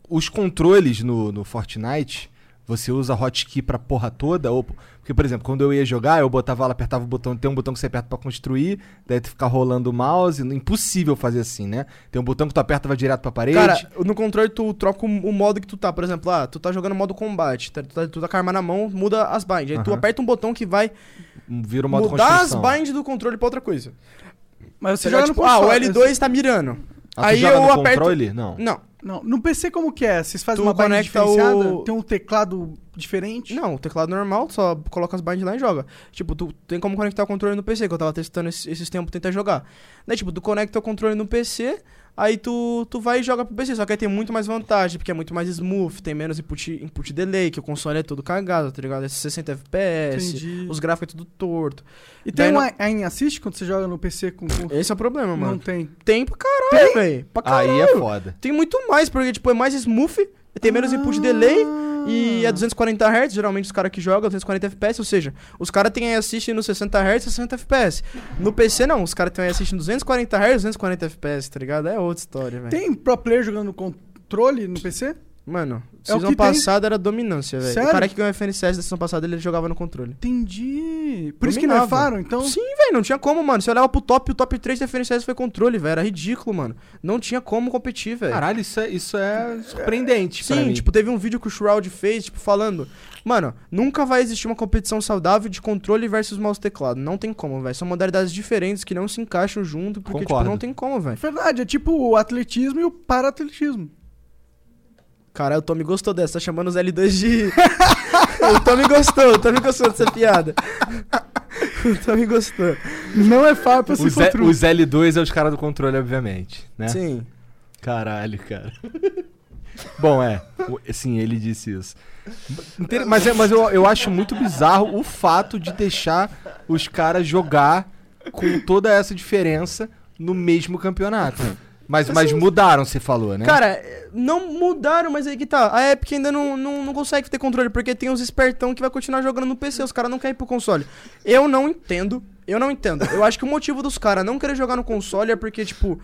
Speaker 1: os controles no, no Fortnite, você usa hotkey pra porra toda? Ou, porque, por exemplo, quando eu ia jogar, eu botava lá, apertava o botão, tem um botão que você aperta pra construir, daí tu fica rolando o mouse. Impossível fazer assim, né? Tem um botão que tu aperta e vai direto pra parede.
Speaker 3: Cara, no controle tu troca o, o modo que tu tá. Por exemplo, ah, tu tá jogando modo combate, tá- tu tá, tu tá com a arma na mão, muda as binds. Aí tu
Speaker 1: Aham.
Speaker 3: aperta um botão que vai
Speaker 1: vira o modo
Speaker 3: mudar as
Speaker 1: construção. Ah,
Speaker 3: binds do controle pra outra coisa.
Speaker 2: Mas você
Speaker 3: Tá
Speaker 2: joga
Speaker 3: ligado?
Speaker 2: no
Speaker 3: tipo, ah, o
Speaker 2: console. assim.
Speaker 3: L2 tá mirando.
Speaker 1: Ah, tu
Speaker 3: Aí
Speaker 1: joga
Speaker 3: eu
Speaker 1: no
Speaker 3: aperto-
Speaker 1: controle? Não.
Speaker 3: Não,
Speaker 2: Não, no PC como que é? Vocês fazem
Speaker 3: Tu
Speaker 2: uma bind
Speaker 3: conecta
Speaker 2: diferenciada?
Speaker 3: o-
Speaker 2: Tem um teclado diferente?
Speaker 3: não, o teclado normal, só coloca as binds lá e joga. Tipo, tu tem como conectar o controle no PC, que eu tava testando esse- esses tempos tentar jogar. Daí, tipo, tu conecta o controle no PC, aí tu, tu vai e joga pro PC. Só que aí tem muito mais vantagem, porque é muito mais smooth, tem menos input, input delay, que o console é todo cagado, tá ligado? É 60 FPS,
Speaker 2: Entendi.
Speaker 3: os gráficos é tudo torto.
Speaker 2: E tem
Speaker 3: Daí
Speaker 2: um
Speaker 3: não-
Speaker 2: aim assist quando você joga no PC com... com...
Speaker 3: Esse é o problema, mano.
Speaker 2: Não tem.
Speaker 3: Tem pra caralho, velho. Pra caralho.
Speaker 1: Aí é foda.
Speaker 3: Tem muito mais, porque, tipo, é mais smooth, tem menos input delay e
Speaker 2: Ah.
Speaker 3: é 240 Hz. Geralmente os caras que jogam 240 FPS, ou seja, os caras têm assist no 60 Hz e 60 FPS. No PC não, os caras têm assist no 240 Hz e 240 FPS, tá ligado? É outra história, velho.
Speaker 2: Tem pro player jogando no controle no PC?
Speaker 3: Mano,
Speaker 2: É o
Speaker 3: season
Speaker 2: que tem.
Speaker 3: passada era dominância, velho.
Speaker 2: Sério?
Speaker 3: O cara que ganhou a FNCS da season passada, ele jogava no controle.
Speaker 2: Entendi. Por isso que não é
Speaker 3: Dominava.
Speaker 2: faro, então?
Speaker 3: Sim, velho, não tinha como, mano. Você olhava pro top, o top 3 da FNCS foi controle, velho. Era ridículo, mano. Não tinha como competir, velho.
Speaker 1: Caralho, isso é, isso é surpreendente pra
Speaker 3: Sim,
Speaker 1: mim.
Speaker 3: tipo, teve um vídeo que o Shroud fez, tipo, falando, mano, nunca vai existir uma competição saudável de controle versus mouse e teclado. Não tem como, velho. São modalidades diferentes que não se encaixam junto, porque,
Speaker 1: Concordo.
Speaker 3: tipo, não tem como, velho.
Speaker 2: Verdade, é tipo o atletismo e o para-atletismo.
Speaker 3: Cara, o Tommy gostou dessa, tá chamando os L2 de. o Tommy gostou, o Tommy gostou dessa piada. o Tommy gostou.
Speaker 2: Não é faro pra se
Speaker 1: os, E-
Speaker 2: controle.
Speaker 1: os L2 é os caras do controle, obviamente, né?
Speaker 3: Sim.
Speaker 1: Caralho, cara. Bom, é. o- Sim, ele disse isso. Inter- Mas, é- mas eu, eu acho muito bizarro o fato de deixar os caras jogar com toda essa diferença no mesmo campeonato. Mas, mas mudaram, você falou, né?
Speaker 3: Cara, eh, não mudaram, mas aí que tá. A Epic ainda não, não, não consegue ter controle, porque tem uns espertão que vai continuar jogando no PC, os caras não querem ir pro console. Eu não entendo, eu não entendo. Eu acho que o motivo dos caras não querer jogar no console é porque, tipo.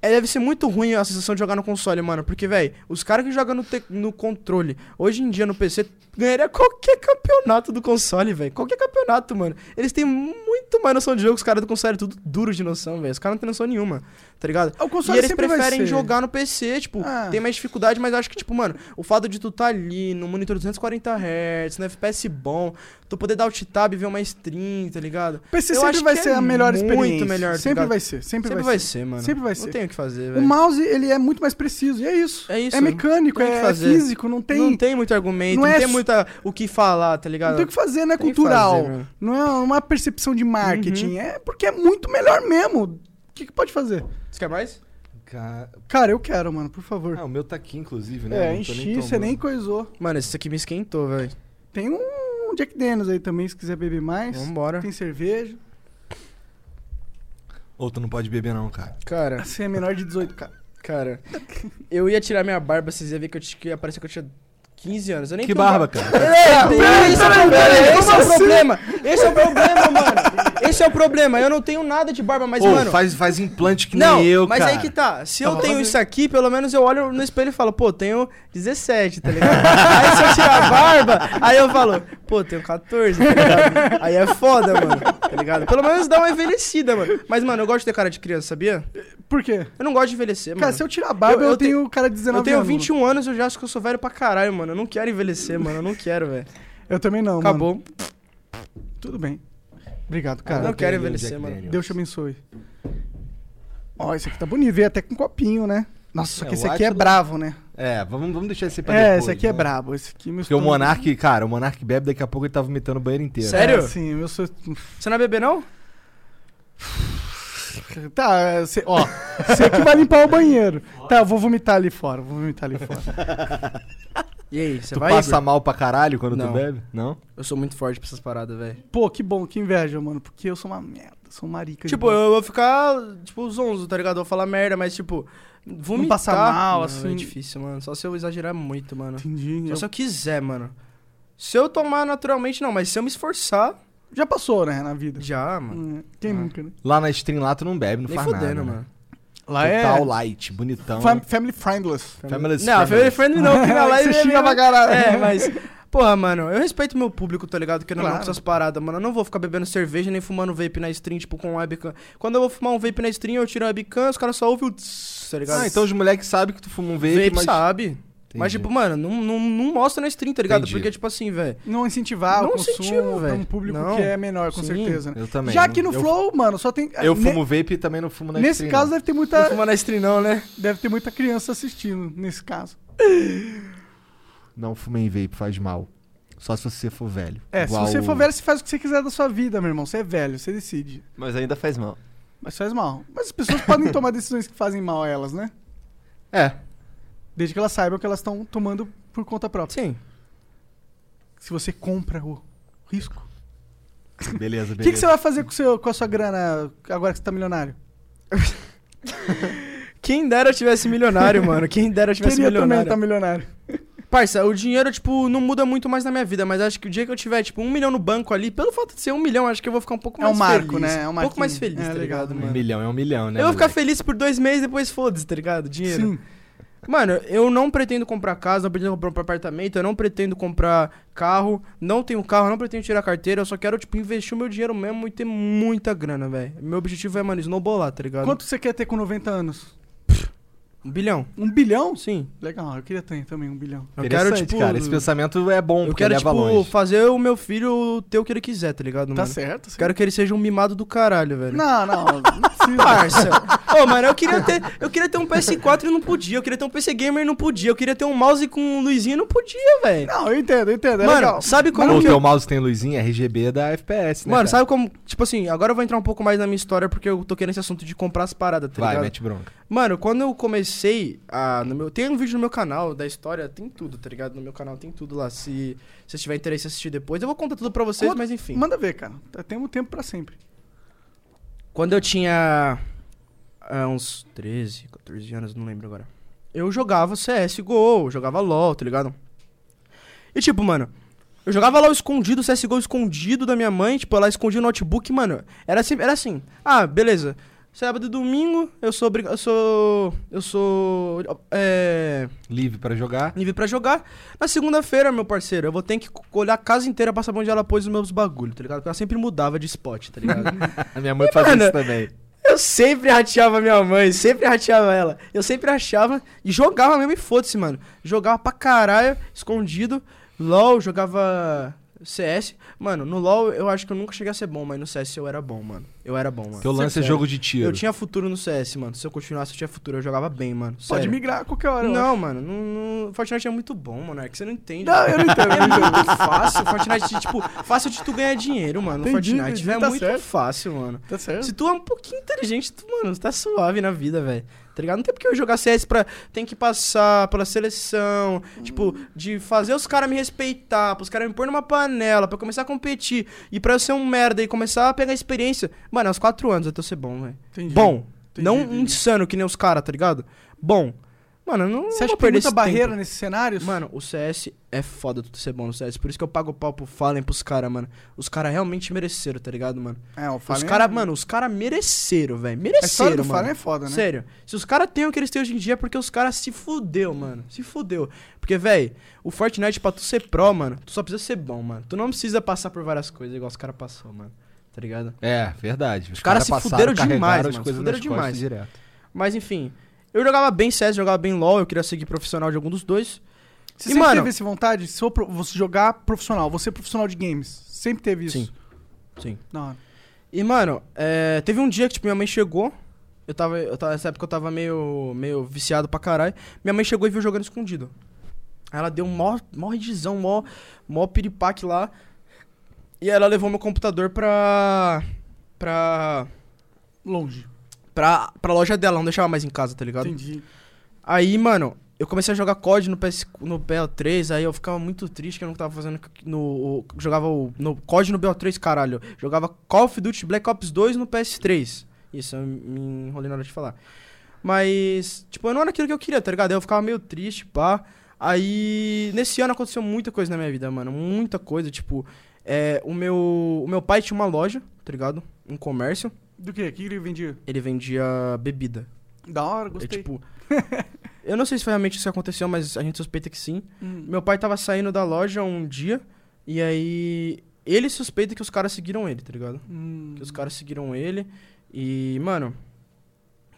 Speaker 3: é, deve ser muito ruim a sensação de jogar no console, mano. Porque, velho, os caras que jogam no, te- no controle, hoje em dia no PC, ganharia qualquer campeonato do console, velho. Qualquer campeonato, mano. Eles têm mu- muito mais noção de jogo, os caras do console é tudo duro de noção, velho. Os caras não têm noção nenhuma, tá ligado?
Speaker 2: O console
Speaker 3: e eles
Speaker 2: sempre vai
Speaker 3: preferem
Speaker 2: ser.
Speaker 3: jogar no PC, tipo,
Speaker 2: Ah.
Speaker 3: tem mais dificuldade, mas eu acho que, tipo, mano, o fato de tu tá ali no monitor 240Hz, no FPS bom, tu poder dar alt tab e ver uma stream, tá ligado?
Speaker 2: PC
Speaker 3: Eu
Speaker 2: sempre
Speaker 3: acho
Speaker 2: vai
Speaker 3: que
Speaker 2: ser
Speaker 3: é
Speaker 2: a melhor
Speaker 3: muito
Speaker 2: experiência.
Speaker 3: melhor, tá
Speaker 2: sempre
Speaker 3: ligado?
Speaker 2: vai ser, sempre,
Speaker 3: Sempre
Speaker 2: vai
Speaker 3: vai
Speaker 2: ser.
Speaker 3: ser, mano.
Speaker 2: Sempre vai ser.
Speaker 3: Não tem o que fazer,
Speaker 2: O
Speaker 3: velho.
Speaker 2: mouse, ele é muito mais preciso, e é isso.
Speaker 3: É isso.
Speaker 2: É mecânico,
Speaker 3: Tem que
Speaker 2: é
Speaker 3: fazer.
Speaker 2: físico, não tem...
Speaker 3: Não tem muito argumento,
Speaker 2: não
Speaker 3: não,
Speaker 2: é
Speaker 3: tem
Speaker 2: su-
Speaker 3: muita o que falar, tá ligado?
Speaker 2: Não tem o que fazer, não é
Speaker 3: Tem que
Speaker 2: cultural.
Speaker 3: fazer, Uhum. mano.
Speaker 2: não é uma percepção de marketing. É porque é muito melhor mesmo. O que, que pode fazer?
Speaker 3: Você quer mais?
Speaker 1: Ca-
Speaker 2: Cara, eu quero, mano, por favor.
Speaker 1: Ah, o meu tá aqui, inclusive, né?
Speaker 2: é,
Speaker 1: Eu não tô
Speaker 2: enchi, você
Speaker 1: tomando.
Speaker 2: nem coisou.
Speaker 3: Mano, esse aqui me esquentou, velho.
Speaker 2: Tem um Jack Daniels aí também, se quiser beber mais.
Speaker 3: Vambora.
Speaker 2: Tem cerveja.
Speaker 1: Ou tu não pode beber, não, cara.
Speaker 3: Cara,
Speaker 2: Você é menor de 18, cara.
Speaker 3: cara. eu ia tirar minha barba, vocês iam ver que, eu, t- que ia parecer que eu tinha 15 anos. Eu nem
Speaker 1: Que
Speaker 3: tenho
Speaker 1: barba,
Speaker 3: barba.
Speaker 1: cara.
Speaker 3: Peraí, Esse é o problema, esse é o problema. Esse é o problema, mano. Esse é o problema. Eu não tenho nada de barba, mas,
Speaker 1: Ô,
Speaker 3: mano.
Speaker 1: faz, faz implante que
Speaker 3: não,
Speaker 1: nem eu,
Speaker 3: mas
Speaker 1: cara.
Speaker 3: aí que tá. Se eu
Speaker 2: Tava
Speaker 3: tenho
Speaker 2: fazendo.
Speaker 3: isso aqui, pelo menos eu olho no espelho e falo, pô, tenho 17, tá ligado? aí se eu tirar a barba, aí eu falo, pô, tenho 14, tá ligado? Aí é foda, mano, tá ligado? Pelo menos dá uma envelhecida, mano. Mas, mano, eu gosto de ter cara de criança, sabia?
Speaker 2: Por quê?
Speaker 3: Eu não gosto de envelhecer, mano.
Speaker 2: Cara, é um se eu tirar a barba, eu,
Speaker 3: Eu- eu
Speaker 2: tenho cara de
Speaker 3: Eu
Speaker 2: 19
Speaker 3: tenho
Speaker 2: anos, mano.
Speaker 3: 21 anos, eu já acho que eu sou velho pra caralho, mano. Eu não quero envelhecer, mano. Eu não quero, velho.
Speaker 2: Eu também não, mano.
Speaker 3: Acabou.
Speaker 2: Tudo bem. Obrigado,
Speaker 1: Ah,
Speaker 2: cara.
Speaker 3: Não quero
Speaker 1: tem ali o
Speaker 3: envelhecer,
Speaker 1: Jack
Speaker 3: mano.
Speaker 1: Daniels.
Speaker 2: Deus te abençoe. Ó, esse aqui tá bonito. Veio até com copinho, né? Nossa, só
Speaker 1: É,
Speaker 2: que
Speaker 1: o
Speaker 2: esse aqui é
Speaker 1: Atila-
Speaker 2: bravo, né?
Speaker 1: É, vamos, vamos deixar esse pra
Speaker 2: É,
Speaker 1: depois.
Speaker 2: esse aqui é
Speaker 1: né?
Speaker 2: brabo. Esse aqui meu
Speaker 1: Porque o
Speaker 2: estômago-
Speaker 1: Monark, cara, o Monark bebe, daqui a pouco ele tá vomitando o banheiro inteiro.
Speaker 3: Sério?
Speaker 2: É, sim, eu sou.
Speaker 3: Você não é bebê, não?
Speaker 2: Tá, você, ó, você que vai limpar o banheiro. Tá, eu vou vomitar ali fora, vou vomitar ali fora.
Speaker 3: E aí, você
Speaker 1: Tu
Speaker 3: vai,
Speaker 1: passa
Speaker 3: Igor?
Speaker 1: mal pra caralho quando tu
Speaker 3: Não.
Speaker 1: bebe? Não?
Speaker 3: Eu sou muito forte pra essas paradas, velho.
Speaker 2: Pô, que bom, que inveja, mano, porque eu sou uma merda, sou um marica. de
Speaker 3: Tipo,
Speaker 2: boa.
Speaker 3: eu vou ficar, tipo, zonzo, tá ligado? Eu vou falar merda, mas, tipo, vomitar...
Speaker 2: passar mal,
Speaker 3: Não,
Speaker 2: assim.
Speaker 3: É difícil, mano. Só se eu exagerar muito, mano.
Speaker 2: Entendi.
Speaker 3: Só
Speaker 2: eu-
Speaker 3: se eu quiser, mano. Se eu tomar naturalmente, não. Mas se eu me esforçar,
Speaker 2: Já passou, né, na vida.
Speaker 3: já, mano.
Speaker 2: É, Quem
Speaker 3: Ah.
Speaker 2: nunca, né?
Speaker 1: Lá na stream lá tu não bebe, não
Speaker 3: Nem
Speaker 1: faz nada.
Speaker 3: fudendo,
Speaker 1: né?
Speaker 3: mano. Ah, é?
Speaker 2: Lá é um-
Speaker 1: Total light, bonitão.
Speaker 2: Fam- family friendless.
Speaker 1: Family's
Speaker 3: Não,
Speaker 1: friendly.
Speaker 3: Family Friendly não, porque na live
Speaker 2: Você
Speaker 3: é
Speaker 2: xinga pra
Speaker 3: meio-
Speaker 2: caralho.
Speaker 3: É, mas. Porra, mano, eu respeito meu público, tá ligado? Que não
Speaker 2: Claro.
Speaker 3: gosta essas paradas, mano. Eu não vou ficar bebendo cerveja nem fumando vape na stream, tipo, com webcam. Quando eu vou fumar um vape na stream, eu tiro a webcam, os caras só ouvem o tss, tá ligado?
Speaker 1: Ah, então os moleques sabem que tu fuma um vape,
Speaker 3: vape
Speaker 1: mas...
Speaker 3: sabe. Mas,
Speaker 1: Entendi.
Speaker 3: tipo, mano, não, não, não mostra na stream, tá ligado?
Speaker 1: Entendi.
Speaker 3: Porque, tipo assim, velho.
Speaker 2: Não incentivar o
Speaker 3: Não
Speaker 2: consumo
Speaker 3: incentivo,
Speaker 2: pra um
Speaker 3: velho.
Speaker 2: público
Speaker 3: Não.
Speaker 2: que é menor, com
Speaker 3: Sim.
Speaker 2: certeza, né?
Speaker 1: Eu também.
Speaker 2: Já que no
Speaker 1: eu,
Speaker 2: Flow, mano, só tem.
Speaker 1: Eu
Speaker 2: ne-
Speaker 1: fumo vape e também não fumo na
Speaker 2: Nesse
Speaker 1: stream. né?
Speaker 2: caso
Speaker 1: não.
Speaker 2: deve ter,
Speaker 3: Não
Speaker 2: muita,
Speaker 3: fuma na stream, não, né?
Speaker 2: deve ter muita criança assistindo, nesse caso. é-
Speaker 1: Não fumei vape, faz mal. Só se você for velho.
Speaker 2: É,
Speaker 1: Igual
Speaker 2: se você
Speaker 1: o-
Speaker 2: for velho, você faz o que você quiser da sua vida, meu irmão. Você é velho, você decide.
Speaker 6: Mas ainda faz mal.
Speaker 2: Mas faz mal. Mas as pessoas podem tomar decisões que fazem mal a elas, né?
Speaker 1: É.
Speaker 2: Desde que elas saibam que elas estão tomando por conta própria.
Speaker 3: Sim.
Speaker 2: Se você compra o risco.
Speaker 1: Beleza, beleza.
Speaker 2: O que, que você vai fazer com, o seu, com a sua grana agora que você tá milionário?
Speaker 3: Quem dera eu tivesse milionário, mano. Quem dera eu tivesse
Speaker 2: Queria também
Speaker 3: milionário.
Speaker 2: estar milionário.
Speaker 3: Parça, o dinheiro, tipo, não muda muito mais na minha vida, mas acho que o dia que eu tiver, tipo, um milhão no banco ali, pelo fato de ser um milhão, acho que eu vou ficar um pouco
Speaker 2: É um
Speaker 3: mais
Speaker 2: marco,
Speaker 3: feliz.
Speaker 2: né? É um
Speaker 3: um pouco mais
Speaker 2: marquinho.
Speaker 3: feliz,
Speaker 2: É,
Speaker 3: tá
Speaker 2: legal,
Speaker 3: ligado,
Speaker 1: Um
Speaker 3: mano?
Speaker 1: milhão é um milhão, né?
Speaker 3: Eu vou ficar
Speaker 1: moleque?
Speaker 3: feliz por dois meses, depois foda-se, tá ligado? Dinheiro.
Speaker 2: Sim.
Speaker 3: Mano, eu não pretendo comprar casa, não pretendo comprar um apartamento, eu não pretendo comprar carro, não tenho carro, não pretendo tirar carteira, eu só quero, tipo, investir o meu dinheiro mesmo e ter muita grana, velho. Meu objetivo é, mano, snowballar, tá ligado?
Speaker 2: Quanto você quer ter com 90 anos?
Speaker 3: Um bilhão.
Speaker 2: Um bilhão?
Speaker 3: Sim.
Speaker 2: Legal, eu queria ter também um bilhão.
Speaker 3: Eu quero,
Speaker 1: Interessante,
Speaker 3: tipo.
Speaker 1: cara. Esse pensamento é bom,
Speaker 3: eu
Speaker 1: porque
Speaker 3: quero,
Speaker 1: leva
Speaker 3: tipo,
Speaker 1: longe.
Speaker 3: fazer o meu filho ter o que ele quiser, tá ligado,
Speaker 2: Tá
Speaker 3: mano?
Speaker 2: certo? sim.
Speaker 3: Quero que ele seja um mimado do caralho, velho.
Speaker 2: Não, não, não precisa.
Speaker 3: Parça. Ô, mano, eu queria ter. Eu queria ter um PS4 e não podia. Eu queria ter um PC Gamer e não podia. Eu queria ter um mouse com um luzinho e não podia, velho.
Speaker 2: não, eu entendo, eu entendo. É
Speaker 3: mano,
Speaker 2: legal.
Speaker 3: sabe como
Speaker 1: Ou
Speaker 3: que eu-
Speaker 1: teu um mouse tem luzinha RGB da FPS, né?
Speaker 3: Ah, Mano,
Speaker 1: cara?
Speaker 3: sabe como. Tipo assim, agora eu vou entrar um pouco mais na minha história porque eu tô querendo esse assunto de comprar as paradas, tá
Speaker 1: Vai,
Speaker 3: ligado?
Speaker 1: mete bronca.
Speaker 3: Mano, quando eu comecei a. No meu, tem um vídeo no meu canal da história, tem tudo, tá ligado? No meu canal tem tudo lá. Se se vocês tiverem interesse em assistir depois, eu vou contar tudo pra vocês,
Speaker 2: Conta-
Speaker 3: mas enfim.
Speaker 2: Manda ver, cara. Tá- Temos tempo pra sempre.
Speaker 3: Quando eu tinha ah, uns 13, 14 anos, não lembro agora. Eu jogava CSGO, jogava LOL, tá ligado? E tipo, mano, eu jogava LOL escondido, CSGO escondido da minha mãe, tipo, ela escondia o notebook, mano. Era assim, era assim. Ah, beleza. Sábado e domingo eu sou obriga- eu sou eu sou é,
Speaker 1: Livre pra jogar.
Speaker 3: nível pra jogar. Na segunda-feira, meu parceiro, eu vou ter que c- olhar a casa inteira pra saber onde ela pôs os meus bagulho, tá ligado? Porque ela sempre mudava de spot, tá ligado?
Speaker 1: A minha mãe fazia
Speaker 3: mano,
Speaker 1: isso também.
Speaker 3: Eu sempre rateava minha mãe, sempre rateava ela. Eu sempre achava e jogava mesmo e foda-se, mano. Jogava pra caralho, escondido. LOL, jogava CS. Mano, no LOL eu acho que eu nunca cheguei a ser bom, mas no CS eu era bom, mano. Eu era bom, mano.
Speaker 1: Teu lance é
Speaker 3: Sério.
Speaker 1: jogo de tiro.
Speaker 3: Eu tinha futuro no CS, mano. Se eu continuasse, eu tinha futuro. Eu jogava bem, mano.
Speaker 2: Pode
Speaker 3: Sério.
Speaker 2: migrar a qualquer hora. eu
Speaker 3: Não, mano, não, não- Fortnite é muito bom, mano. É que você não entende.
Speaker 2: Não, eu não entendo, eu
Speaker 3: É
Speaker 2: não
Speaker 3: muito fácil. Fortnite, tipo, fácil de tu ganhar dinheiro, mano. no
Speaker 2: Entendi,
Speaker 3: Fortnite.
Speaker 2: entendi,
Speaker 3: é
Speaker 2: tá
Speaker 3: muito
Speaker 2: certo.
Speaker 3: fácil, mano.
Speaker 2: acho. Tá certo?
Speaker 3: Se tu é um pouquinho inteligente, tu, mano, tu tá suave na vida, velho. Tá ligado? Não tem porque eu jogar CS pra. Tem que passar pela seleção. Tipo, de fazer os caras me respeitar, pros caras me pôr numa panela, pra eu começar a competir. E pra eu ser um merda e começar a pegar experiência. Mano, aos quatro anos até eu ser bom, velho.
Speaker 2: Entendi.
Speaker 3: Bom.
Speaker 2: Entendi,
Speaker 3: não
Speaker 2: entendi.
Speaker 3: insano que nem os caras, tá ligado? Bom. Mano, eu não.
Speaker 2: Você
Speaker 3: não
Speaker 2: acha
Speaker 3: vou
Speaker 2: que tem
Speaker 3: perder
Speaker 2: muita
Speaker 3: esse
Speaker 2: barreira
Speaker 3: tempo.
Speaker 2: nesses cenários?
Speaker 3: Mano, o CS é foda tu ser bom no CS. Por isso que eu pago pau pro Fallen pros caras, mano. Os caras realmente mereceram, tá ligado, mano?
Speaker 2: é, o
Speaker 3: Os
Speaker 2: Fallen
Speaker 3: cara,
Speaker 2: é-
Speaker 3: mano, os caras mereceram, velho.
Speaker 2: A história
Speaker 3: Mereceram,
Speaker 2: do
Speaker 3: mano.
Speaker 2: Fallen é foda, né?
Speaker 3: Sério. Se os caras têm o que eles têm hoje em dia é porque os caras se fudeu, mano. Se fudeu. Porque, velho, o Fortnite pra tu ser pró, mano, tu só precisa ser bom, mano. Tu não precisa passar por várias coisas igual os caras passou, mano. Tá ligado?
Speaker 1: É, verdade. Os
Speaker 3: caras se
Speaker 1: passaram,
Speaker 3: fuderam
Speaker 1: carregaram
Speaker 3: demais,
Speaker 1: as
Speaker 3: mano, se
Speaker 1: coisas
Speaker 3: fuderam
Speaker 1: nas costas
Speaker 3: demais.
Speaker 1: Direto.
Speaker 3: Mas enfim, eu jogava bem CS, jogava bem LoL, eu queria seguir profissional de algum dos dois.
Speaker 2: Você
Speaker 3: E,
Speaker 2: sempre
Speaker 3: mano-
Speaker 2: teve essa vontade? Se for pro- você jogar profissional, você é profissional de games. Sempre teve isso.
Speaker 3: Sim. Sim.
Speaker 2: Da hora.
Speaker 3: E, mano, é, teve um dia que, tipo, minha mãe chegou. Eu tava, eu tava. Nessa época eu tava meio, meio viciado pra caralho. Minha mãe chegou e viu jogando escondido. Aí ela deu um mó, mó redizão, mó, mó piripaque lá. E ela levou meu computador pra. pra.
Speaker 2: Longe.
Speaker 3: pra, pra loja dela, não deixava mais em casa, tá ligado?
Speaker 2: Entendi.
Speaker 3: Aí, mano, eu comecei a jogar COD no, PS, no BO3, aí eu ficava muito triste que eu não tava fazendo no... o- jogava o, no COD no BO3, caralho. Jogava Call of Duty Black Ops 2 no PS3. Isso, eu me enrolei na hora de falar. Mas, tipo, não era aquilo que eu queria, tá ligado? Eu ficava meio triste, pá. Aí, nesse ano aconteceu muita coisa na minha vida, mano. Muita coisa, tipo... É, o, meu, o meu pai tinha uma loja, tá ligado? Um comércio.
Speaker 2: Do que? O que ele vendia?
Speaker 3: Ele vendia bebida.
Speaker 2: Da hora,
Speaker 3: É,
Speaker 2: gostei.
Speaker 3: tipo. eu não sei se foi realmente isso que aconteceu, mas a gente suspeita que sim.
Speaker 2: Hum.
Speaker 3: Meu pai tava saindo da loja um dia, e aí. Ele suspeita que os caras seguiram ele, tá ligado?
Speaker 2: Hum.
Speaker 3: Que os caras seguiram ele. E, mano.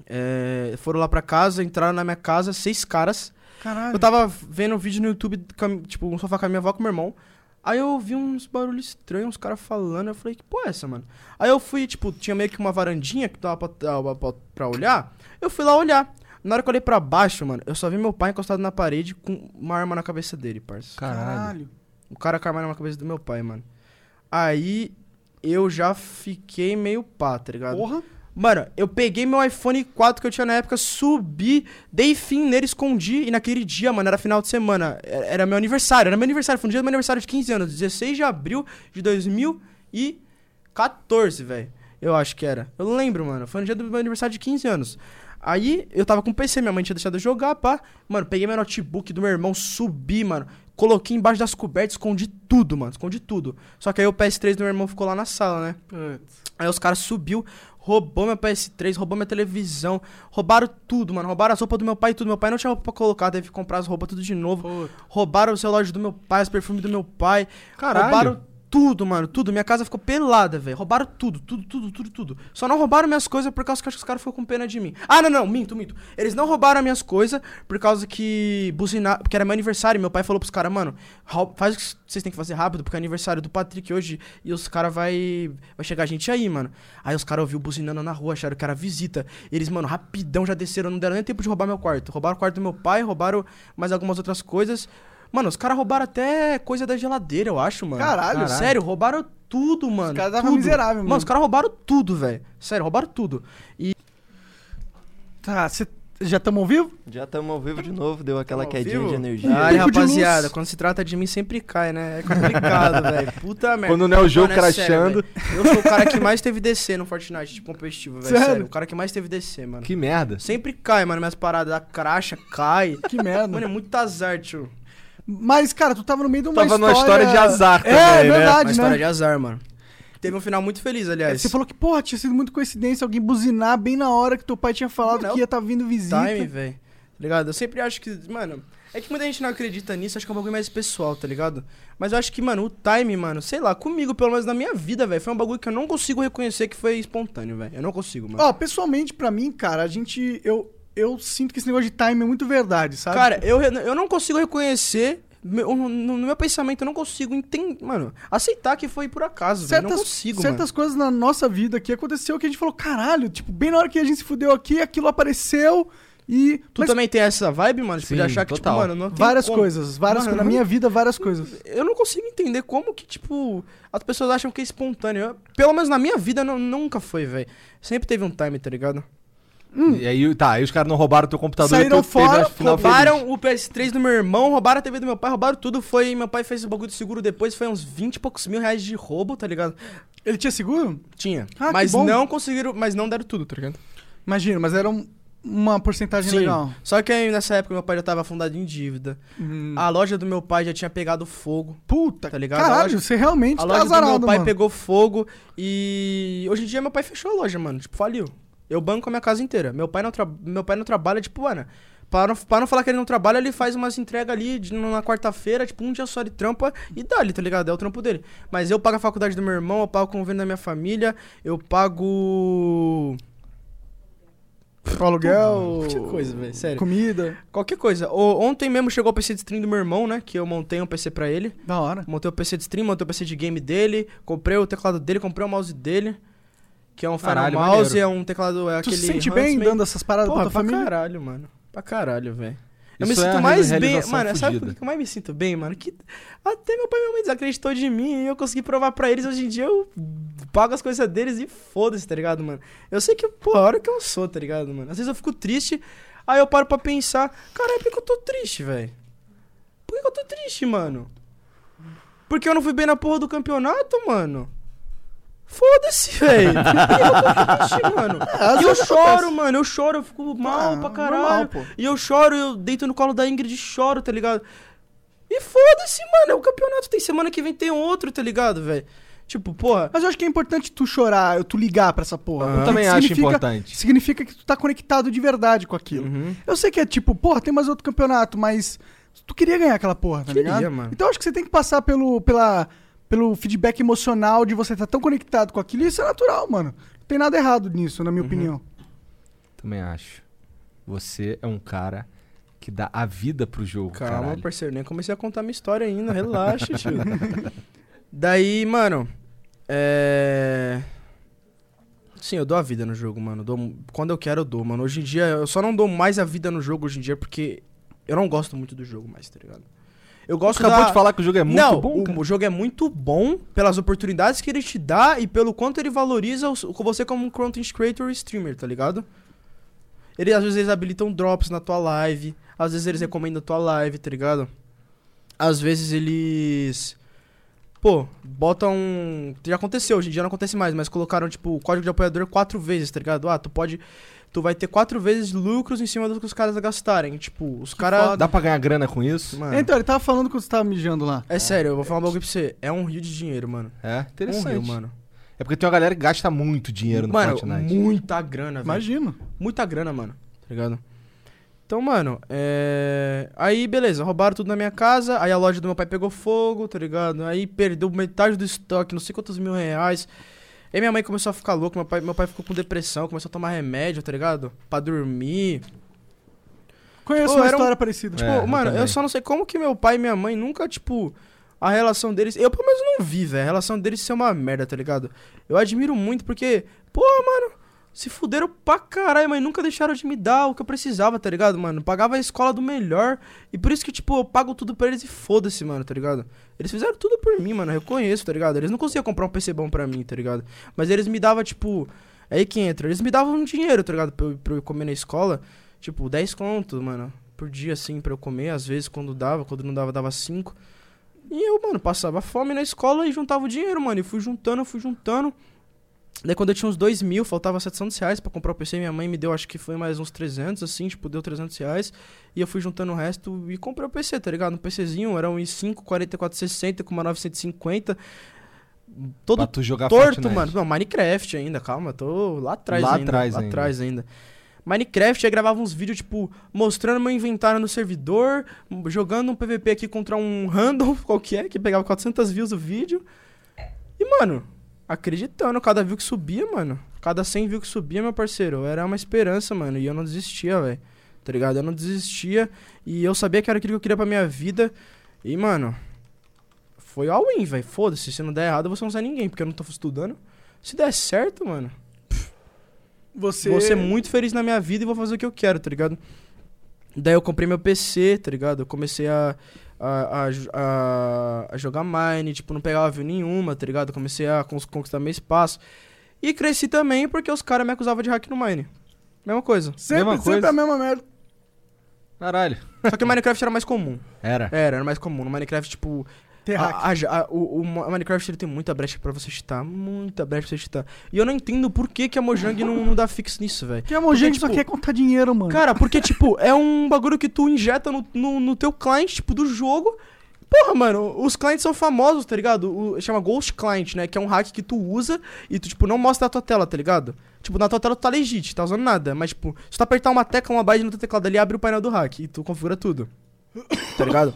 Speaker 3: é, foram lá pra casa, entraram na minha casa, seis caras.
Speaker 2: Caralho.
Speaker 3: Eu tava vendo um vídeo no YouTube, com a mi- tipo, um sofá com a minha avó com meu irmão. Aí eu ouvi uns barulhos estranhos, uns caras falando. Eu falei, que porra é essa, mano? Aí eu fui, tipo, tinha meio que uma varandinha que dava pra, dava pra- pra olhar. Eu fui lá olhar. Na hora que eu olhei pra baixo, mano, eu só vi meu pai encostado na parede com uma arma na cabeça dele, parça.
Speaker 1: Caralho.
Speaker 3: O cara com a arma na cabeça do meu pai, mano. Aí eu já fiquei meio pá, tá ligado?
Speaker 2: Porra.
Speaker 3: Mano, eu peguei meu iPhone 4 que eu tinha na época, subi, dei fim nele, escondi. E naquele dia, mano, era final de semana. Era, era meu aniversário, era meu aniversário. Foi um dia do meu aniversário de 15 anos, 16 de abril de 2014, velho. Eu acho que era. Eu lembro, mano. Foi no dia do meu aniversário de 15 anos. Aí eu tava com o PC, minha mãe tinha deixado eu jogar, pá. Mano, peguei meu notebook do meu irmão, subi, mano. Coloquei embaixo das cobertas, escondi tudo, mano. Escondi tudo. Só que aí o PS3 do meu irmão ficou lá na sala, né?
Speaker 2: Putz.
Speaker 3: Aí os caras subiu, roubou meu PS3, roubou minha televisão, roubaram tudo, mano. Roubaram as roupas do meu pai e tudo. Meu pai não tinha roupa pra colocar, teve que comprar as roupas tudo de novo.
Speaker 2: Puta.
Speaker 3: Roubaram o relógio do meu pai, os perfumes do meu pai.
Speaker 1: Caralho.
Speaker 3: Roubaram tudo, mano, tudo. Minha casa ficou pelada, velho. Roubaram tudo, tudo, tudo, tudo, tudo. Só não roubaram minhas coisas por causa que eu acho que os caras ficou com pena de mim. Ah, não, não, minto, minto. Eles não roubaram as minhas coisas por causa que buzinaram, porque era meu aniversário. e Meu pai falou pros caras, mano, rou- faz o que vocês têm que fazer rápido, porque é aniversário do Patrick hoje e os caras vai vai chegar a gente aí, mano. Aí os caras ouviu buzinando na rua, acharam que era visita. Eles, mano, rapidão já desceram, não deram nem tempo de roubar meu quarto. Roubaram o quarto do meu pai, roubaram mais algumas outras coisas. Mano, os caras roubaram até coisa da geladeira, eu acho, mano.
Speaker 2: Caralho. Caralho.
Speaker 3: Sério, roubaram tudo, mano.
Speaker 2: caras estavam
Speaker 3: tudo.
Speaker 2: miserável
Speaker 3: mano.
Speaker 2: mesmo.
Speaker 3: os caras roubaram tudo, velho. Sério, roubaram tudo. E
Speaker 2: Tá, você já estamos ao vivo?
Speaker 5: Já estamos ao vivo de novo, deu aquela
Speaker 3: Ao
Speaker 5: quedinha
Speaker 3: vivo?
Speaker 5: de energia.
Speaker 3: Ai,
Speaker 2: Jogo de luz.
Speaker 3: rapaziada, quando se trata de mim sempre cai, né? É complicado, velho. Puta merda.
Speaker 1: Quando não é o jogo
Speaker 3: Mano, é sério,
Speaker 1: crashando.
Speaker 3: velho. eu sou o cara que mais teve DC no Fortnite, tipo, competitivo, velho.
Speaker 2: Sério?
Speaker 3: Sério? O cara que mais teve DC, mano.
Speaker 1: Que merda.
Speaker 3: Sempre cai, mano. Minhas paradas, a cracha cai.
Speaker 2: Que merda.
Speaker 3: Mano, é muito azar, tio.
Speaker 2: Mas, cara, tu tava no meio de uma
Speaker 1: Tava
Speaker 2: história...
Speaker 1: numa história de azar
Speaker 2: É,
Speaker 1: também, né?
Speaker 2: verdade,
Speaker 3: Uma
Speaker 2: né?
Speaker 3: história de azar, mano. Teve um final muito feliz, aliás.
Speaker 2: Você falou que, porra, tinha sido muito coincidência alguém buzinar bem na hora que teu pai tinha falado
Speaker 3: Não.
Speaker 2: que ia estar vindo visita.
Speaker 3: time, velho. Tá ligado? Eu sempre acho que, mano. É que muita gente não acredita nisso, acho que é um bagulho mais pessoal, tá ligado? Mas eu acho que, mano, o time, mano, sei lá, comigo, pelo menos na minha vida, velho, foi um bagulho que eu não consigo reconhecer que foi espontâneo, velho. Eu não consigo, mano.
Speaker 2: Ó, pessoalmente, pra mim, cara, a gente. Eu, eu sinto que esse negócio de time é muito verdade, sabe?
Speaker 3: Cara, eu, re- eu não consigo reconhecer. meu- no, no meu pensamento, eu não consigo entender. Mano, aceitar que foi por acaso, velho. Eu Não consigo,
Speaker 2: certas
Speaker 3: mano.
Speaker 2: coisas na nossa vida que aconteceu que a gente falou, caralho, tipo, bem na hora que a gente se fudeu aqui, aquilo apareceu e.
Speaker 3: Tu
Speaker 2: Mas
Speaker 3: também tem essa vibe, mano? Tipo, de
Speaker 1: Sim,
Speaker 3: achar que,
Speaker 1: total.
Speaker 3: tipo, mano, não tem
Speaker 2: várias
Speaker 3: como.
Speaker 2: coisas, várias
Speaker 3: Mano,
Speaker 2: coisas. Na minha vida, várias coisas.
Speaker 3: Eu não consigo entender como que, tipo, as pessoas acham que é espontâneo. Eu- pelo menos na minha vida, não- nunca foi, velho. Sempre teve um time, tá ligado?
Speaker 1: E aí, tá, aí os caras não roubaram teu computador
Speaker 2: Saíram
Speaker 1: e tu teve
Speaker 2: fora,
Speaker 1: a final feliz.
Speaker 3: Roubaram o PS3 do meu irmão, roubaram a TV do meu pai, roubaram tudo. Foi, meu pai fez o bagulho de seguro depois, foi uns 20 e poucos mil reais de roubo, tá ligado?
Speaker 2: Ele tinha seguro?
Speaker 3: Tinha.
Speaker 2: Ah, que
Speaker 3: mas
Speaker 2: bom.
Speaker 3: não conseguiram, mas não deram tudo, tá ligado?
Speaker 2: Imagina, mas era um- uma porcentagem é legal.
Speaker 3: Só que aí, nessa época meu pai já tava afundado em dívida.
Speaker 2: Hum.
Speaker 3: A loja do meu pai já tinha pegado fogo.
Speaker 2: Puta,
Speaker 3: Tá ligado? A
Speaker 2: caralho,
Speaker 3: loja-
Speaker 2: você realmente
Speaker 3: A
Speaker 2: tá
Speaker 3: loja do
Speaker 2: azarado,
Speaker 3: meu pai
Speaker 2: mano.
Speaker 3: pegou fogo e hoje em dia meu pai fechou a loja, mano. Tipo, faliu. Eu banco a minha casa inteira. Meu pai não, tra- meu pai não trabalha, tipo, mano. Pra não, pra não falar que ele não trabalha, ele faz umas entregas ali de- na quarta-feira, tipo, um dia só ele trampa e dá-lhe, tá ligado? É o trampo dele. Mas eu pago a faculdade do meu irmão, eu pago o convênio da minha família, eu pago.
Speaker 2: O aluguel,
Speaker 3: Qualquer coisa, velho, sério.
Speaker 2: comida,
Speaker 3: Qualquer coisa. O- ontem mesmo chegou o PC de stream do meu irmão, né? Que eu montei um PC pra ele.
Speaker 2: da hora.
Speaker 3: Montei o PC de stream, montei o PC de game dele, comprei o teclado dele, comprei o mouse dele, que é um Final
Speaker 1: Caralho,
Speaker 3: Mouse,
Speaker 1: maneiro.
Speaker 3: é um teclado, é
Speaker 2: Tu
Speaker 3: aquele
Speaker 2: se sente bem
Speaker 3: Huntsman.
Speaker 2: dando essas paradas pra
Speaker 3: Porra,
Speaker 2: tua
Speaker 3: pra
Speaker 2: família?
Speaker 3: caralho, mano. Pra caralho, velho. Eu me
Speaker 1: Isso é
Speaker 3: sinto
Speaker 1: a
Speaker 3: mais bem,
Speaker 1: realização
Speaker 3: mano, sabe por
Speaker 1: fudida.
Speaker 3: que eu mais me sinto bem, mano? Que até meu pai e minha mãe desacreditou de mim e eu consegui provar pra eles, hoje em dia eu pago as coisas deles e foda-se, tá ligado, mano? Eu sei que, pô, a hora que eu sou, tá ligado, mano? Às vezes eu fico triste, aí eu paro pra pensar, caralho, por que que eu tô triste, velho? Por que que eu tô triste, mano? Porque eu não fui bem na porra do campeonato, mano? Foda-se, velho. Por que eu tô triste, mano?
Speaker 1: É,
Speaker 3: E eu choro, mano. Eu choro, eu fico
Speaker 2: Ah,
Speaker 3: mal pra
Speaker 2: normal,
Speaker 3: caralho.
Speaker 2: pô.
Speaker 3: e eu choro, eu deito no colo da Ingrid e choro, tá ligado? E foda-se, mano. É o campeonato. Tem semana que vem tem outro, tá ligado, velho? Tipo, porra.
Speaker 2: Mas eu acho que é importante tu chorar, tu ligar pra essa porra.
Speaker 1: Eu
Speaker 2: porque
Speaker 1: também acho
Speaker 2: significa-
Speaker 1: importante.
Speaker 2: Significa que tu tá conectado de verdade com aquilo.
Speaker 3: Uhum.
Speaker 2: Eu sei que é tipo, porra, tem mais outro campeonato, mas tu queria ganhar aquela porra, tá
Speaker 3: Queria,
Speaker 2: ligado?
Speaker 3: mano.
Speaker 2: Então eu acho que você tem que passar pelo, pela, pelo feedback emocional de você estar tão conectado com aquilo, e isso é natural, mano. Não tem nada errado nisso, na
Speaker 3: Uhum.
Speaker 2: minha opinião.
Speaker 1: Também acho. Você é um cara que dá a vida pro jogo,
Speaker 3: Calma,
Speaker 1: caralho.
Speaker 3: parceiro. Nem comecei a contar minha história ainda. Relaxa, tio. Daí, mano. É. Sim, eu dou a vida no jogo, mano. Dou- Quando eu quero, eu dou, mano. Hoje em dia, eu só não dou mais a vida no jogo hoje em dia porque eu não gosto muito do jogo mais, tá ligado? Eu gosto
Speaker 1: Acabou
Speaker 3: da-
Speaker 1: de falar que o jogo é muito
Speaker 3: não,
Speaker 1: bom,
Speaker 3: o,
Speaker 1: cara.
Speaker 3: o jogo é muito bom pelas oportunidades que ele te dá e pelo quanto ele valoriza os- você como um content creator e streamer, tá ligado? Ele, às vezes eles habilitam drops na tua live, às vezes eles recomendam a tua live, tá ligado? Às vezes eles. Pô, botam. um, Já aconteceu, hoje em dia não acontece mais, mas colocaram, tipo, o código de apoiador quatro vezes, tá ligado? Ah, tu pode. Tu vai ter quatro vezes lucros em cima do que os caras gastarem. Tipo, os caras.
Speaker 1: Dá pra ganhar grana com isso?
Speaker 3: Mano,
Speaker 2: Então, ele tava falando quando você tava mijando lá.
Speaker 3: é sério, eu vou falar um bagulho pra você. É um rio de dinheiro, mano.
Speaker 1: É,
Speaker 3: Um
Speaker 1: interessante.
Speaker 3: rio, mano.
Speaker 1: É porque tem uma galera que gasta muito dinheiro no
Speaker 3: mano,
Speaker 1: Fortnite.
Speaker 3: muita grana, velho.
Speaker 2: Imagino.
Speaker 3: Muita grana, mano. Tá ligado? Então, mano, é... Aí, beleza, roubaram tudo na minha casa, aí a loja do meu pai pegou fogo, tá ligado? Aí perdeu metade do estoque, não sei quantos mil reais. Aí minha mãe começou a ficar louca, meu pai, meu pai ficou com depressão, começou a tomar remédio, tá ligado? Pra dormir.
Speaker 2: Conheço
Speaker 3: Pô,
Speaker 2: uma
Speaker 3: era um-
Speaker 2: história parecida.
Speaker 1: É.
Speaker 2: Tipo,
Speaker 3: Pô,
Speaker 1: eu
Speaker 3: mano, eu
Speaker 1: também.
Speaker 3: só não sei como que meu pai e minha mãe nunca, tipo, a relação deles. Eu pelo menos não vi, velho. A relação deles ser uma merda, tá ligado? Eu admiro muito porque, pô, mano, se fuderam pra caralho, mas nunca deixaram de me dar o que eu precisava, tá ligado, mano? Pagava a escola do melhor. E por isso que, tipo, eu pago tudo pra eles e foda-se, mano, tá ligado? Eles fizeram tudo por mim, mano, eu reconheço, tá ligado? Eles não conseguiam comprar um PC bom pra mim, tá ligado? Mas eles me davam, tipo. Aí que entra. Eles me davam um dinheiro, tá ligado? Pra eu, pra eu comer na escola. Tipo, 10 conto, mano. Por dia, assim, pra eu comer. Às vezes, quando dava, quando não dava, dava 5. E eu, mano, passava fome na escola e juntava o dinheiro, mano. E fui juntando, fui juntando. Daí, quando eu tinha uns 2 mil, faltava 700 reais pra comprar o PC. Minha mãe me deu, acho que foi mais uns 300, assim. Tipo, deu 300 reais. E eu fui juntando o resto e comprei o PC, tá ligado? Um PCzinho, era um i5, 4460 com uma 950. todo
Speaker 1: pra tu jogar
Speaker 3: torto,
Speaker 1: Fortnite.
Speaker 3: mano. Não, Minecraft ainda, calma, tô lá atrás
Speaker 1: Lá
Speaker 3: ainda.
Speaker 1: atrás
Speaker 3: lá
Speaker 1: ainda.
Speaker 3: atrás ainda. Minecraft, eu gravava uns vídeos, tipo, mostrando meu inventário no servidor, m- jogando um PVP aqui contra um random qualquer, que pegava 400 views o vídeo. E, mano, acreditando, cada view que subia, mano, cada 100 views que subia, meu parceiro, era uma esperança, mano, e eu não desistia, velho. Tá ligado? Eu não desistia e eu sabia que era aquilo que eu queria pra minha vida. E, mano, foi all in, velho. Foda-se, se não der errado, você não sai ninguém, porque eu não tô estudando. Se der certo, mano,
Speaker 2: Você.
Speaker 3: vou ser é muito feliz na minha vida e vou fazer o que eu quero, tá ligado? Daí eu comprei meu PC, tá ligado? Eu comecei a, a, a, jo- a- a jogar Mine, tipo, não pegava view nenhuma, tá ligado? Comecei a cons- conquistar meu espaço. E cresci também porque os caras me acusavam de hack no Mine. Mesma coisa.
Speaker 2: Sempre,
Speaker 1: Mesma
Speaker 2: sempre
Speaker 1: coisa.
Speaker 2: a mesma merda.
Speaker 1: Caralho.
Speaker 3: Só que o Minecraft era mais comum.
Speaker 1: Era.
Speaker 3: Era, era mais comum. No Minecraft, tipo,
Speaker 2: Ter hack.
Speaker 3: a- a- a- o, o Mo- Minecraft ele tem muita brecha pra você chutar, muita brecha pra você chutar. E eu não entendo por que, que a Mojang não, não dá fix nisso, velho.
Speaker 2: Que a Mojang
Speaker 3: Porque,
Speaker 2: é só
Speaker 3: tipo,
Speaker 2: quer contar dinheiro, mano.
Speaker 3: Cara, porque, tipo, é um bagulho que tu injeta no, no, no teu client, tipo, do jogo. Porra, mano, os clients são famosos, tá ligado? O, chama Ghost Client, né? Que é um hack que tu usa e tu, tipo, não mostra na tua tela, tá ligado? Tipo, na tua tela tu tá legit, tá usando nada. Mas, tipo, se tu apertar uma tecla, uma byte no teu teclado ali, abre o painel do hack e tu configura tudo. Tá ligado?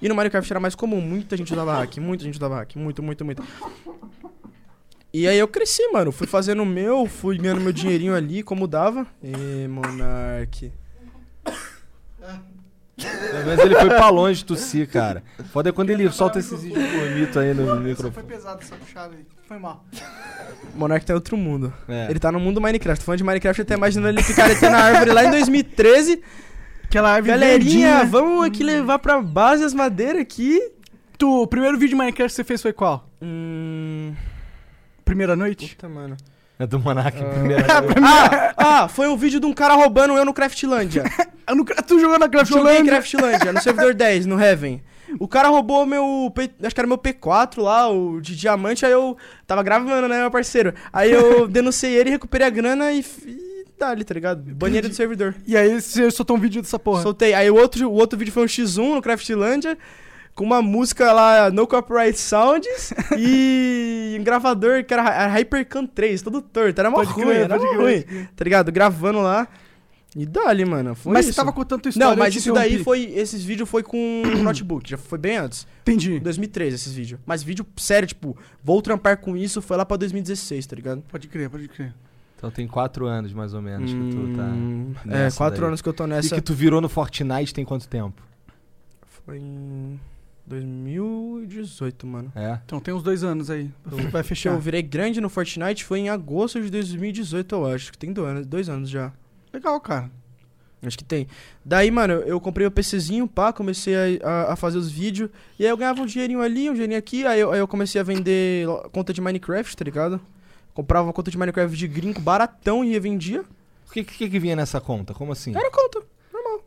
Speaker 3: E no Minecraft era mais comum, muita gente usava hack, muita gente usava hack, muito, muito, muito. E aí eu cresci, mano. Fui fazendo o meu, fui ganhando meu dinheirinho ali, como dava. Ê, Monark.
Speaker 1: Pelo menos ele foi pra longe de tossir, cara. Foda é quando ele solta esses vídeos bonitos aí no
Speaker 2: Foi
Speaker 1: microfone.
Speaker 2: pesado essa puxada aí. Foi mal.
Speaker 3: Monark tá em outro mundo.
Speaker 1: É.
Speaker 3: Ele tá no mundo Minecraft. Fã de Minecraft, eu até imaginando ele picaretando na árvore lá em 2013.
Speaker 2: Aquela árvore
Speaker 3: Galerinha,
Speaker 2: verdinha.
Speaker 3: vamos aqui levar pra base as madeiras aqui.
Speaker 2: Tu, o primeiro vídeo de Minecraft que você fez foi qual?
Speaker 3: Hum.
Speaker 2: Primeira noite?
Speaker 3: Puta, mano.
Speaker 1: É do Monark em primeira.
Speaker 3: Ah, ah, foi um vídeo de um cara roubando eu no Craftlândia.
Speaker 2: Ah, no- tu jogou na
Speaker 3: Joguei
Speaker 2: Craftolândia?
Speaker 3: em Craftlândia, no servidor 10, no Heaven. O cara roubou meu. P- Acho que era meu P4 lá, o de diamante, aí eu. Tava gravando, né, meu parceiro? Aí eu denunciei ele, recuperei a grana e. f- e Tá ali, tá ligado? Banheiro do servidor.
Speaker 2: E aí você soltou um vídeo dessa porra.
Speaker 3: Soltei. Aí o outro, o outro vídeo foi um X1 no Craftlândia, com uma música lá, No Copyright Sounds, e um gravador que era Hy- era Hypercam 3, todo torto. Era mó
Speaker 2: Pode
Speaker 3: ruim,
Speaker 2: crer,
Speaker 3: era
Speaker 2: pode
Speaker 3: mó
Speaker 2: crer,
Speaker 3: ruim. Tá ligado? Gravando lá. E dali, mano. Foi
Speaker 2: Mas
Speaker 3: isso.
Speaker 2: você tava contando tua história.
Speaker 3: Não, mas
Speaker 2: eu te
Speaker 3: isso daí
Speaker 2: interrompi.
Speaker 3: foi. Esses vídeos foi com notebook, já foi bem antes.
Speaker 2: Entendi.
Speaker 3: 2013, esses vídeos. Mas vídeo sério, tipo, vou trampar com isso, foi lá pra 2016, tá ligado?
Speaker 2: Pode crer, pode crer.
Speaker 1: Então tem quatro anos, mais ou
Speaker 2: É,
Speaker 1: menos, que tu tá.
Speaker 3: Hum, é,
Speaker 1: nessa
Speaker 3: quatro
Speaker 1: daí.
Speaker 3: anos que eu tô
Speaker 1: E
Speaker 3: nessa.
Speaker 1: que tu virou no Fortnite tem quanto tempo?
Speaker 3: Foi em 2018, mano.
Speaker 1: É.
Speaker 2: Então tem uns dois anos aí. Então Vai fechar.
Speaker 3: Eu virei grande no Fortnite, foi em agosto de 2018, eu acho. Que tem dois anos, dois anos já.
Speaker 2: Legal, cara.
Speaker 3: Acho que tem. Daí, mano, eu, eu comprei o PCzinho, pá, comecei a, a- a fazer os vídeos. E aí eu ganhava um dinheirinho ali, um dinheirinho aqui. Aí eu, aí eu comecei a vender lo- conta de Minecraft, tá ligado? Comprava uma conta de Minecraft de gringo baratão e revendia.
Speaker 1: O que, que que vinha nessa conta? Como assim?
Speaker 3: Era conta.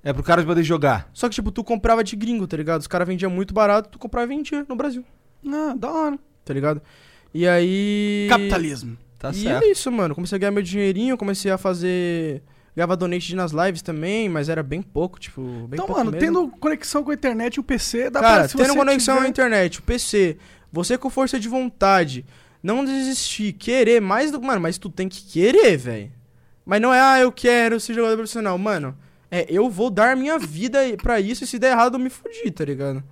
Speaker 1: É pro cara poder jogar.
Speaker 3: Só que, tipo, tu comprava de gringo, tá ligado? Os caras vendiam muito barato, tu comprava e vendia no Brasil,
Speaker 2: Ah, da hora.
Speaker 3: tá ligado? E aí.
Speaker 2: Capitalismo.
Speaker 1: Tá
Speaker 3: e
Speaker 1: certo.
Speaker 3: é isso, mano. Comecei a ganhar meu dinheirinho, comecei a fazer. Ganhava donate nas lives também, mas era bem pouco, tipo, bem
Speaker 2: Então,
Speaker 3: pouco
Speaker 2: mano,
Speaker 3: mesmo.
Speaker 2: tendo conexão com a internet e o PC, dá
Speaker 3: Cara,
Speaker 2: pra se
Speaker 3: tendo
Speaker 2: você
Speaker 3: conexão à
Speaker 2: tiver-
Speaker 3: internet, o PC, você com força de vontade, não desistir, querer mais do. Mano, mas tu tem que querer, velho. Mas não é, ah, eu quero ser jogador profissional. Mano, é, eu vou dar minha vida pra isso e se der errado eu me fudi, tá ligado?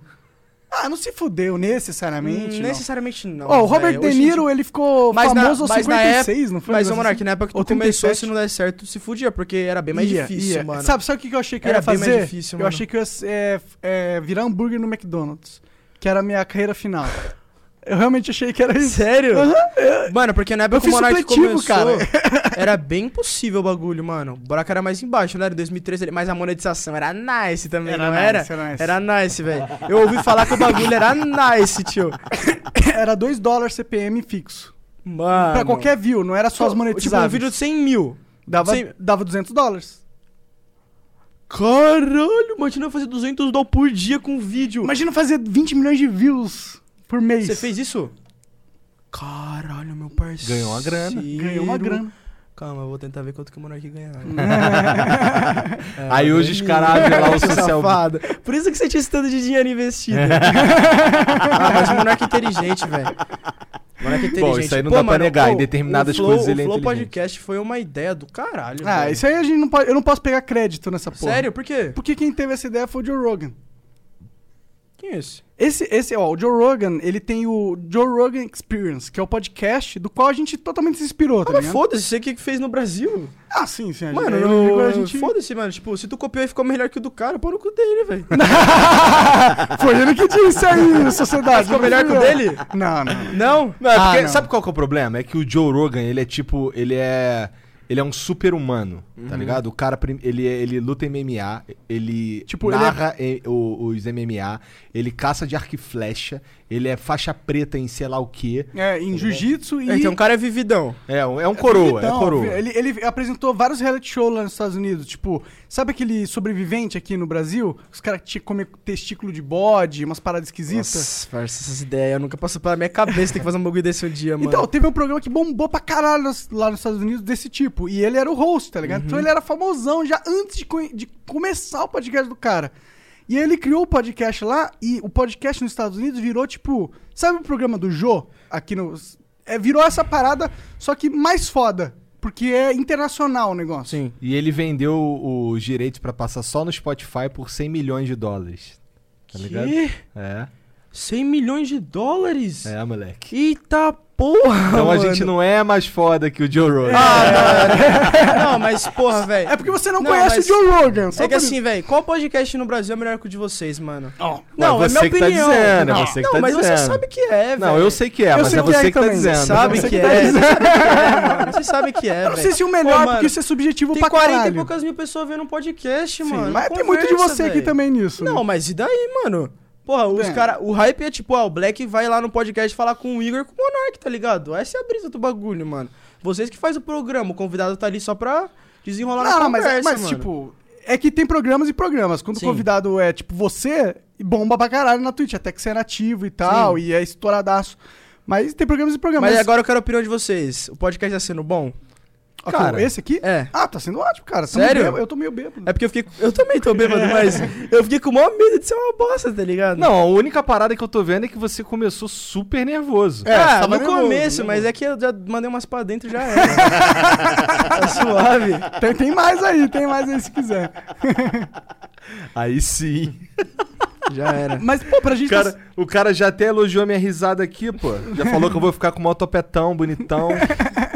Speaker 2: Ah, não se fudeu necessariamente.
Speaker 3: Hum,
Speaker 2: não.
Speaker 3: necessariamente não.
Speaker 2: Ó, o
Speaker 3: véi.
Speaker 2: Robert
Speaker 3: Hoje
Speaker 2: De
Speaker 3: em
Speaker 2: Niro, ele ficou
Speaker 3: Mas na-
Speaker 2: famoso aos
Speaker 3: mas na
Speaker 2: 56, não foi?
Speaker 3: Mas, ô
Speaker 2: um
Speaker 3: Monark, na época que
Speaker 2: Ou
Speaker 3: tu começou,
Speaker 2: 37.
Speaker 3: se não der certo, tu se fudia, porque era é bem mais
Speaker 2: Ia,
Speaker 3: difícil,
Speaker 2: ia.
Speaker 3: mano.
Speaker 2: Sabe, sabe o que que eu achei que eu
Speaker 3: Era
Speaker 2: ia
Speaker 3: bem
Speaker 2: fazer?
Speaker 3: mais difícil,
Speaker 2: Eu
Speaker 3: mano.
Speaker 2: achei que eu ia é, f- é, virar hambúrguer no McDonald's, que era a minha carreira final. Eu realmente achei que era isso.
Speaker 3: Sério?
Speaker 2: Aham.
Speaker 3: Mano, porque na
Speaker 2: Eu
Speaker 3: época que o
Speaker 2: fiz
Speaker 3: Monark
Speaker 2: supletivo,
Speaker 3: começou,
Speaker 2: cara.
Speaker 3: era bem possível o bagulho, mano. O buraco era mais embaixo, não era? Em 2013, ele- mas a monetização era nice também, não era?
Speaker 2: nice, era nice.
Speaker 3: Era nice, velho. Eu ouvi falar que o bagulho era nice, tio.
Speaker 2: Era 2 dólares CPM fixo.
Speaker 3: Mano.
Speaker 2: pra qualquer view, não era só as
Speaker 3: Ah, Tipo, um
Speaker 2: monetizadas.
Speaker 3: vídeo de 100 mil.
Speaker 2: dava,
Speaker 3: cem-
Speaker 2: dava 200 dólares.
Speaker 3: Caralho, imagina eu fazer 200 dólares por dia com vídeo.
Speaker 2: Imagina fazer 20 milhões de views por mês.
Speaker 3: Você fez isso? Caralho, meu parceiro.
Speaker 1: Ganhou uma grana.
Speaker 2: Ganhou uma grana.
Speaker 3: Calma, eu vou tentar ver quanto que o Monark ganhava. É,
Speaker 1: Aí hoje os caras abrem lá o
Speaker 3: Seu
Speaker 1: social.
Speaker 3: safado. Por isso que você tinha esse tanto de dinheiro investido. ah, mas o Monark é inteligente, velho. Moleque inteligente.
Speaker 1: Bom, isso aí não dá pra negar, em determinadas
Speaker 3: o Flow-
Speaker 1: coisas ele é
Speaker 3: O Flow
Speaker 1: inteligente.
Speaker 3: Podcast foi uma ideia do caralho,
Speaker 2: Ah,
Speaker 3: velho.
Speaker 2: isso aí a gente não pode. Eu não posso pegar crédito nessa porra.
Speaker 3: Sério? Por quê?
Speaker 2: Porque quem teve essa ideia foi o Joe Rogan.
Speaker 3: Quem é esse?
Speaker 2: Esse, esse, ó, o Joe Rogan, ele tem o Joe Rogan Experience, que é o podcast do qual a gente totalmente se inspirou, tá
Speaker 3: Ah, mas
Speaker 2: ligado?
Speaker 3: foda-se, você que fez no Brasil.
Speaker 2: Ah, sim, sim. a gente-
Speaker 3: Mano,
Speaker 2: eu
Speaker 3: eu,
Speaker 2: digo, a gente-
Speaker 3: foda-se, mano. Tipo, se tu copiou e ficou melhor que o do cara, pau no cu dele, velho.
Speaker 2: Foi ele que disse aí, sociedade.
Speaker 3: Ficou melhor que o dele?
Speaker 2: Não, não.
Speaker 3: Não?
Speaker 1: Não, é
Speaker 2: Ah,
Speaker 1: porque,
Speaker 2: não.
Speaker 1: sabe qual que é o problema? É que o Joe Rogan, ele é tipo, ele é ele é um super humano,
Speaker 2: Uhum.
Speaker 1: tá ligado? O cara, prim- ele, é- ele luta MMA, ele
Speaker 2: Tipo, ele é-
Speaker 1: narra em- o- os MMA, ele caça de arco e flecha, ele é faixa preta em sei lá o quê.
Speaker 2: É, em jiu-jitsu e.
Speaker 3: Então o cara é vividão.
Speaker 1: É, um- é um coroa,
Speaker 2: Então,
Speaker 1: é coroa.
Speaker 2: Ele, ele apresentou vários reality shows lá nos Estados Unidos. Tipo, sabe aquele sobrevivente aqui no Brasil? Os caras tinham que comer testículo de bode, umas paradas esquisitas.
Speaker 3: Nossa, parça, essas ideias nunca passou pela minha cabeça. Tem que fazer um bagulho desse um dia, mano.
Speaker 2: Então, teve um programa que bombou pra caralho nos- lá nos Estados Unidos desse tipo. E ele era o host, tá ligado? Então
Speaker 3: Uhum.
Speaker 2: ele era famosão já antes de, co- de começar o podcast do cara. E aí ele criou o podcast lá e o podcast nos Estados Unidos virou tipo. Sabe o programa do Jô? Aqui no. É, virou essa parada, só que mais foda. Porque é internacional o negócio.
Speaker 3: Sim.
Speaker 1: E ele vendeu o- os direitos pra passar só no Spotify por 100 milhões de dólares. Tá ligado?
Speaker 3: Que?
Speaker 1: É,
Speaker 3: 100 milhões de dólares?
Speaker 1: é, moleque.
Speaker 3: Eita porra,
Speaker 2: Ah,
Speaker 1: Então
Speaker 3: mano. Ah,
Speaker 1: a gente não é mais foda que o Joe Rogan.
Speaker 3: Não, mas porra, velho.
Speaker 2: É porque você não,
Speaker 3: Não,
Speaker 2: conhece
Speaker 3: mas-
Speaker 2: o Joe Rogan. só
Speaker 3: É que
Speaker 2: por isso.
Speaker 3: assim, velho, qual podcast no Brasil é melhor que o de vocês, mano?
Speaker 2: Ó,
Speaker 3: Não,
Speaker 1: Ué,
Speaker 3: é minha
Speaker 1: você que tá
Speaker 3: opinião.
Speaker 1: dizendo, é
Speaker 3: não,
Speaker 1: você que
Speaker 3: não,
Speaker 1: tá
Speaker 3: mas você
Speaker 1: dizendo.
Speaker 3: sabe que é, velho.
Speaker 1: Não, eu sei que é,
Speaker 2: Eu
Speaker 1: mas
Speaker 2: sei
Speaker 1: é
Speaker 2: que é
Speaker 1: você que, tá
Speaker 2: também.
Speaker 1: dizendo.
Speaker 3: Sabe
Speaker 2: Você
Speaker 3: que
Speaker 2: que tá
Speaker 3: é,
Speaker 2: dizendo.
Speaker 3: sabe que é, mano. Você sabe que é,
Speaker 2: eu não sei
Speaker 3: velho.
Speaker 2: se o melhor,
Speaker 3: Pô, mano,
Speaker 2: porque isso é subjetivo
Speaker 3: Tem
Speaker 2: pra
Speaker 3: 40
Speaker 2: caralho.
Speaker 3: e poucas mil pessoas vendo um podcast,
Speaker 2: Sim,
Speaker 3: mano.
Speaker 2: mas
Speaker 3: Não
Speaker 2: tem muito de
Speaker 3: conversa,
Speaker 2: você aqui
Speaker 3: velho.
Speaker 2: também nisso. né?
Speaker 3: Não, mas e daí, mano? Porra, os
Speaker 2: É.
Speaker 3: cara, o hype é tipo, ah, o Black vai lá no podcast falar com o Igor e com o Monark, tá ligado? Essa é a brisa do bagulho, mano. Vocês que fazem o programa, o convidado tá ali só pra desenrolar
Speaker 2: Não,
Speaker 3: na
Speaker 2: não, mas,
Speaker 3: conversa,
Speaker 2: mas,
Speaker 3: mano.
Speaker 2: tipo, é que tem programas e programas. Quando
Speaker 3: Sim.
Speaker 2: o convidado é, tipo, você, bomba pra caralho na Twitch, até que você é nativo e tal,
Speaker 3: Sim.
Speaker 2: e é estouradaço. Mas tem programas e programas.
Speaker 3: Mas agora eu quero a opinião de vocês. O podcast tá sendo bom?
Speaker 2: Ah,
Speaker 1: cara,
Speaker 2: esse aqui?
Speaker 3: é.
Speaker 2: Ah, tá sendo ótimo, cara. Tamo
Speaker 3: Sério?
Speaker 2: bêbado, eu tô meio bêbado.
Speaker 3: É porque eu fiquei. Eu também tô bêbado, mas eu fiquei com o maior medo de ser uma bosta, tá ligado?
Speaker 1: Não, a única parada que eu tô vendo é que você começou super nervoso.
Speaker 3: É,
Speaker 2: Ah,
Speaker 3: no
Speaker 2: tava nervoso,
Speaker 3: começo,
Speaker 2: nervoso.
Speaker 3: mas é que eu já mandei umas pra dentro e já era. tá suave.
Speaker 2: Tem, tem mais aí, tem mais aí se quiser.
Speaker 1: Aí sim.
Speaker 3: Já era.
Speaker 2: Mas, pô, pra
Speaker 1: O
Speaker 2: gente. tá
Speaker 1: cara, o cara já até elogiou minha risada aqui, pô. Já falou que eu vou ficar com o maior topetão, bonitão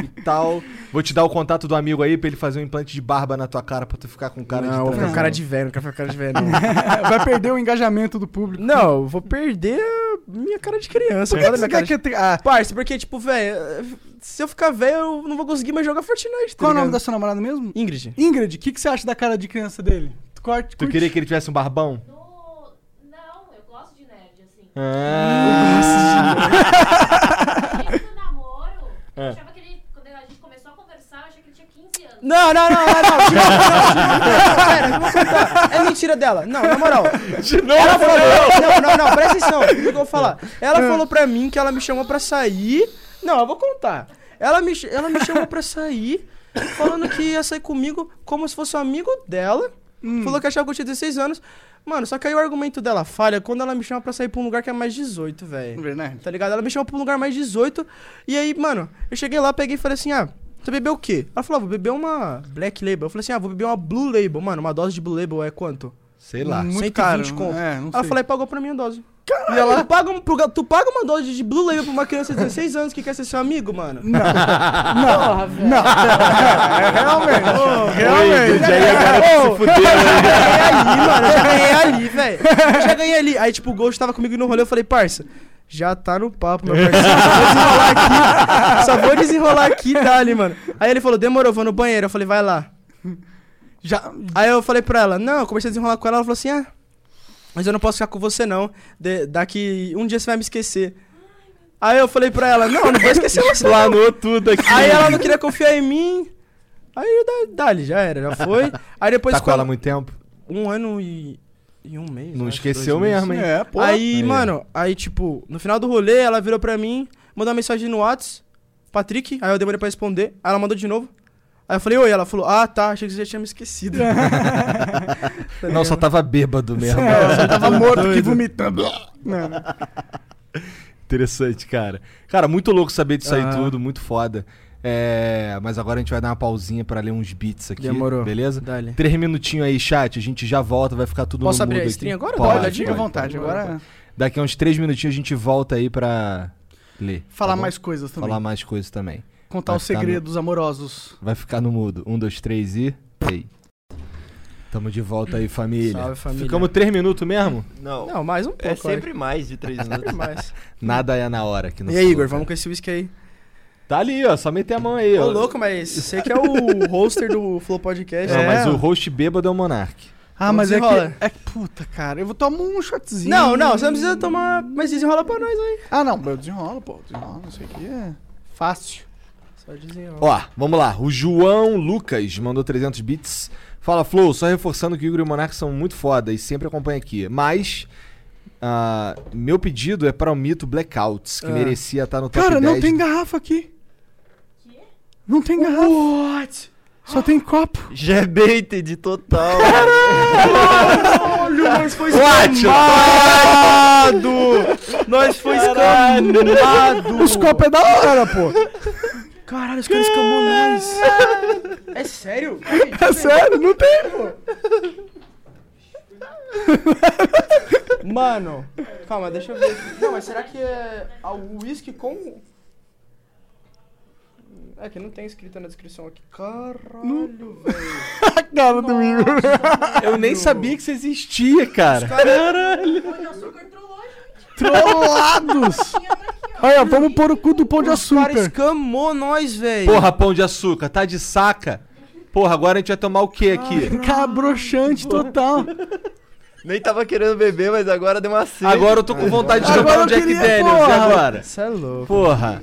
Speaker 1: e tal. Vou te dar o contato do amigo aí pra ele fazer um implante de barba na tua cara pra tu ficar com cara
Speaker 3: não, eu vou
Speaker 1: de
Speaker 3: ficar
Speaker 1: transão.
Speaker 3: com cara de velho, não quero ficar com cara de velho,
Speaker 2: Vai perder o engajamento do público.
Speaker 3: não. não, eu vou perder a minha cara de criança. Por
Speaker 2: Por que
Speaker 3: minha
Speaker 2: você
Speaker 3: cara
Speaker 2: quer
Speaker 3: de...
Speaker 2: que eu te- ah,
Speaker 3: Parce, porque, tipo, velho, se eu ficar velho, eu não vou conseguir mais jogar Fortnite. Tá
Speaker 2: qual é o nome da
Speaker 3: ligado?
Speaker 2: sua namorada mesmo?
Speaker 3: Ingrid.
Speaker 2: Ingrid, o que, que você acha da cara de criança dele? Tu Corte,
Speaker 1: Tu queria que ele tivesse um barbão?
Speaker 6: No... Não, eu gosto de nerd, assim.
Speaker 1: É. Ah.
Speaker 6: Desde o namoro, eu achava que ele, quando a gente começou a conversar, eu achei que ele tinha 15 anos.
Speaker 3: Não, não, não, não, não. de novo, não. Pera, eu vou contar. É mentira dela. Não, na moral.
Speaker 1: De novo?
Speaker 3: Ela falou. Não, não, não, presta atenção. O que eu vou falar? Ela falou pra mim que ela me chamou pra sair. Não, eu vou contar. Ela me, ch- ela me chamou pra sair, falando que ia sair comigo como se fosse um amigo dela. Falou que achava que eu tinha 16 anos. Mano, só que aí o argumento dela falha quando ela me chama pra sair pra um lugar que é mais 18, velho.
Speaker 2: Verdade.
Speaker 3: Tá ligado? Ela me chamou pra um lugar mais 18. E aí, mano, eu cheguei lá, peguei e falei assim: ah, você bebeu o quê? Ela falou: ah, vou beber uma Black Label. Eu falei assim: ah, vou beber uma Blue Label. Mano, uma dose de Blue Label é quanto?
Speaker 1: Sei lá. Tá
Speaker 2: Muito
Speaker 3: 120
Speaker 2: caro,
Speaker 3: conto.
Speaker 2: é, não
Speaker 3: Ela
Speaker 2: sei.
Speaker 3: falou: e pagou pra minha dose. E ela, tu paga, um- pro- tu paga uma dose de Blue Label pra uma criança de 16 anos que quer ser seu amigo, mano? Não,
Speaker 2: Realmente.
Speaker 1: É,
Speaker 3: é
Speaker 1: Oi, Ingrid, aí agora tu se né? fudeu.
Speaker 3: já ganhei ali, mano. Já ganhei ali, velho. Já ganhei ali. Aí, tipo, o Ghost tava comigo no rolê, eu falei, parça. Já tá no papo, meu parceiro. Só vou desenrolar aqui. Só vou desenrolar aqui e dali, mano. Aí ele falou, demorou, vou no banheiro. Eu falei, vai lá.
Speaker 2: Já,
Speaker 3: Aí eu falei pra ela, não, eu comecei a desenrolar com ela, ela falou assim, ah, mas eu não posso ficar com você não, De- daqui um dia você vai me esquecer. Aí eu falei pra ela, não, eu não vou esquecer você não.
Speaker 1: Planou tudo aqui.
Speaker 3: Aí ela não queria confiar em mim, aí da- dali, já era, já foi. Aí depois
Speaker 1: Tá com
Speaker 3: ficou
Speaker 1: ela há muito tempo?
Speaker 3: um ano e, e um mês.
Speaker 1: Não
Speaker 3: acho,
Speaker 1: esqueceu
Speaker 3: dois meses.
Speaker 1: mesmo, hein?
Speaker 2: É, pô.
Speaker 3: Aí,
Speaker 1: Aí.
Speaker 3: mano, aí tipo, no final do rolê ela virou pra mim, mandou uma mensagem no Whats, Patrick, aí eu demorei pra responder, aí ela mandou de novo. Aí eu falei, oi, ela falou, ah tá, achei que você já tinha me esquecido.
Speaker 1: Não, só tava bêbado mesmo.
Speaker 2: É, eu tava morto aqui vomitando. Não, não.
Speaker 1: interessante, cara. Cara, muito louco saber disso aí
Speaker 3: Ah.
Speaker 1: tudo, muito foda. É, mas agora a gente vai dar uma pausinha pra ler uns beats aqui.
Speaker 3: Demorou.
Speaker 1: Beleza?
Speaker 3: Dali.
Speaker 1: Três minutinhos aí, chat. A gente já volta, vai ficar tudo
Speaker 3: Posso
Speaker 1: no
Speaker 3: abrir
Speaker 1: mudo
Speaker 3: a stream
Speaker 1: aqui.
Speaker 3: agora?
Speaker 1: Pode,
Speaker 2: Olha,
Speaker 1: pode,
Speaker 2: diga à vontade.
Speaker 3: pode,
Speaker 2: Agora,
Speaker 1: Daqui a uns três minutinhos a gente volta aí pra ler. tá
Speaker 2: falar
Speaker 1: bom?
Speaker 2: mais coisas também.
Speaker 1: Falar mais coisas também.
Speaker 2: Contar
Speaker 1: vai
Speaker 2: os
Speaker 1: ficar no-
Speaker 2: segredos amorosos.
Speaker 1: Vai ficar no mudo. Um, dois, três e. Play. Tamo de volta aí, família.
Speaker 3: Salve, família.
Speaker 1: Ficamos três minutos mesmo?
Speaker 5: Não,
Speaker 3: Não, mais um pouco.
Speaker 5: é sempre mais de três
Speaker 3: olha.
Speaker 5: minutos.
Speaker 3: mais.
Speaker 1: Nada é na hora aqui no
Speaker 3: E aí, Igor, vamos com esse whisky aí.
Speaker 1: Tá ali, ó. Só meter a mão aí,
Speaker 3: Ô,
Speaker 1: ó.
Speaker 3: louco, mas você que é o hoster do Flow Podcast.
Speaker 1: Não,
Speaker 3: É.
Speaker 1: mas o host bêbado é o Monark.
Speaker 2: Ah, mas é
Speaker 3: desenrola.
Speaker 2: que, é que. Puta, cara, eu vou tomar um shotzinho.
Speaker 3: Não, não, você não precisa tomar. Mas desenrola pra nós aí.
Speaker 2: Ah, não, eu desenrolo, pô. Desenrolo, isso aqui é fácil.
Speaker 3: Só desenrola.
Speaker 1: Ó, vamos lá. O João Lucas mandou 300 bits. Fala, Flow, só reforçando que o Igor e o Monark são muito foda e sempre acompanha aqui. Mas, ah, meu pedido é para o mito Blackouts, que
Speaker 3: Ah.
Speaker 1: merecia estar no top
Speaker 2: É. Cara,
Speaker 1: 10.
Speaker 2: não tem garrafa aqui.
Speaker 6: Quê?
Speaker 2: Não tem garrafa.
Speaker 3: What?
Speaker 2: Só tem copo.
Speaker 5: Já é bait de total.
Speaker 3: Olha, mas foi
Speaker 5: Escamado! Nós foi escamado!
Speaker 2: Os copos é da hora, pô.
Speaker 3: Caralho, os caras escamou nós. É sério?
Speaker 2: É sério, não tem, pô.
Speaker 3: Mano, calma, deixa eu ver. aqui. Não, mas será que é ao- o uísque com. É que não tem escrita na descrição aqui. Caralho, velho.
Speaker 2: Cara do Igor.
Speaker 1: Eu nem sabia que isso existia, cara.
Speaker 6: Olha, o açúcar trollou, gente.
Speaker 2: Trollados. Olha, vamos pôr o cu do pão de
Speaker 3: Os caras
Speaker 2: açúcar.
Speaker 3: escamou nós, velho.
Speaker 1: Porra, pão de açúcar, tá de saca? Porra, agora a gente vai tomar o quê aqui?
Speaker 2: Cabrochante total.
Speaker 5: Nem tava querendo beber, mas agora deu uma sede.
Speaker 1: Agora eu tô com vontade de
Speaker 2: Agora
Speaker 1: tomar um
Speaker 2: eu
Speaker 1: Jack
Speaker 2: queria,
Speaker 1: Daniels, e
Speaker 2: porra.
Speaker 1: agora?
Speaker 3: Isso é louco.
Speaker 1: Porra.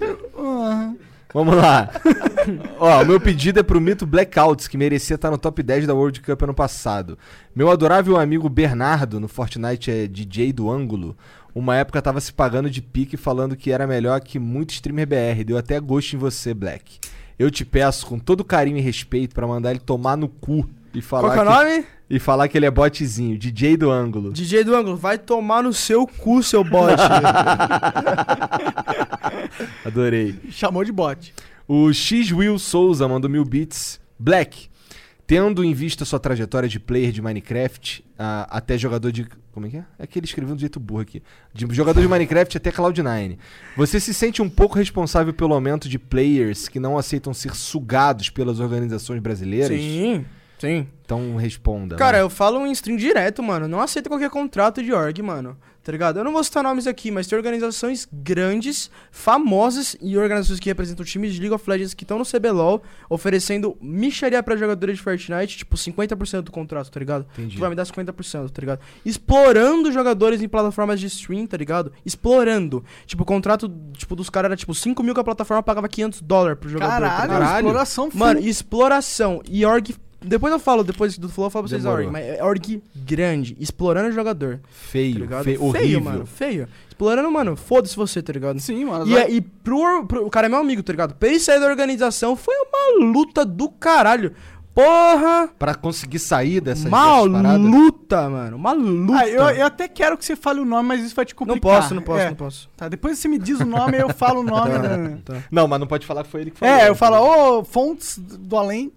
Speaker 1: Vamos lá. Ó, o meu pedido é pro mito Blackouts, que merecia estar no top 10 da World Cup ano passado. Meu adorável amigo Bernardo, no Fortnite é DJ do ângulo, uma época tava se pagando de pique falando que era melhor que muito streamer BR. Deu até gosto em você, Black. Eu te peço, com todo carinho e respeito, pra mandar ele tomar no cu e falar,
Speaker 3: Qual que é o
Speaker 1: que,
Speaker 3: nome?
Speaker 1: E falar que ele é botezinho, DJ do ângulo.
Speaker 3: DJ do ângulo, vai tomar no seu cu, seu bote.
Speaker 1: Adorei.
Speaker 2: Chamou de bote.
Speaker 1: O X Will Souza mandou mil bits. Black, tendo em vista sua trajetória de player de Minecraft, ah, até jogador de. Como é que é? É que ele escreveu do jeito burro aqui. De jogador de Minecraft até Cloud9. Você se sente um pouco responsável pelo aumento de players que não aceitam ser sugados pelas organizações brasileiras?
Speaker 3: sim, sim.
Speaker 1: Então responda.
Speaker 3: Cara,
Speaker 1: vai.
Speaker 3: eu falo em stream direto, mano. Não aceito qualquer contrato de org, mano. Tá ligado? Eu não vou citar nomes aqui, mas tem organizações grandes, famosas e organizações que representam times de League of Legends que estão no CBLOL oferecendo micharia pra jogadores de Fortnite, tipo 50% do contrato, tá ligado?
Speaker 1: Entendi.
Speaker 3: Tu vai me dar 50%, tá ligado? Explorando jogadores em plataformas de stream, tá ligado? Explorando. Tipo, o contrato tipo, dos caras era tipo 5 mil que a plataforma pagava 500 dólares pro jogador. tá
Speaker 2: Caralho,
Speaker 3: ligado?
Speaker 2: exploração full.
Speaker 3: Mano, exploração e org. Depois eu falo, depois do flow eu falo pra vocês a org,
Speaker 1: Demorou.
Speaker 3: mas é org grande, explorando o jogador, tá
Speaker 1: Feio,
Speaker 3: ligado?
Speaker 1: feio, horrível.
Speaker 3: Feio, mano, feio. Explorando, mano, foda-se você, tá ligado?
Speaker 2: Sim, mano.
Speaker 3: E, e pro, pro- O cara é meu amigo, tá ligado? Pra ele sair da organização foi uma luta do caralho. Porra!
Speaker 1: Pra conseguir sair dessas,
Speaker 3: Uma
Speaker 1: dessas paradas.
Speaker 3: luta, mano. Uma luta.
Speaker 2: Ah, eu, eu até quero que você fale o nome, mas isso vai te
Speaker 3: Não
Speaker 2: complicar.
Speaker 3: posso, não posso,
Speaker 2: É.
Speaker 3: não posso.
Speaker 2: Tá, depois você me diz o nome, eu falo o nome.
Speaker 3: Tá,
Speaker 2: né?
Speaker 3: tá.
Speaker 1: Não, mas não pode falar que foi ele que falou.
Speaker 2: É, eu falo, ô, fontes do além.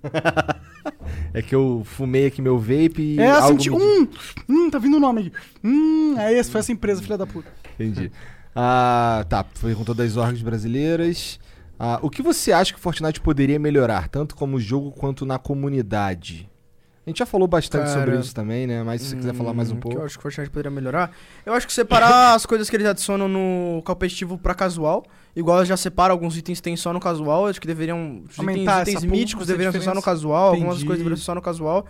Speaker 1: É que eu fumei aqui meu vape e.
Speaker 2: é, eu
Speaker 1: algo
Speaker 2: senti,
Speaker 1: me-
Speaker 2: hum, hum, tá vindo o nome aqui. Hum, é esse, foi essa empresa, filha da puta.
Speaker 1: Entendi. Ah, tá. Perguntou das orgs brasileiras. Ah, o que você acha que o Fortnite poderia melhorar, tanto como jogo quanto na comunidade? A gente já falou bastante
Speaker 3: Cara,
Speaker 1: sobre isso também, né? Mas se você quiser falar mais um
Speaker 3: Hum, que
Speaker 1: pouco.
Speaker 3: Eu acho que o Fortnite poderia melhorar. Eu acho que separar as coisas que eles adicionam no competitivo pra casual. Igual eles já separam alguns itens que tem só no casual. eu Acho que deveriam. Os
Speaker 2: Aumentar
Speaker 3: itens,
Speaker 2: essa
Speaker 3: itens
Speaker 2: porra,
Speaker 3: míticos
Speaker 2: essa
Speaker 3: deveriam ser só no
Speaker 2: diferença.
Speaker 3: casual. Algumas
Speaker 2: Entendi.
Speaker 3: coisas deveriam ser só no casual.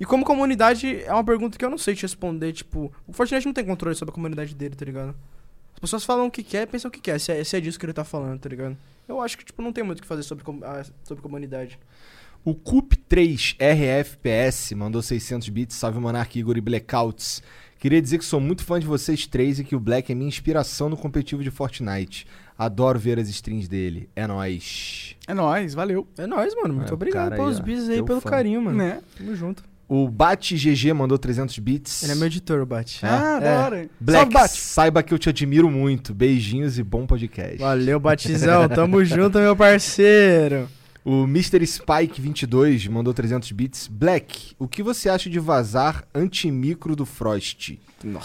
Speaker 3: E como comunidade, é uma pergunta que eu não sei te responder. Tipo, o Fortnite não tem controle sobre a comunidade dele, tá ligado? As pessoas falam o que quer, pensam o que quer. Se é, se é disso que ele tá falando, tá ligado? Eu acho que, tipo, não tem muito o que fazer sobre, com- ah, sobre comunidade.
Speaker 1: O CUP3RFPS mandou 600 bits. Salve Monark, Igor e Blackouts. Queria dizer que sou muito fã de vocês três e que o Black é minha inspiração no competitivo de Fortnite. Adoro ver as strings dele. É nóis.
Speaker 2: É nóis, valeu.
Speaker 3: É nóis,
Speaker 1: É,
Speaker 3: mano. Muito
Speaker 1: o
Speaker 3: obrigado
Speaker 1: cara aí,
Speaker 3: pelos
Speaker 1: ó,
Speaker 3: bis aí,
Speaker 1: teu
Speaker 3: pelo
Speaker 1: fã.
Speaker 3: carinho, mano.
Speaker 2: Né?
Speaker 3: Tamo junto.
Speaker 1: O O Bate GG mandou 300 bits.
Speaker 3: Ele é meu editor, o Bate.
Speaker 2: Ah,
Speaker 3: É.
Speaker 2: da hora.
Speaker 1: Black,
Speaker 2: Salve, Bate.
Speaker 1: saiba que eu te admiro muito. Beijinhos e bom podcast.
Speaker 3: Valeu, Batizão. Tamo junto, meu parceiro.
Speaker 1: O Mr. Spike22 mandou 300 bits. Black, o que você acha de vazar antimicro do Frost?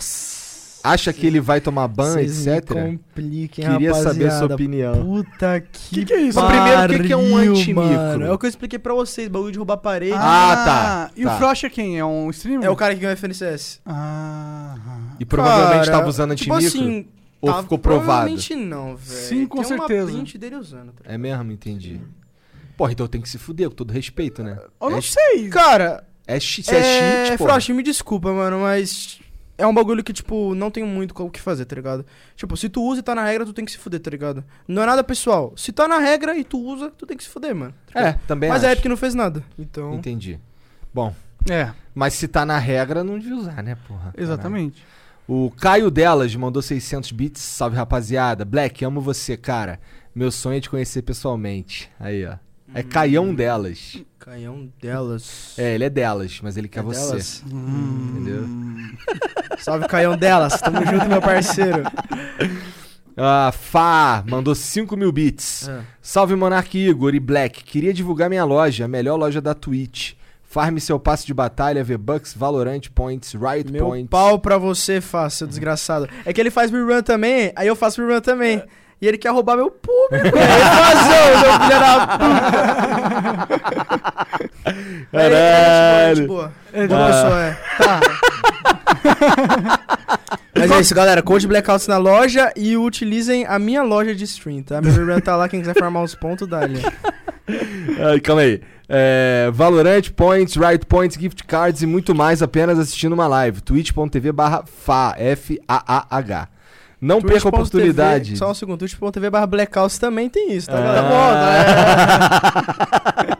Speaker 3: Nossa.
Speaker 1: Acha que ele vai tomar ban,
Speaker 3: Vocês me
Speaker 1: etc?
Speaker 3: compliquem,
Speaker 1: Queria saber sua
Speaker 3: rapaziada.
Speaker 1: opinião.
Speaker 3: Puta que
Speaker 2: Que que é isso?
Speaker 1: Primeiro, o que que é um
Speaker 3: pariu,
Speaker 1: antimicro?
Speaker 3: mano. É o que eu expliquei pra vocês, bagulho de roubar parede.
Speaker 1: Ah, tá,
Speaker 2: E
Speaker 1: tá.
Speaker 2: o Frost é quem? É um streamer?
Speaker 3: É o cara que ganhou FNCS.
Speaker 2: Ah.
Speaker 1: E provavelmente
Speaker 3: Cara,
Speaker 1: tava usando
Speaker 3: tipo
Speaker 1: antimicro?
Speaker 3: assim,
Speaker 1: ou
Speaker 3: tava-
Speaker 1: ficou provado?
Speaker 3: Provavelmente não, velho.
Speaker 2: Sim, com
Speaker 3: Tem
Speaker 2: certeza.
Speaker 3: uma print dele usando. tá ligado?
Speaker 1: É mesmo, entendi. Porra, então tem que se fuder, com todo respeito, né?
Speaker 2: Eu
Speaker 1: é,
Speaker 2: não sei.
Speaker 3: Cara,
Speaker 1: é, chi- se
Speaker 3: é,
Speaker 1: é, cheat, porra.
Speaker 3: Frost, me desculpa, mano, mas... É um bagulho que, tipo, não tem muito o que fazer, tá ligado? Tipo, se tu usa e tá na regra, tu tem que se fuder, tá ligado? Não é nada pessoal. Se tá na regra e tu usa, tu tem que se fuder, mano.
Speaker 1: É, também
Speaker 3: Mas
Speaker 1: acho.
Speaker 3: a Epic não fez nada. Então.
Speaker 1: Entendi. Bom,
Speaker 2: É,
Speaker 1: mas se tá na regra, não devia usar, né, porra?
Speaker 2: exatamente.
Speaker 1: O Caio Delas mandou 600 bits. Salve, rapaziada. Black, amo você, cara. Meu sonho é te conhecer pessoalmente. Aí, ó. É
Speaker 3: Hum.
Speaker 1: Caião Delas.
Speaker 3: Canhão delas.
Speaker 1: É, ele é delas, mas ele quer você.
Speaker 3: Delas.
Speaker 1: Entendeu?
Speaker 3: Salve, Caião delas. Tamo junto, meu parceiro.
Speaker 1: Ah, Fá mandou 5 mil bits.
Speaker 3: Ah.
Speaker 1: Salve Monark Igor e Black. Queria divulgar minha loja, a melhor loja da Twitch. Farme seu passe de batalha, V-Bucks, Valorant Points, Riot
Speaker 3: Meu
Speaker 1: Points.
Speaker 3: pau pra você, faz, seu desgraçado. É que ele faz rerun também, aí eu faço rerun também. E ele quer roubar meu público. É invasão, meu filho da puta. Aí ele é gente boa, gente boa. Boa pessoa, é. Tá. Mas é isso, galera. Code Blackouts na loja e utilizem a minha loja de stream, tá? Meu rerun tá lá, quem quiser farmar os pontos, dá ali.
Speaker 1: Ai, calma aí. É, Valorant Points, Riot Points, Gift Cards e muito mais apenas assistindo uma live. twitch.tv barra FA, F-A-A-H. Não perca a
Speaker 3: Twitch.tv,
Speaker 1: oportunidade.
Speaker 3: Só um segundo, twitch.tv barra blackouts também tem isso, tá?
Speaker 1: Ah.
Speaker 3: galera?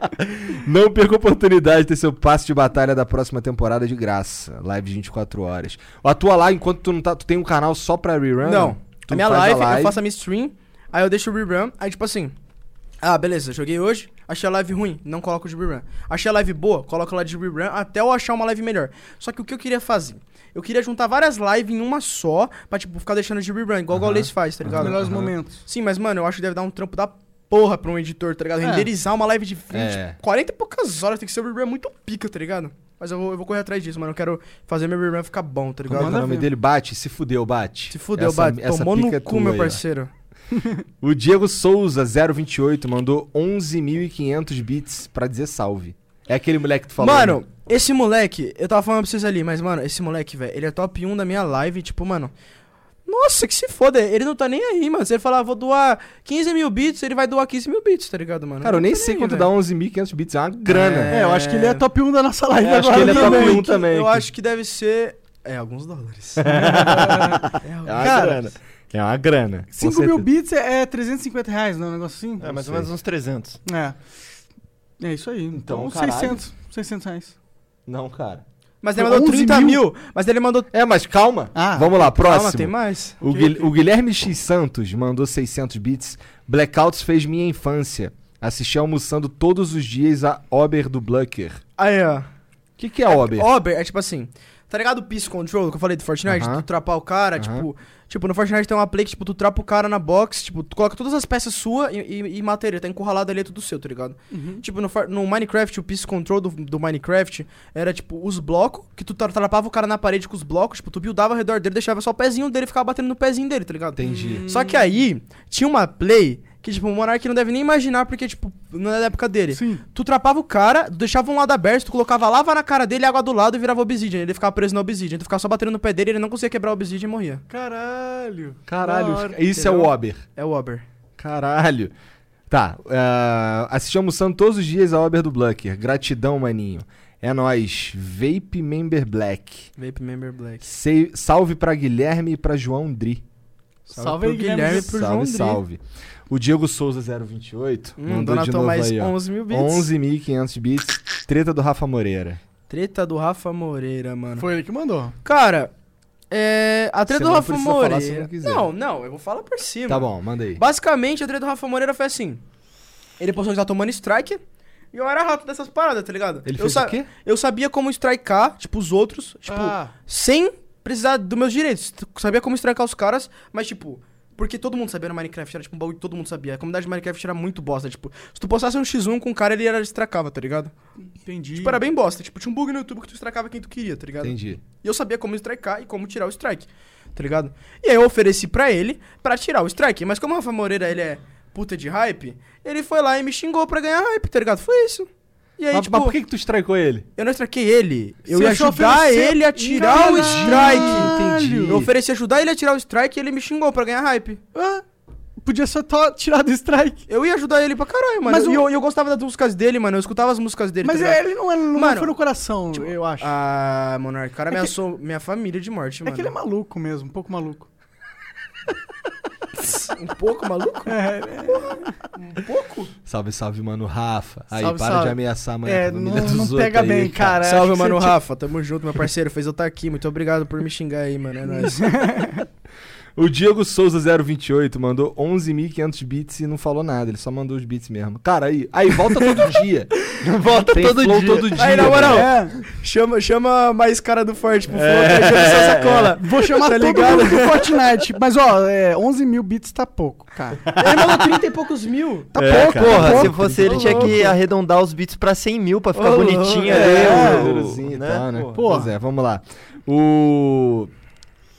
Speaker 3: Tá né?
Speaker 1: Não perca a oportunidade de ter seu passe de batalha da próxima temporada de graça. Live de 24 horas. Atua lá enquanto tu não tá. Tu tem um canal só pra rerun?
Speaker 3: Não.
Speaker 1: Tu
Speaker 3: A minha
Speaker 1: faz
Speaker 3: live, eu faço a minha stream, aí eu deixo o rerun, aí tipo assim. Ah, beleza, joguei hoje, achei a live ruim, não coloco de rerun. Achei a live boa, coloco ela de rerun até eu achar uma live melhor. Só que o que eu queria fazer? Eu queria juntar várias lives em uma só, pra tipo, ficar deixando de rerun, igual o Gaules faz, tá ligado?
Speaker 2: Melhores momentos.
Speaker 3: Sim, mas mano, eu acho que deve dar um trampo da porra pra um editor, tá ligado?
Speaker 2: É.
Speaker 3: Renderizar uma live de 20,
Speaker 1: É.
Speaker 3: 40 e poucas horas, tem que ser o rerun muito pica, tá ligado? Mas eu vou, eu vou correr atrás disso, mano, eu quero fazer meu rerun ficar bom, tá
Speaker 1: Como é
Speaker 3: ligado?
Speaker 1: que é o nome
Speaker 2: ver.
Speaker 1: dele? Bate? Se fudeu, bate.
Speaker 3: Se fudeu,
Speaker 1: Essa-
Speaker 3: Bate.
Speaker 1: essa
Speaker 3: Tomou
Speaker 1: pica é
Speaker 3: no cu,
Speaker 1: tua
Speaker 3: meu
Speaker 1: aí, ó.
Speaker 3: parceiro.
Speaker 1: O Diego Souza, 028, mandou 11.500 bits pra dizer salve. É aquele moleque que tu falou.
Speaker 3: Mano,
Speaker 1: né?
Speaker 3: esse moleque, eu tava falando pra vocês ali, mas, mano, esse moleque, velho, ele é top 1 da minha live, tipo, mano. Nossa, que se foda, ele não tá nem aí, mano. Se ele falar, vou doar 15 mil bits, ele vai doar 15 mil bits, tá ligado, mano?
Speaker 1: Cara, eu
Speaker 3: Não
Speaker 1: nem
Speaker 3: tá
Speaker 1: sei
Speaker 3: aí,
Speaker 1: quanto
Speaker 3: velho.
Speaker 1: dá 11.500 bits. É uma grana.
Speaker 2: É, eu acho que ele é top 1 da nossa live
Speaker 1: É, acho
Speaker 2: agora.
Speaker 1: que ele é top
Speaker 2: também.
Speaker 1: um também.
Speaker 3: Eu acho que deve ser. É, alguns dólares. é,
Speaker 1: É uma
Speaker 3: alguns- cara,
Speaker 1: grana. É uma grana. com
Speaker 2: 5 mil
Speaker 1: certeza.
Speaker 2: bits é, é 350 reais, não é um negócio assim?
Speaker 5: É, mais
Speaker 1: sei.
Speaker 5: ou menos uns 300.
Speaker 2: É. É isso aí. Então,
Speaker 5: Então,
Speaker 2: uns
Speaker 5: caralho.
Speaker 2: 600, 600 reais.
Speaker 5: Não, cara.
Speaker 3: Mas ele mandou
Speaker 2: 11
Speaker 3: 30 mil.
Speaker 2: mil.
Speaker 3: mas ele mandou.
Speaker 1: É, mas calma.
Speaker 2: Ah,
Speaker 1: Vamos lá, próximo.
Speaker 3: Calma, tem mais.
Speaker 1: O, Guil- o Guilherme X Santos mandou 600 bits. Blackouts fez minha infância. Assisti almoçando todos os dias a Ober do Blucker.
Speaker 3: Aí, ó.
Speaker 1: O que, que é Ober?
Speaker 3: Ober é tipo assim, tá ligado o Peace Control que eu falei do Fortnite?
Speaker 1: Aham.
Speaker 3: Tu trapar o cara,
Speaker 1: Aham.
Speaker 3: tipo. Tipo, no Fortnite tem uma play que, tipo, tu trapa o cara na box, tipo, tu coloca todas as peças sua e, e, e mata ele, tá encurralado ali, é tudo seu, tá ligado?
Speaker 1: Uhum.
Speaker 3: Tipo, no, For- no Minecraft, o Peace Control do, do Minecraft era, tipo, os blocos, que tu tra- trapava o cara na parede com os blocos, tipo, tu buildava ao redor dele, deixava só o pezinho dele e ficava batendo no pezinho dele, tá ligado?
Speaker 1: Entendi.
Speaker 3: Só que aí, tinha uma play que, tipo, o Monark não deve nem imaginar porque, tipo, não é da época dele.
Speaker 2: Sim.
Speaker 3: Tu trapava o cara, deixava um lado aberto, tu colocava lava na cara dele, água do lado e virava obsidian. Ele ficava preso na obsidian. Tu ficava só batendo no pé dele, ele não conseguia quebrar o obsidian e morria.
Speaker 2: Caralho.
Speaker 1: Caralho,
Speaker 2: Da hora,
Speaker 1: isso é o
Speaker 3: Hum, entendeu?
Speaker 1: Ober.
Speaker 3: É o Ober.
Speaker 1: Caralho. Tá, ah, assisti almoçando todos os dias a Ober do Blucker. Gratidão, maninho. É nóis. Vape Member Black.
Speaker 3: Vape Member Black.
Speaker 1: Sei- salve pra Guilherme e pra João Dri.
Speaker 2: Salve aí,
Speaker 3: pro
Speaker 2: Guilherme.
Speaker 3: Guilherme e pro João
Speaker 1: Salve,
Speaker 3: Dri.
Speaker 1: salve. O Diego Souza 028
Speaker 3: Hum,
Speaker 1: mandou de
Speaker 3: Donatou
Speaker 1: novo
Speaker 3: mais
Speaker 1: aí, ó.
Speaker 3: 11 mil bits.
Speaker 1: 11.500 bits. Treta do Rafa Moreira.
Speaker 3: Treta do Rafa Moreira, mano.
Speaker 2: Foi ele que mandou.
Speaker 3: Cara, é... A
Speaker 1: Você
Speaker 3: treta
Speaker 1: não
Speaker 3: do Rafa
Speaker 1: precisa falar
Speaker 3: Moreira...
Speaker 1: se não quiser.
Speaker 3: não, não, eu vou falar por cima.
Speaker 1: Tá bom, manda aí.
Speaker 3: Basicamente, a treta do Rafa Moreira foi assim. Ele postou que tá tomando strike. E eu era rato dessas paradas, tá ligado?
Speaker 1: Ele
Speaker 3: eu
Speaker 1: fez
Speaker 3: sa-
Speaker 1: o quê?
Speaker 3: Eu sabia como strikear, tipo, os outros, tipo,
Speaker 5: Ah.
Speaker 3: sem precisar dos meus direitos. Tu Sabia como strikear os caras, mas, tipo, porque todo mundo sabia no Minecraft, era tipo um bagulho que todo mundo sabia. A comunidade de Minecraft era muito bosta, tipo, se tu postasse um X1 com um cara, ele era strikeava, tá ligado?
Speaker 5: Entendi.
Speaker 3: Tipo, era bem bosta. Tipo, tinha um bug no YouTube que tu strikeava quem tu queria, tá ligado?
Speaker 1: Entendi.
Speaker 3: E eu sabia como strikear e como tirar o strike, tá ligado? E aí eu ofereci pra ele pra tirar o strike. Mas como o Rafa Moreira, ele é puta de hype, ele foi lá e me xingou pra ganhar hype, tá ligado? Foi isso. E aí,
Speaker 1: mas,
Speaker 3: tipo,
Speaker 1: mas por que, que tu strikeou ele?
Speaker 3: eu não strikei ele. Eu
Speaker 2: Você
Speaker 3: ia
Speaker 2: só
Speaker 3: ajudar
Speaker 2: ofereceu-
Speaker 3: ele
Speaker 1: um
Speaker 3: a tirar o
Speaker 1: Caralho!
Speaker 3: strike.
Speaker 1: Entendi.
Speaker 3: Eu ofereci ajudar ele a tirar o strike e ele me xingou pra ganhar hype.
Speaker 2: Ah, podia só to- tirar do strike.
Speaker 3: Eu ia ajudar ele pra caralho, mano.
Speaker 2: Mas
Speaker 3: E
Speaker 2: o-
Speaker 3: eu, eu gostava das músicas dele, mano. Eu escutava as músicas dele,
Speaker 2: Mas
Speaker 3: tá ligado?
Speaker 2: ele não, é- não
Speaker 3: Mano,
Speaker 2: foi no coração, eu acho.
Speaker 3: Ah, Monark, o cara
Speaker 2: É que-
Speaker 3: ameaçou minha família de morte,
Speaker 2: é
Speaker 3: mano.
Speaker 2: que ele é maluco mesmo, um pouco maluco.
Speaker 3: um pouco maluco?
Speaker 2: É,
Speaker 3: Um pouco?
Speaker 1: Salve, salve, mano, Rafa. Aí,
Speaker 2: Salve,
Speaker 1: para
Speaker 2: salve.
Speaker 1: de ameaçar, mano.
Speaker 2: É, não- não pega bem, cara. acho
Speaker 3: Salve,
Speaker 2: que
Speaker 3: mano,
Speaker 2: você-
Speaker 3: Rafa. Tamo junto, meu parceiro. Fez eu estar aqui. Muito obrigado por me xingar aí, mano. É nóis.
Speaker 1: O Diego Souza 028 mandou 11.500 bits e não falou nada, ele só mandou os bits mesmo. Cara, aí, aí volta todo dia.
Speaker 5: Volta
Speaker 1: Tem
Speaker 5: todo
Speaker 1: flow
Speaker 5: dia.
Speaker 1: todo dia. né?
Speaker 3: Aí, na moral,
Speaker 2: É.
Speaker 3: chama, chama mais cara do Forte pro Flow,
Speaker 5: É.
Speaker 3: tá achando essa sacola.
Speaker 2: Vou chamar
Speaker 3: Tá
Speaker 2: todo
Speaker 3: ligado?
Speaker 2: mundo do Fortnite. Mas, ó, é, 11 mil bits tá pouco, cara.
Speaker 3: Ele mandou 30 e poucos mil.
Speaker 2: Tá
Speaker 1: É,
Speaker 2: pouco,
Speaker 1: cara. né?
Speaker 2: tá
Speaker 5: Porra, se
Speaker 2: pouco.
Speaker 5: fosse ele,
Speaker 3: Ô,
Speaker 5: tinha que
Speaker 3: louco.
Speaker 5: arredondar os bits pra 100 mil pra ficar
Speaker 3: Ô, louco.
Speaker 5: bonitinho
Speaker 1: É,
Speaker 5: ali. o-
Speaker 1: númerozinho e
Speaker 5: né?
Speaker 1: tal, né?
Speaker 5: Pô.
Speaker 2: Porra.
Speaker 1: Pois é, vamos lá. O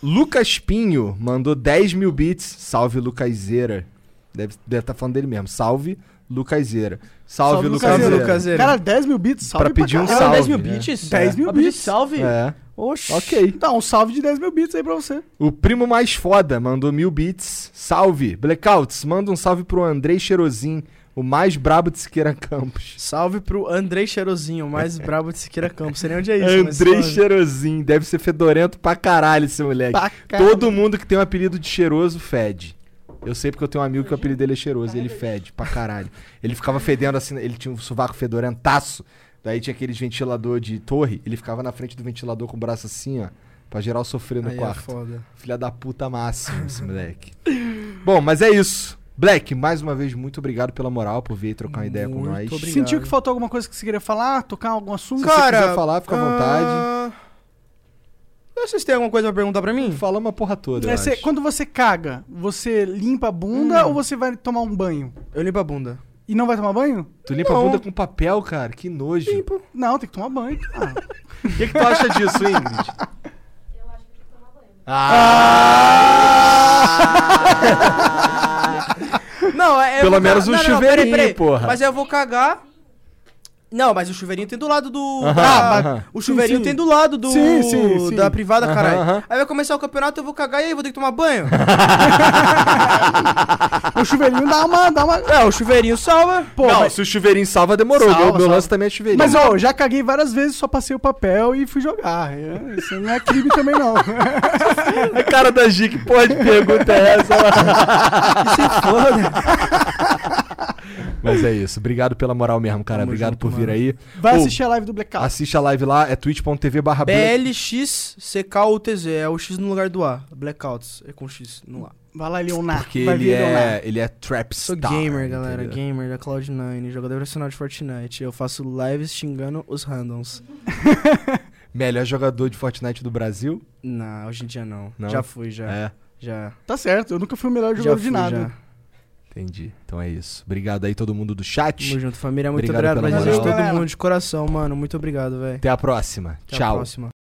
Speaker 1: Lucas Pinho mandou 10 mil bits. Salve, Lucaseira. Deve estar falando dele mesmo. Salve, Lucaseira. Salve,
Speaker 2: Salve,
Speaker 1: Lucaseira.
Speaker 3: Salve, Lucaseira.
Speaker 2: Cara, 10 mil bits, salve
Speaker 1: Pra pedir um
Speaker 2: caralho.
Speaker 1: salve.
Speaker 3: 10 mil
Speaker 1: né?
Speaker 3: bits?
Speaker 2: 10 mil
Speaker 3: Ah, pedi
Speaker 2: bits.
Speaker 3: Salve.
Speaker 1: É.
Speaker 3: Oxi.
Speaker 1: Ok.
Speaker 2: Dá um salve de 10 mil bits aí pra você.
Speaker 1: O primo mais foda mandou mil bits. Salve. Blackouts, manda um salve pro Andrei Cheirosin, o mais brabo de Siqueira Campos.
Speaker 3: Salve pro Andrei Cheirozinho, o mais brabo de Siqueira Campos. Sei nem onde é isso, mas
Speaker 1: Andrei
Speaker 3: salve.
Speaker 1: Cheirosin, deve ser fedorento pra caralho esse moleque.
Speaker 2: Pra
Speaker 1: Todo mundo É que tem um apelido de cheiroso fede. Eu sei porque eu tenho um amigo que o apelido dele é cheiroso e ele fede pra caralho. Ele ficava fedendo assim, ele tinha um sovaco fedorentaço. Daí tinha aqueles ventilador de torre, ele ficava na frente do ventilador com o braço assim, ó, pra geral sofrer no
Speaker 3: Aí é
Speaker 1: quarto.
Speaker 3: foda.
Speaker 1: Filha da puta máximo esse moleque. Bom, mas é isso. Black, mais uma vez, muito obrigado pela moral, por vir aí trocar uma ideia com
Speaker 3: Muito
Speaker 1: nós.
Speaker 3: obrigado.
Speaker 2: Sentiu que faltou alguma coisa que você queria falar? Tocar algum assunto?
Speaker 1: Cara, quiser falar, fica à vontade.
Speaker 3: ah, Vocês têm alguma coisa pra perguntar pra mim?
Speaker 1: Falamos a porra toda, eu
Speaker 2: É, você-
Speaker 1: acho.
Speaker 2: quando você caga, você limpa a bunda
Speaker 3: Hum.
Speaker 2: ou você vai tomar um banho?
Speaker 3: Eu limpo a bunda.
Speaker 2: E não vai tomar banho?
Speaker 1: Tu limpa a
Speaker 3: Não.
Speaker 1: bunda com papel, cara, que nojo.
Speaker 2: Não, tem que tomar banho. cara.
Speaker 1: O que, que tu acha disso, Ingrid?
Speaker 6: Eu acho que tem que tomar banho.
Speaker 1: Ah!
Speaker 3: Não, é. eu
Speaker 1: Pelo
Speaker 3: vou
Speaker 1: menos um
Speaker 3: ca- não, não, não,
Speaker 1: chuveirinho, porra.
Speaker 3: Mas eu vou cagar. Não, mas o chuveirinho tem do lado do.
Speaker 1: Aham,
Speaker 3: Ah,
Speaker 1: aham.
Speaker 3: mas O chuveirinho
Speaker 2: sim.
Speaker 3: tem do lado do.
Speaker 2: Sim, sim, sim.
Speaker 3: Da privada,
Speaker 1: Aham,
Speaker 3: caralho.
Speaker 1: aham.
Speaker 3: Aí vai começar o campeonato, eu vou cagar e aí vou ter que tomar banho.
Speaker 2: o chuveirinho dá uma. Dá uma...
Speaker 3: é, o chuveirinho salva. Pô,
Speaker 1: não,
Speaker 3: mas-
Speaker 1: se o chuveirinho salva, demorou.
Speaker 2: Salva,
Speaker 1: meu meu
Speaker 2: salva.
Speaker 1: lance também é chuveirinho.
Speaker 2: Mas, ó, eu já caguei várias vezes, só passei o papel e fui jogar. É, Isso não é crime também, não.
Speaker 1: a cara da Gi, que porra de pergunta é essa? Mas é isso. Obrigado pela moral mesmo, cara.
Speaker 3: Tamo
Speaker 1: Obrigado
Speaker 3: junto,
Speaker 1: por vir
Speaker 3: mano.
Speaker 1: aí.
Speaker 2: Vai
Speaker 1: Ô,
Speaker 2: assistir a live do Blackout.
Speaker 1: Assiste a live lá, é twitch.tv barra
Speaker 3: BLXCKUTZ. É o X no lugar do A. Blackouts. É com X no A.
Speaker 2: Vai lá, Leonar.
Speaker 1: Porque
Speaker 2: vai
Speaker 1: ele
Speaker 2: vir Leonar.
Speaker 1: é, ele é trap
Speaker 3: Sou
Speaker 1: star.
Speaker 3: gamer, galera.
Speaker 1: entendeu?
Speaker 3: Gamer da Cloud9, jogador profissional de Fortnite. Eu faço lives xingando os randoms.
Speaker 1: Melhor jogador de Fortnite do Brasil.
Speaker 3: Não, hoje em dia não.
Speaker 1: Não?
Speaker 3: Já fui, já.
Speaker 1: É,
Speaker 3: Já.
Speaker 2: Tá certo, eu nunca fui o melhor
Speaker 3: já
Speaker 2: jogador
Speaker 3: fui,
Speaker 2: de nada.
Speaker 3: já.
Speaker 1: entendi. Então é isso. Obrigado aí todo mundo do chat.
Speaker 3: Tamo junto, família. é Muito
Speaker 1: Obrigado
Speaker 3: obrigado,
Speaker 1: pela
Speaker 3: pela gente,
Speaker 2: moral.
Speaker 3: todo mundo de coração, mano. Muito obrigado, velho.
Speaker 1: Até a próxima.
Speaker 3: Até a
Speaker 1: Tchau.
Speaker 3: próxima.